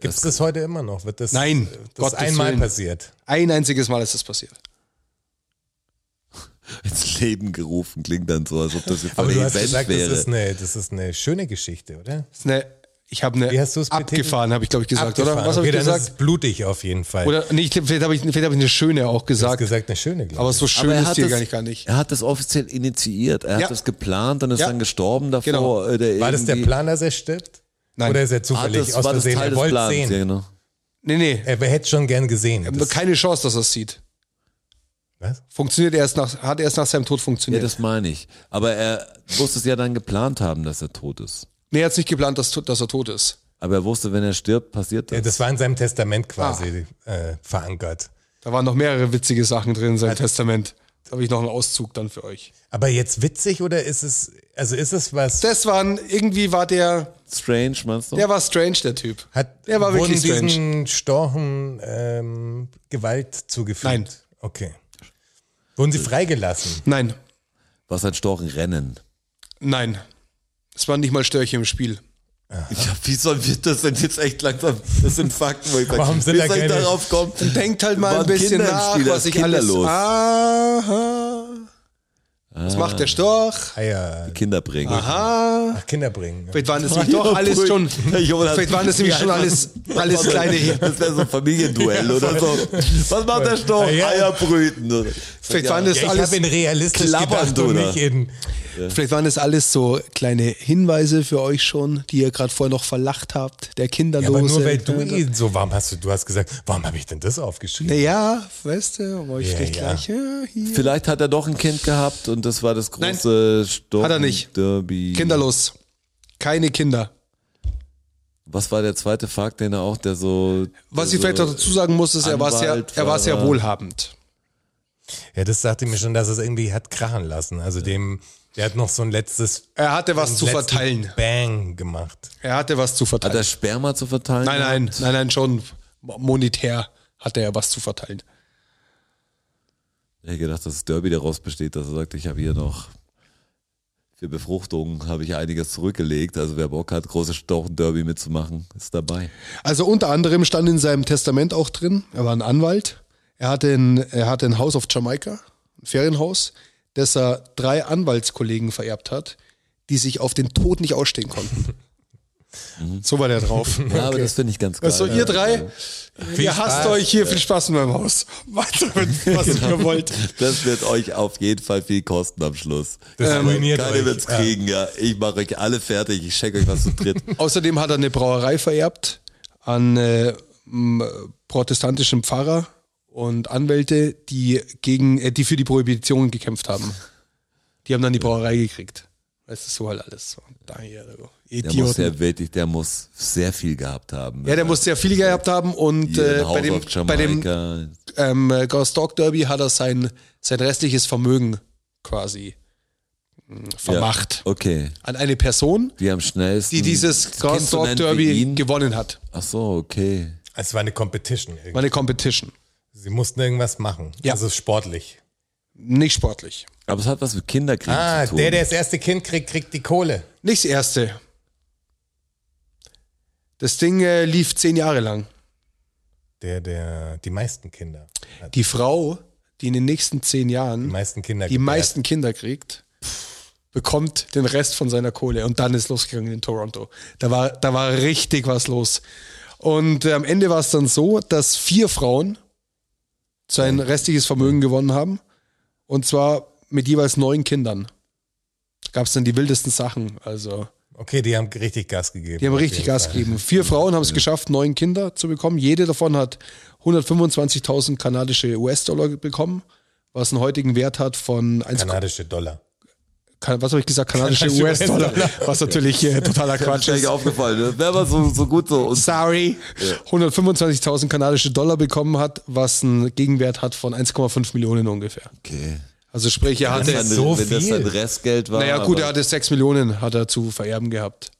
[SPEAKER 3] gibt es das heute immer noch? Wird das, äh,
[SPEAKER 2] Nein,
[SPEAKER 3] das
[SPEAKER 2] Gottes
[SPEAKER 3] einmal
[SPEAKER 2] Willen.
[SPEAKER 3] passiert?
[SPEAKER 2] Ein einziges Mal ist das passiert.
[SPEAKER 1] Ins Leben gerufen klingt dann so, als ob das jetzt
[SPEAKER 3] Aber
[SPEAKER 1] ein
[SPEAKER 3] du hast
[SPEAKER 1] Event
[SPEAKER 3] gesagt, das
[SPEAKER 1] wäre.
[SPEAKER 3] ist, eine, das ist eine schöne Geschichte, oder?
[SPEAKER 2] Das ist eine, ich habe eine
[SPEAKER 3] Wie hast du's betitelt?
[SPEAKER 2] abgefahren, habe ich glaube ich gesagt, oder? Was habe
[SPEAKER 3] okay,
[SPEAKER 2] ich
[SPEAKER 3] dann
[SPEAKER 2] gesagt?
[SPEAKER 3] ist es blutig auf jeden Fall.
[SPEAKER 2] Oder nee, ich, glaub, vielleicht habe ich, vielleicht hab ich eine schöne auch
[SPEAKER 3] du hast
[SPEAKER 2] gesagt,
[SPEAKER 3] gesagt, eine schöne, glaube
[SPEAKER 2] aber so schön
[SPEAKER 1] er
[SPEAKER 2] ist
[SPEAKER 1] hat
[SPEAKER 2] die
[SPEAKER 1] das-
[SPEAKER 2] gar nicht gar nicht.
[SPEAKER 1] Er hat das offiziell initiiert. Er
[SPEAKER 2] Ja.
[SPEAKER 1] hat das geplant und ist
[SPEAKER 2] Ja.
[SPEAKER 1] dann gestorben davor.
[SPEAKER 2] Genau.
[SPEAKER 1] Oder
[SPEAKER 3] ich. War das der
[SPEAKER 1] irgendwie-
[SPEAKER 3] Plan, dass er stirbt?
[SPEAKER 2] Nein. Ah,
[SPEAKER 3] Oder ist er
[SPEAKER 1] Hat
[SPEAKER 3] zufällig
[SPEAKER 1] das,
[SPEAKER 3] aus
[SPEAKER 1] war das
[SPEAKER 3] Versehen?
[SPEAKER 1] Teil
[SPEAKER 3] Er
[SPEAKER 1] des
[SPEAKER 3] wollte
[SPEAKER 1] Plans?
[SPEAKER 3] sehen.
[SPEAKER 1] Ja, genau.
[SPEAKER 2] Nee, nee,
[SPEAKER 3] Er hätte es schon gern gesehen.
[SPEAKER 2] aber
[SPEAKER 3] Das-
[SPEAKER 2] keine Chance, dass er es sieht.
[SPEAKER 3] was?
[SPEAKER 2] Funktioniert erst nach hat erst nach seinem Tod
[SPEAKER 1] ja,
[SPEAKER 2] funktioniert.
[SPEAKER 1] das meine ich. Aber er musste es ja dann geplant haben, dass er tot ist.
[SPEAKER 2] nee, er hat nicht geplant, dass, dass er tot ist.
[SPEAKER 1] Aber er wusste, wenn er stirbt, passiert das.
[SPEAKER 3] Ja, das war in seinem Testament quasi
[SPEAKER 2] Ah.
[SPEAKER 3] äh, verankert.
[SPEAKER 2] Da waren noch mehrere witzige Sachen drin in seinem
[SPEAKER 3] Hat-
[SPEAKER 2] Testament. Da habe ich noch einen Auszug dann für euch.
[SPEAKER 3] Aber jetzt witzig oder ist es, also ist es was,
[SPEAKER 2] Das waren, irgendwie war der,
[SPEAKER 1] Strange, meinst du?
[SPEAKER 2] der war strange, der Typ.
[SPEAKER 3] hat
[SPEAKER 2] Der war
[SPEAKER 3] wurden
[SPEAKER 2] wirklich strange.
[SPEAKER 3] diesen Storchen ähm, Gewalt zugefügt?
[SPEAKER 2] Nein.
[SPEAKER 3] Okay. Wurden sie freigelassen?
[SPEAKER 2] Nein,
[SPEAKER 1] Was ein Storchenrennen.
[SPEAKER 2] nein. Es waren nicht mal Störche im Spiel.
[SPEAKER 1] Ja, wie sollen wir das denn jetzt echt langsam? Das sind Fakten, wo ich sag,
[SPEAKER 3] Warum sind
[SPEAKER 1] wie
[SPEAKER 3] da
[SPEAKER 1] soll ich
[SPEAKER 3] keine-
[SPEAKER 1] darauf kommen?
[SPEAKER 2] Denkt halt mal
[SPEAKER 1] Waren
[SPEAKER 2] ein bisschen
[SPEAKER 1] Kinder im
[SPEAKER 2] nach,
[SPEAKER 1] Spiel, da
[SPEAKER 2] was
[SPEAKER 1] ist
[SPEAKER 2] ich alles...
[SPEAKER 1] kinderlos.
[SPEAKER 2] Aha. Was macht der Storch?
[SPEAKER 3] Eier,
[SPEAKER 1] Kinder bringen.
[SPEAKER 2] Aha.
[SPEAKER 3] Ah nach Kinder bringen.
[SPEAKER 2] Vielleicht waren es nämlich doch alles schon... Vielleicht waren es nämlich schon alles, alles kleine...
[SPEAKER 1] Das wäre so ein Familienduell oder so. Was macht der Storch?
[SPEAKER 3] Ah, ja.
[SPEAKER 1] Eier brüten.
[SPEAKER 2] Vielleicht waren es
[SPEAKER 3] Ja, ich
[SPEAKER 2] alles,
[SPEAKER 3] habe in realistisch
[SPEAKER 1] klappern,
[SPEAKER 3] gedacht und
[SPEAKER 1] oder?
[SPEAKER 3] nicht in,
[SPEAKER 2] vielleicht waren es alles so kleine Hinweise für euch schon, die ihr gerade vorher noch verlacht habt. Der
[SPEAKER 3] ja, aber
[SPEAKER 2] Kinderlose.
[SPEAKER 3] nur weil du ihn so warm hast, du- du hast gesagt, warum habe ich denn das aufgeschrieben?
[SPEAKER 2] Naja, weißt du, wo ich
[SPEAKER 3] Ja,
[SPEAKER 2] dich
[SPEAKER 3] ja.
[SPEAKER 2] gleich ja, hier.
[SPEAKER 1] Vielleicht hat er doch ein Kind gehabt und das war das
[SPEAKER 2] Nein.
[SPEAKER 1] große Storch.
[SPEAKER 2] Hat er nicht.
[SPEAKER 1] Derby.
[SPEAKER 2] Kinderlos. Keine Kinder.
[SPEAKER 1] Was war der zweite Fakt, den er auch, der so.
[SPEAKER 2] Was
[SPEAKER 1] der
[SPEAKER 2] ich vielleicht
[SPEAKER 1] so,
[SPEAKER 2] noch dazu sagen muss, ist, er war sehr,
[SPEAKER 1] Also Anwalt
[SPEAKER 2] er war sehr
[SPEAKER 1] war er.
[SPEAKER 2] wohlhabend.
[SPEAKER 3] Ja, das sagte mir schon, dass es irgendwie hat krachen lassen. Also dem, der hat noch so ein letztes
[SPEAKER 2] Er hatte was
[SPEAKER 3] einen
[SPEAKER 2] zu
[SPEAKER 3] letzten
[SPEAKER 2] verteilen.
[SPEAKER 3] Bang gemacht.
[SPEAKER 2] Er hatte was zu
[SPEAKER 1] Hat er
[SPEAKER 2] verteilen.
[SPEAKER 1] Sperma zu verteilen?
[SPEAKER 2] Nein, nein, nein, nein, schon monetär hatte er was zu verteilen.
[SPEAKER 1] Ich hätte gedacht, dass das Derby daraus besteht, dass er sagt, ich habe hier noch für Befruchtung habe ich einiges zurückgelegt. Also wer Bock hat, großes Storchen-Derby mitzumachen, ist dabei.
[SPEAKER 2] Also unter anderem stand in seinem Testament auch drin, er war ein Anwalt, er hatte ein, er hatte ein Haus auf Jamaika, ein Ferienhaus, das er drei Anwaltskollegen vererbt hat, die sich auf den Tod nicht ausstehen konnten. So war der drauf.
[SPEAKER 1] Ja, aber das finde ich ganz geil.
[SPEAKER 2] Also ihr drei, ihr hasst
[SPEAKER 3] Spaß.
[SPEAKER 2] euch hier, viel Spaß in meinem Haus. Weiter mit, was
[SPEAKER 1] Genau.
[SPEAKER 2] ihr wollt.
[SPEAKER 1] Das wird euch auf jeden Fall viel kosten am Schluss.
[SPEAKER 3] Das ruiniert
[SPEAKER 1] Keine
[SPEAKER 3] euch.
[SPEAKER 1] wird's
[SPEAKER 3] Ja.
[SPEAKER 1] kriegen, ja. Ich mache euch alle fertig, ich schenke euch was zu dritt.
[SPEAKER 2] Außerdem hat er eine Brauerei vererbt an äh, m, protestantischen Pfarrer und Anwälte, die gegen, äh, die für die Prohibition gekämpft haben. Die haben dann die Brauerei gekriegt. Das ist so halt alles. So. Daher, so.
[SPEAKER 1] Der muss
[SPEAKER 2] Idioten.
[SPEAKER 1] ja wirklich, der muss sehr viel gehabt haben.
[SPEAKER 2] Ja, der muss sehr viel gehabt haben und
[SPEAKER 1] Hier
[SPEAKER 2] äh,
[SPEAKER 1] ein Haus
[SPEAKER 2] bei dem,
[SPEAKER 1] auf Jamaika.
[SPEAKER 2] bei dem ähm, äh, Ghost Dog Derby hat er sein, sein restliches Vermögen quasi mh, vermacht.
[SPEAKER 1] okay.
[SPEAKER 2] An eine Person,
[SPEAKER 1] Die am schnellsten.
[SPEAKER 2] die dieses
[SPEAKER 1] Hm, das Kind
[SPEAKER 2] Ghost
[SPEAKER 1] so
[SPEAKER 2] Dog
[SPEAKER 1] nennt wie
[SPEAKER 2] Derby
[SPEAKER 1] ihn.
[SPEAKER 2] gewonnen hat.
[SPEAKER 1] Ach so, okay.
[SPEAKER 3] Es war eine Competition. irgendwie.
[SPEAKER 2] War eine Competition.
[SPEAKER 3] Sie mussten irgendwas machen.
[SPEAKER 2] Ja.
[SPEAKER 3] Also sportlich.
[SPEAKER 2] Nicht sportlich.
[SPEAKER 1] Aber es hat was mit Kinderkriegen
[SPEAKER 3] Ah,
[SPEAKER 1] zu tun.
[SPEAKER 3] der, der das erste Kind kriegt, kriegt die Kohle.
[SPEAKER 2] Nicht das erste. Das Ding äh, lief zehn Jahre lang.
[SPEAKER 3] Der, der, die meisten Kinder. Hat.
[SPEAKER 2] Die Frau, die in den nächsten zehn
[SPEAKER 3] Die
[SPEAKER 2] Jahren
[SPEAKER 3] meisten Kinder.
[SPEAKER 2] die meisten Kinder kriegt, bekommt den Rest von seiner Kohle. Und dann ist losgegangen in Toronto. Da war, da war richtig was los. Und äh, am Ende war es dann so, dass vier Frauen sein restliches Vermögen gewonnen haben. Und zwar mit jeweils neun Kindern. Gab es dann die wildesten Sachen. Also,
[SPEAKER 3] Okay, die haben richtig Gas gegeben.
[SPEAKER 2] die haben
[SPEAKER 3] auf
[SPEAKER 2] richtig
[SPEAKER 3] jeden
[SPEAKER 2] Gas
[SPEAKER 3] Fall.
[SPEAKER 2] gegeben. Vier Frauen haben es geschafft, neun Kinder zu bekommen. Jede davon hat 125.000 kanadische US-Dollar bekommen, was einen heutigen Wert hat von 1,
[SPEAKER 3] Kanadische Dollar.
[SPEAKER 2] kan was habe ich gesagt, kanadische
[SPEAKER 3] Kanadische
[SPEAKER 2] US-Dollar, was natürlich äh, totaler Quatsch
[SPEAKER 1] Schnell
[SPEAKER 2] ist.
[SPEAKER 1] aufgefallen. Das wäre aber so, so gut so. Und
[SPEAKER 2] Sorry. 125.000 kanadische Dollar bekommen hat, was einen Gegenwert hat von 1,5 Millionen ungefähr.
[SPEAKER 1] okay.
[SPEAKER 2] Also sprich, er
[SPEAKER 1] Wenn
[SPEAKER 2] hatte,
[SPEAKER 1] das
[SPEAKER 3] so
[SPEAKER 1] wenn das
[SPEAKER 3] viel.
[SPEAKER 1] sein Restgeld war.
[SPEAKER 2] naja gut,
[SPEAKER 1] aber-
[SPEAKER 2] er hatte 6 Millionen, hat er zu vererben gehabt.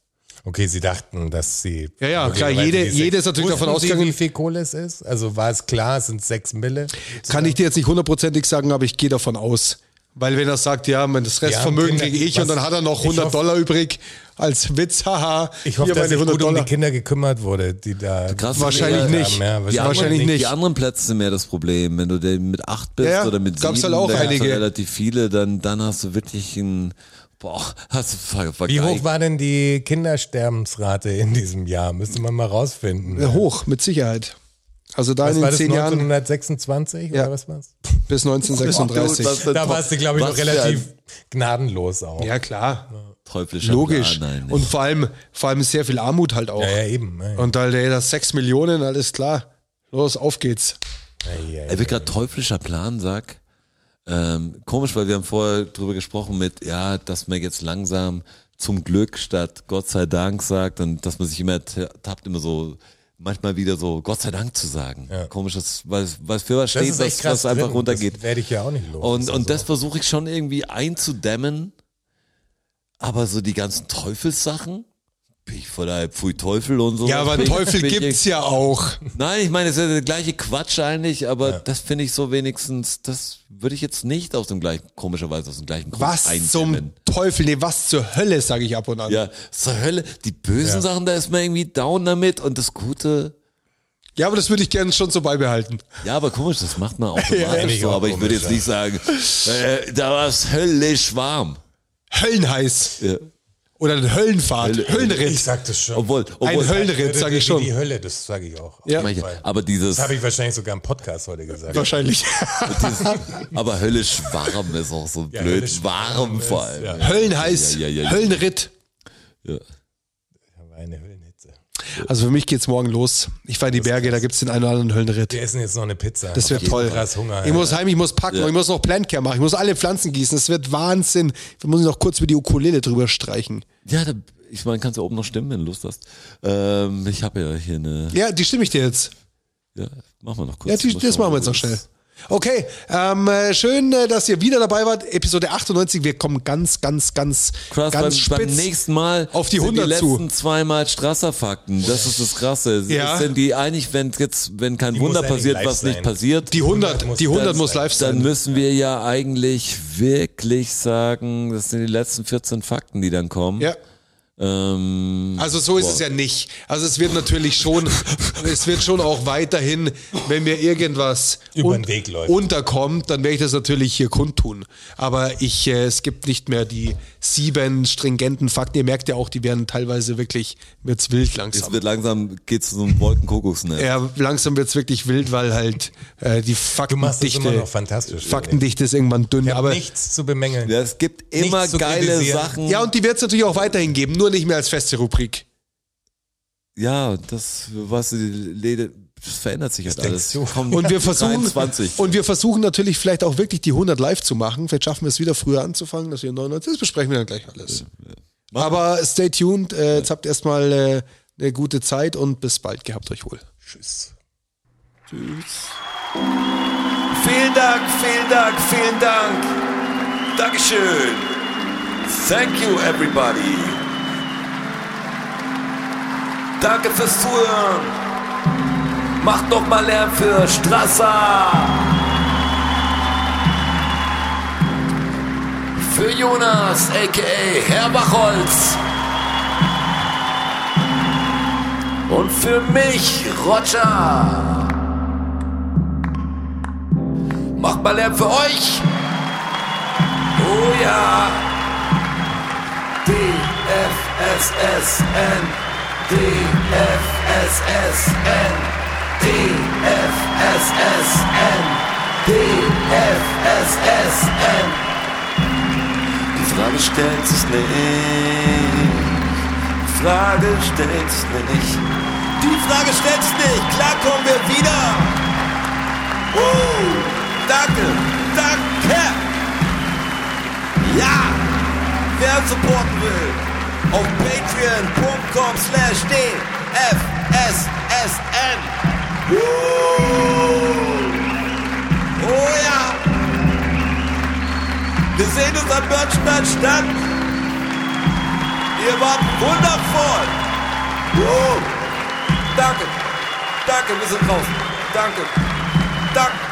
[SPEAKER 3] Okay, sie dachten, dass sie.
[SPEAKER 2] Ja, ja, klar,
[SPEAKER 3] möglicherweise
[SPEAKER 2] jede-
[SPEAKER 3] die sechs-
[SPEAKER 2] jede ist natürlich
[SPEAKER 3] Wussten
[SPEAKER 2] davon ausgegangen-
[SPEAKER 3] Sie, wie viel Kohle es ist? Also war es klar, es sind sechs Mille.
[SPEAKER 2] Kann ich dir jetzt nicht hundertprozentig sagen, aber ich gehe davon aus. Weil wenn er sagt, ja, mein das Restvermögen
[SPEAKER 3] Kinder-
[SPEAKER 2] kriege ich
[SPEAKER 3] was-
[SPEAKER 2] und dann hat er noch
[SPEAKER 3] ich
[SPEAKER 2] 100
[SPEAKER 3] hoffe-
[SPEAKER 2] Dollar übrig als Witz, haha.
[SPEAKER 3] Ich hoffe,
[SPEAKER 2] hier
[SPEAKER 3] dass
[SPEAKER 2] meine
[SPEAKER 3] sich
[SPEAKER 2] 100
[SPEAKER 3] gut um
[SPEAKER 2] Dollar.
[SPEAKER 3] die Kinder gekümmert wurde, die da.
[SPEAKER 1] Krass,
[SPEAKER 2] Wahrscheinlich
[SPEAKER 1] die-
[SPEAKER 2] nicht.
[SPEAKER 3] Ja,
[SPEAKER 1] Die
[SPEAKER 3] wahrscheinlich
[SPEAKER 1] anderen,
[SPEAKER 2] nicht.
[SPEAKER 1] Die anderen Plätze sind mehr das Problem. Wenn du der mit acht bist
[SPEAKER 2] Ja, ja.
[SPEAKER 1] oder mit sieben,
[SPEAKER 2] Gab's halt auch
[SPEAKER 1] da gibt's
[SPEAKER 2] einige.
[SPEAKER 1] Halt relativ viele, dann, dann hast du wirklich ein, boah, hast du ver ver-
[SPEAKER 3] Wie hoch war denn die Kindersterbensrate in diesem Jahr? Müsste man mal rausfinden.
[SPEAKER 2] Ja, hoch, mit Sicherheit. Also da
[SPEAKER 3] Was
[SPEAKER 2] in
[SPEAKER 3] war
[SPEAKER 2] den
[SPEAKER 3] das,
[SPEAKER 2] 10 Jahren
[SPEAKER 3] 1926
[SPEAKER 2] Ja.
[SPEAKER 3] oder was war's?
[SPEAKER 2] bis 1936.
[SPEAKER 1] Boah, du, was für ein
[SPEAKER 3] Da
[SPEAKER 1] Teu-
[SPEAKER 3] warst du, glaube ich,
[SPEAKER 1] was
[SPEAKER 3] noch
[SPEAKER 1] für ein
[SPEAKER 3] relativ gnadenlos auch. Ja,
[SPEAKER 2] ja, klar.
[SPEAKER 1] Teuflischer
[SPEAKER 2] Logisch.
[SPEAKER 1] Plan, nein,
[SPEAKER 2] und vor allem, vor allem sehr viel Armut halt auch.
[SPEAKER 3] ja, eben. ne. Ja,
[SPEAKER 2] Und halt, ey, das 6 Millionen, alles klar. Los, auf geht's.
[SPEAKER 3] ja, ja.
[SPEAKER 1] Er wird gerade teuflischer Plan, sag. Ähm, komisch, weil wir haben vorher drüber gesprochen mit, ja, dass man jetzt langsam zum Glück statt Gott sei Dank sagt und dass man sich immer ta- tappt, immer so manchmal wieder so Gott sei Dank zu sagen.
[SPEAKER 3] Ja.
[SPEAKER 1] Komisch, dass, weil, weil für was
[SPEAKER 3] Das
[SPEAKER 1] steht,
[SPEAKER 3] ist echt
[SPEAKER 1] dass
[SPEAKER 3] krass.
[SPEAKER 1] das einfach
[SPEAKER 3] drin.
[SPEAKER 1] runtergeht.
[SPEAKER 3] Das werde ich ja auch nicht los.
[SPEAKER 1] Und, und das
[SPEAKER 3] Also,
[SPEAKER 1] versuche ich schon irgendwie einzudämmen. Aber so die ganzen Teufelssachen, bin ich von daher Pfui Teufel und so.
[SPEAKER 2] Ja, aber einen
[SPEAKER 1] Bin-
[SPEAKER 2] Teufel
[SPEAKER 1] bin ich-
[SPEAKER 2] gibt's ja auch.
[SPEAKER 1] Nein, ich meine, es ist ja der gleiche Quatsch eigentlich, aber das finde ich so wenigstens, das würde ich jetzt nicht aus dem gleichen, komischerweise aus dem gleichen Grund
[SPEAKER 2] Was
[SPEAKER 1] eindämmen.
[SPEAKER 2] zum Teufel, nee, was zur Hölle, sage ich ab und an.
[SPEAKER 1] Ja, zur Hölle, die bösen
[SPEAKER 3] Ja.
[SPEAKER 1] Sachen, da ist man irgendwie down damit und das Gute,
[SPEAKER 2] Ja, aber das würde ich gerne schon so beibehalten.
[SPEAKER 1] Ja, aber komisch, das macht man automatisch
[SPEAKER 3] finde ich
[SPEAKER 1] so,
[SPEAKER 3] auch
[SPEAKER 1] aber ich würde
[SPEAKER 3] komisch,
[SPEAKER 1] jetzt nicht sagen, äh, da war es höllisch warm.
[SPEAKER 2] Höllenheiß.
[SPEAKER 1] Ja.
[SPEAKER 2] Oder ein Höllenfahrt.
[SPEAKER 1] Hölle-
[SPEAKER 3] Ich
[SPEAKER 2] Höllenritt.
[SPEAKER 3] sag das schon.
[SPEAKER 1] Obwohl, obwohl
[SPEAKER 2] Ein Höllenritt,
[SPEAKER 3] Das
[SPEAKER 2] sage ich
[SPEAKER 3] ist
[SPEAKER 2] schon.
[SPEAKER 3] Die Hölle, das sage ich auch.
[SPEAKER 2] Ja.
[SPEAKER 1] Manche- aber dieses,
[SPEAKER 3] Das habe ich wahrscheinlich sogar im Podcast heute gesagt.
[SPEAKER 2] Wahrscheinlich.
[SPEAKER 1] dieses aber höllisch warm ist auch so
[SPEAKER 3] Ja,
[SPEAKER 1] blöd
[SPEAKER 3] höllisch
[SPEAKER 1] warm
[SPEAKER 3] warm
[SPEAKER 1] vor
[SPEAKER 3] ist,
[SPEAKER 1] allem.
[SPEAKER 3] ja.
[SPEAKER 2] Höllenheiß.
[SPEAKER 1] Ja, ja, ja, ja.
[SPEAKER 2] Höllenritt.
[SPEAKER 1] Ja.
[SPEAKER 3] Aber Eine Höllenhitze.
[SPEAKER 2] Also für mich geht's morgen los. Ich fahre in die Berge, da gibt's den einen oder anderen Höllenritt.
[SPEAKER 3] Wir essen jetzt noch eine Pizza.
[SPEAKER 2] Das wär
[SPEAKER 3] Auf jeden
[SPEAKER 2] toll.
[SPEAKER 3] Fall. Krass Hunger.
[SPEAKER 2] Ich muss heim, ich muss packen, ich muss noch Plantcare machen, ich muss alle Pflanzen gießen. Es wird Wahnsinn. Ich muss noch kurz mit die Ukulele drüber streichen.
[SPEAKER 1] Ja, da, ich meine, kannst du oben noch stimmen, wenn du Lust hast. Ähm, ich habe ja hier eine.
[SPEAKER 2] Ja, die stimme ich dir jetzt.
[SPEAKER 1] Ja, machen wir noch kurz.
[SPEAKER 2] Ja, die,
[SPEAKER 1] Mal
[SPEAKER 2] das
[SPEAKER 1] schauen,
[SPEAKER 2] machen wir
[SPEAKER 1] wo
[SPEAKER 2] jetzt noch
[SPEAKER 1] das-
[SPEAKER 2] schnell. Okay, ähm, äh, schön, äh, dass ihr wieder dabei wart. Episode 98, wir kommen ganz, ganz, ganz,
[SPEAKER 1] Krass, beim,
[SPEAKER 2] ganz spitz.
[SPEAKER 1] beim nächsten Mal
[SPEAKER 2] auf die
[SPEAKER 1] sind
[SPEAKER 2] 100
[SPEAKER 1] die
[SPEAKER 2] zu.
[SPEAKER 1] letzten zweimal Strasserfakten. Das ist das Krasse.
[SPEAKER 2] Ja.
[SPEAKER 1] Sind die eigentlich, wenn jetzt, wenn kein
[SPEAKER 3] Die muss
[SPEAKER 1] Wunder
[SPEAKER 3] eigentlich
[SPEAKER 1] passiert,
[SPEAKER 3] live
[SPEAKER 1] was nicht
[SPEAKER 3] sein.
[SPEAKER 1] passiert,
[SPEAKER 2] die 100,
[SPEAKER 3] 100
[SPEAKER 2] die 100 muss
[SPEAKER 3] muss
[SPEAKER 2] live
[SPEAKER 1] dann
[SPEAKER 2] sein.
[SPEAKER 1] müssen wir ja eigentlich wirklich sagen, das sind die letzten 14 Fakten, die dann kommen.
[SPEAKER 2] Ja.
[SPEAKER 1] Ähm,
[SPEAKER 2] Also so ist
[SPEAKER 1] Boah.
[SPEAKER 2] es ja nicht. Also es wird natürlich schon, es wird schon auch weiterhin, wenn mir irgendwas
[SPEAKER 3] Über den Weg läuft.
[SPEAKER 2] unterkommt, dann werde ich das natürlich hier kundtun. Aber ich, äh, es gibt nicht mehr die sieben stringenten Fakten. Ihr merkt ja auch, die werden teilweise wirklich, wird's wild langsam.
[SPEAKER 1] es wird langsam, geht's um zu so einem Wolkenkuckucksnest.
[SPEAKER 2] Ja, langsam wird's wirklich wild, weil halt äh, die
[SPEAKER 3] Du machst das immer
[SPEAKER 2] Faktendichte,
[SPEAKER 3] noch fantastisch.
[SPEAKER 2] Faktendichte ist irgendwann dünn.
[SPEAKER 3] Ich habe
[SPEAKER 2] Aber
[SPEAKER 3] nichts zu bemängeln.
[SPEAKER 1] Ja, es gibt immer
[SPEAKER 3] Nichts zu
[SPEAKER 1] geile
[SPEAKER 3] kritisieren.
[SPEAKER 1] Sachen.
[SPEAKER 2] ja, und die wird's natürlich auch weiterhin geben, nur nicht mehr als feste Rubrik.
[SPEAKER 1] Ja, das, was die Lede, das verändert sich halt
[SPEAKER 3] denkst
[SPEAKER 1] alles.
[SPEAKER 3] du?
[SPEAKER 1] Komm,
[SPEAKER 2] Und wir versuchen,
[SPEAKER 1] 23.
[SPEAKER 2] und wir versuchen natürlich vielleicht auch wirklich die 100 live zu machen. Vielleicht schaffen wir es wieder früher anzufangen, dass wir 99. Das besprechen wir dann gleich alles. Aber stay tuned. Äh, jetzt habt erstmal äh, eine gute Zeit und bis bald. Gehabt euch wohl.
[SPEAKER 3] Tschüss.
[SPEAKER 6] Vielen Dank, vielen Dank, vielen Dank. Dankeschön. Thank you, everybody. Danke fürs Zuhören. Macht noch mal Lärm für Strasser. Für Jonas, a.k.a. Herr Bachholz. Und für mich, Roger. Macht mal Lärm für euch. Oh ja.
[SPEAKER 7] DFSSN. DFSSN. DFSSN. DFSSN.
[SPEAKER 6] Die Frage stellt sich nicht. Die Frage stellt sich nicht. Die Frage stellt sich nicht. Klar kommen wir wieder. Uh, danke, danke. Ja, wer uns supporten will, auf patreon.com slash dfssn. Uh, oh ja. Wir sehen uns am Börnstein statt. Ihr wart wundervoll. Uh, danke. Danke, wir sind draußen. Danke. Danke.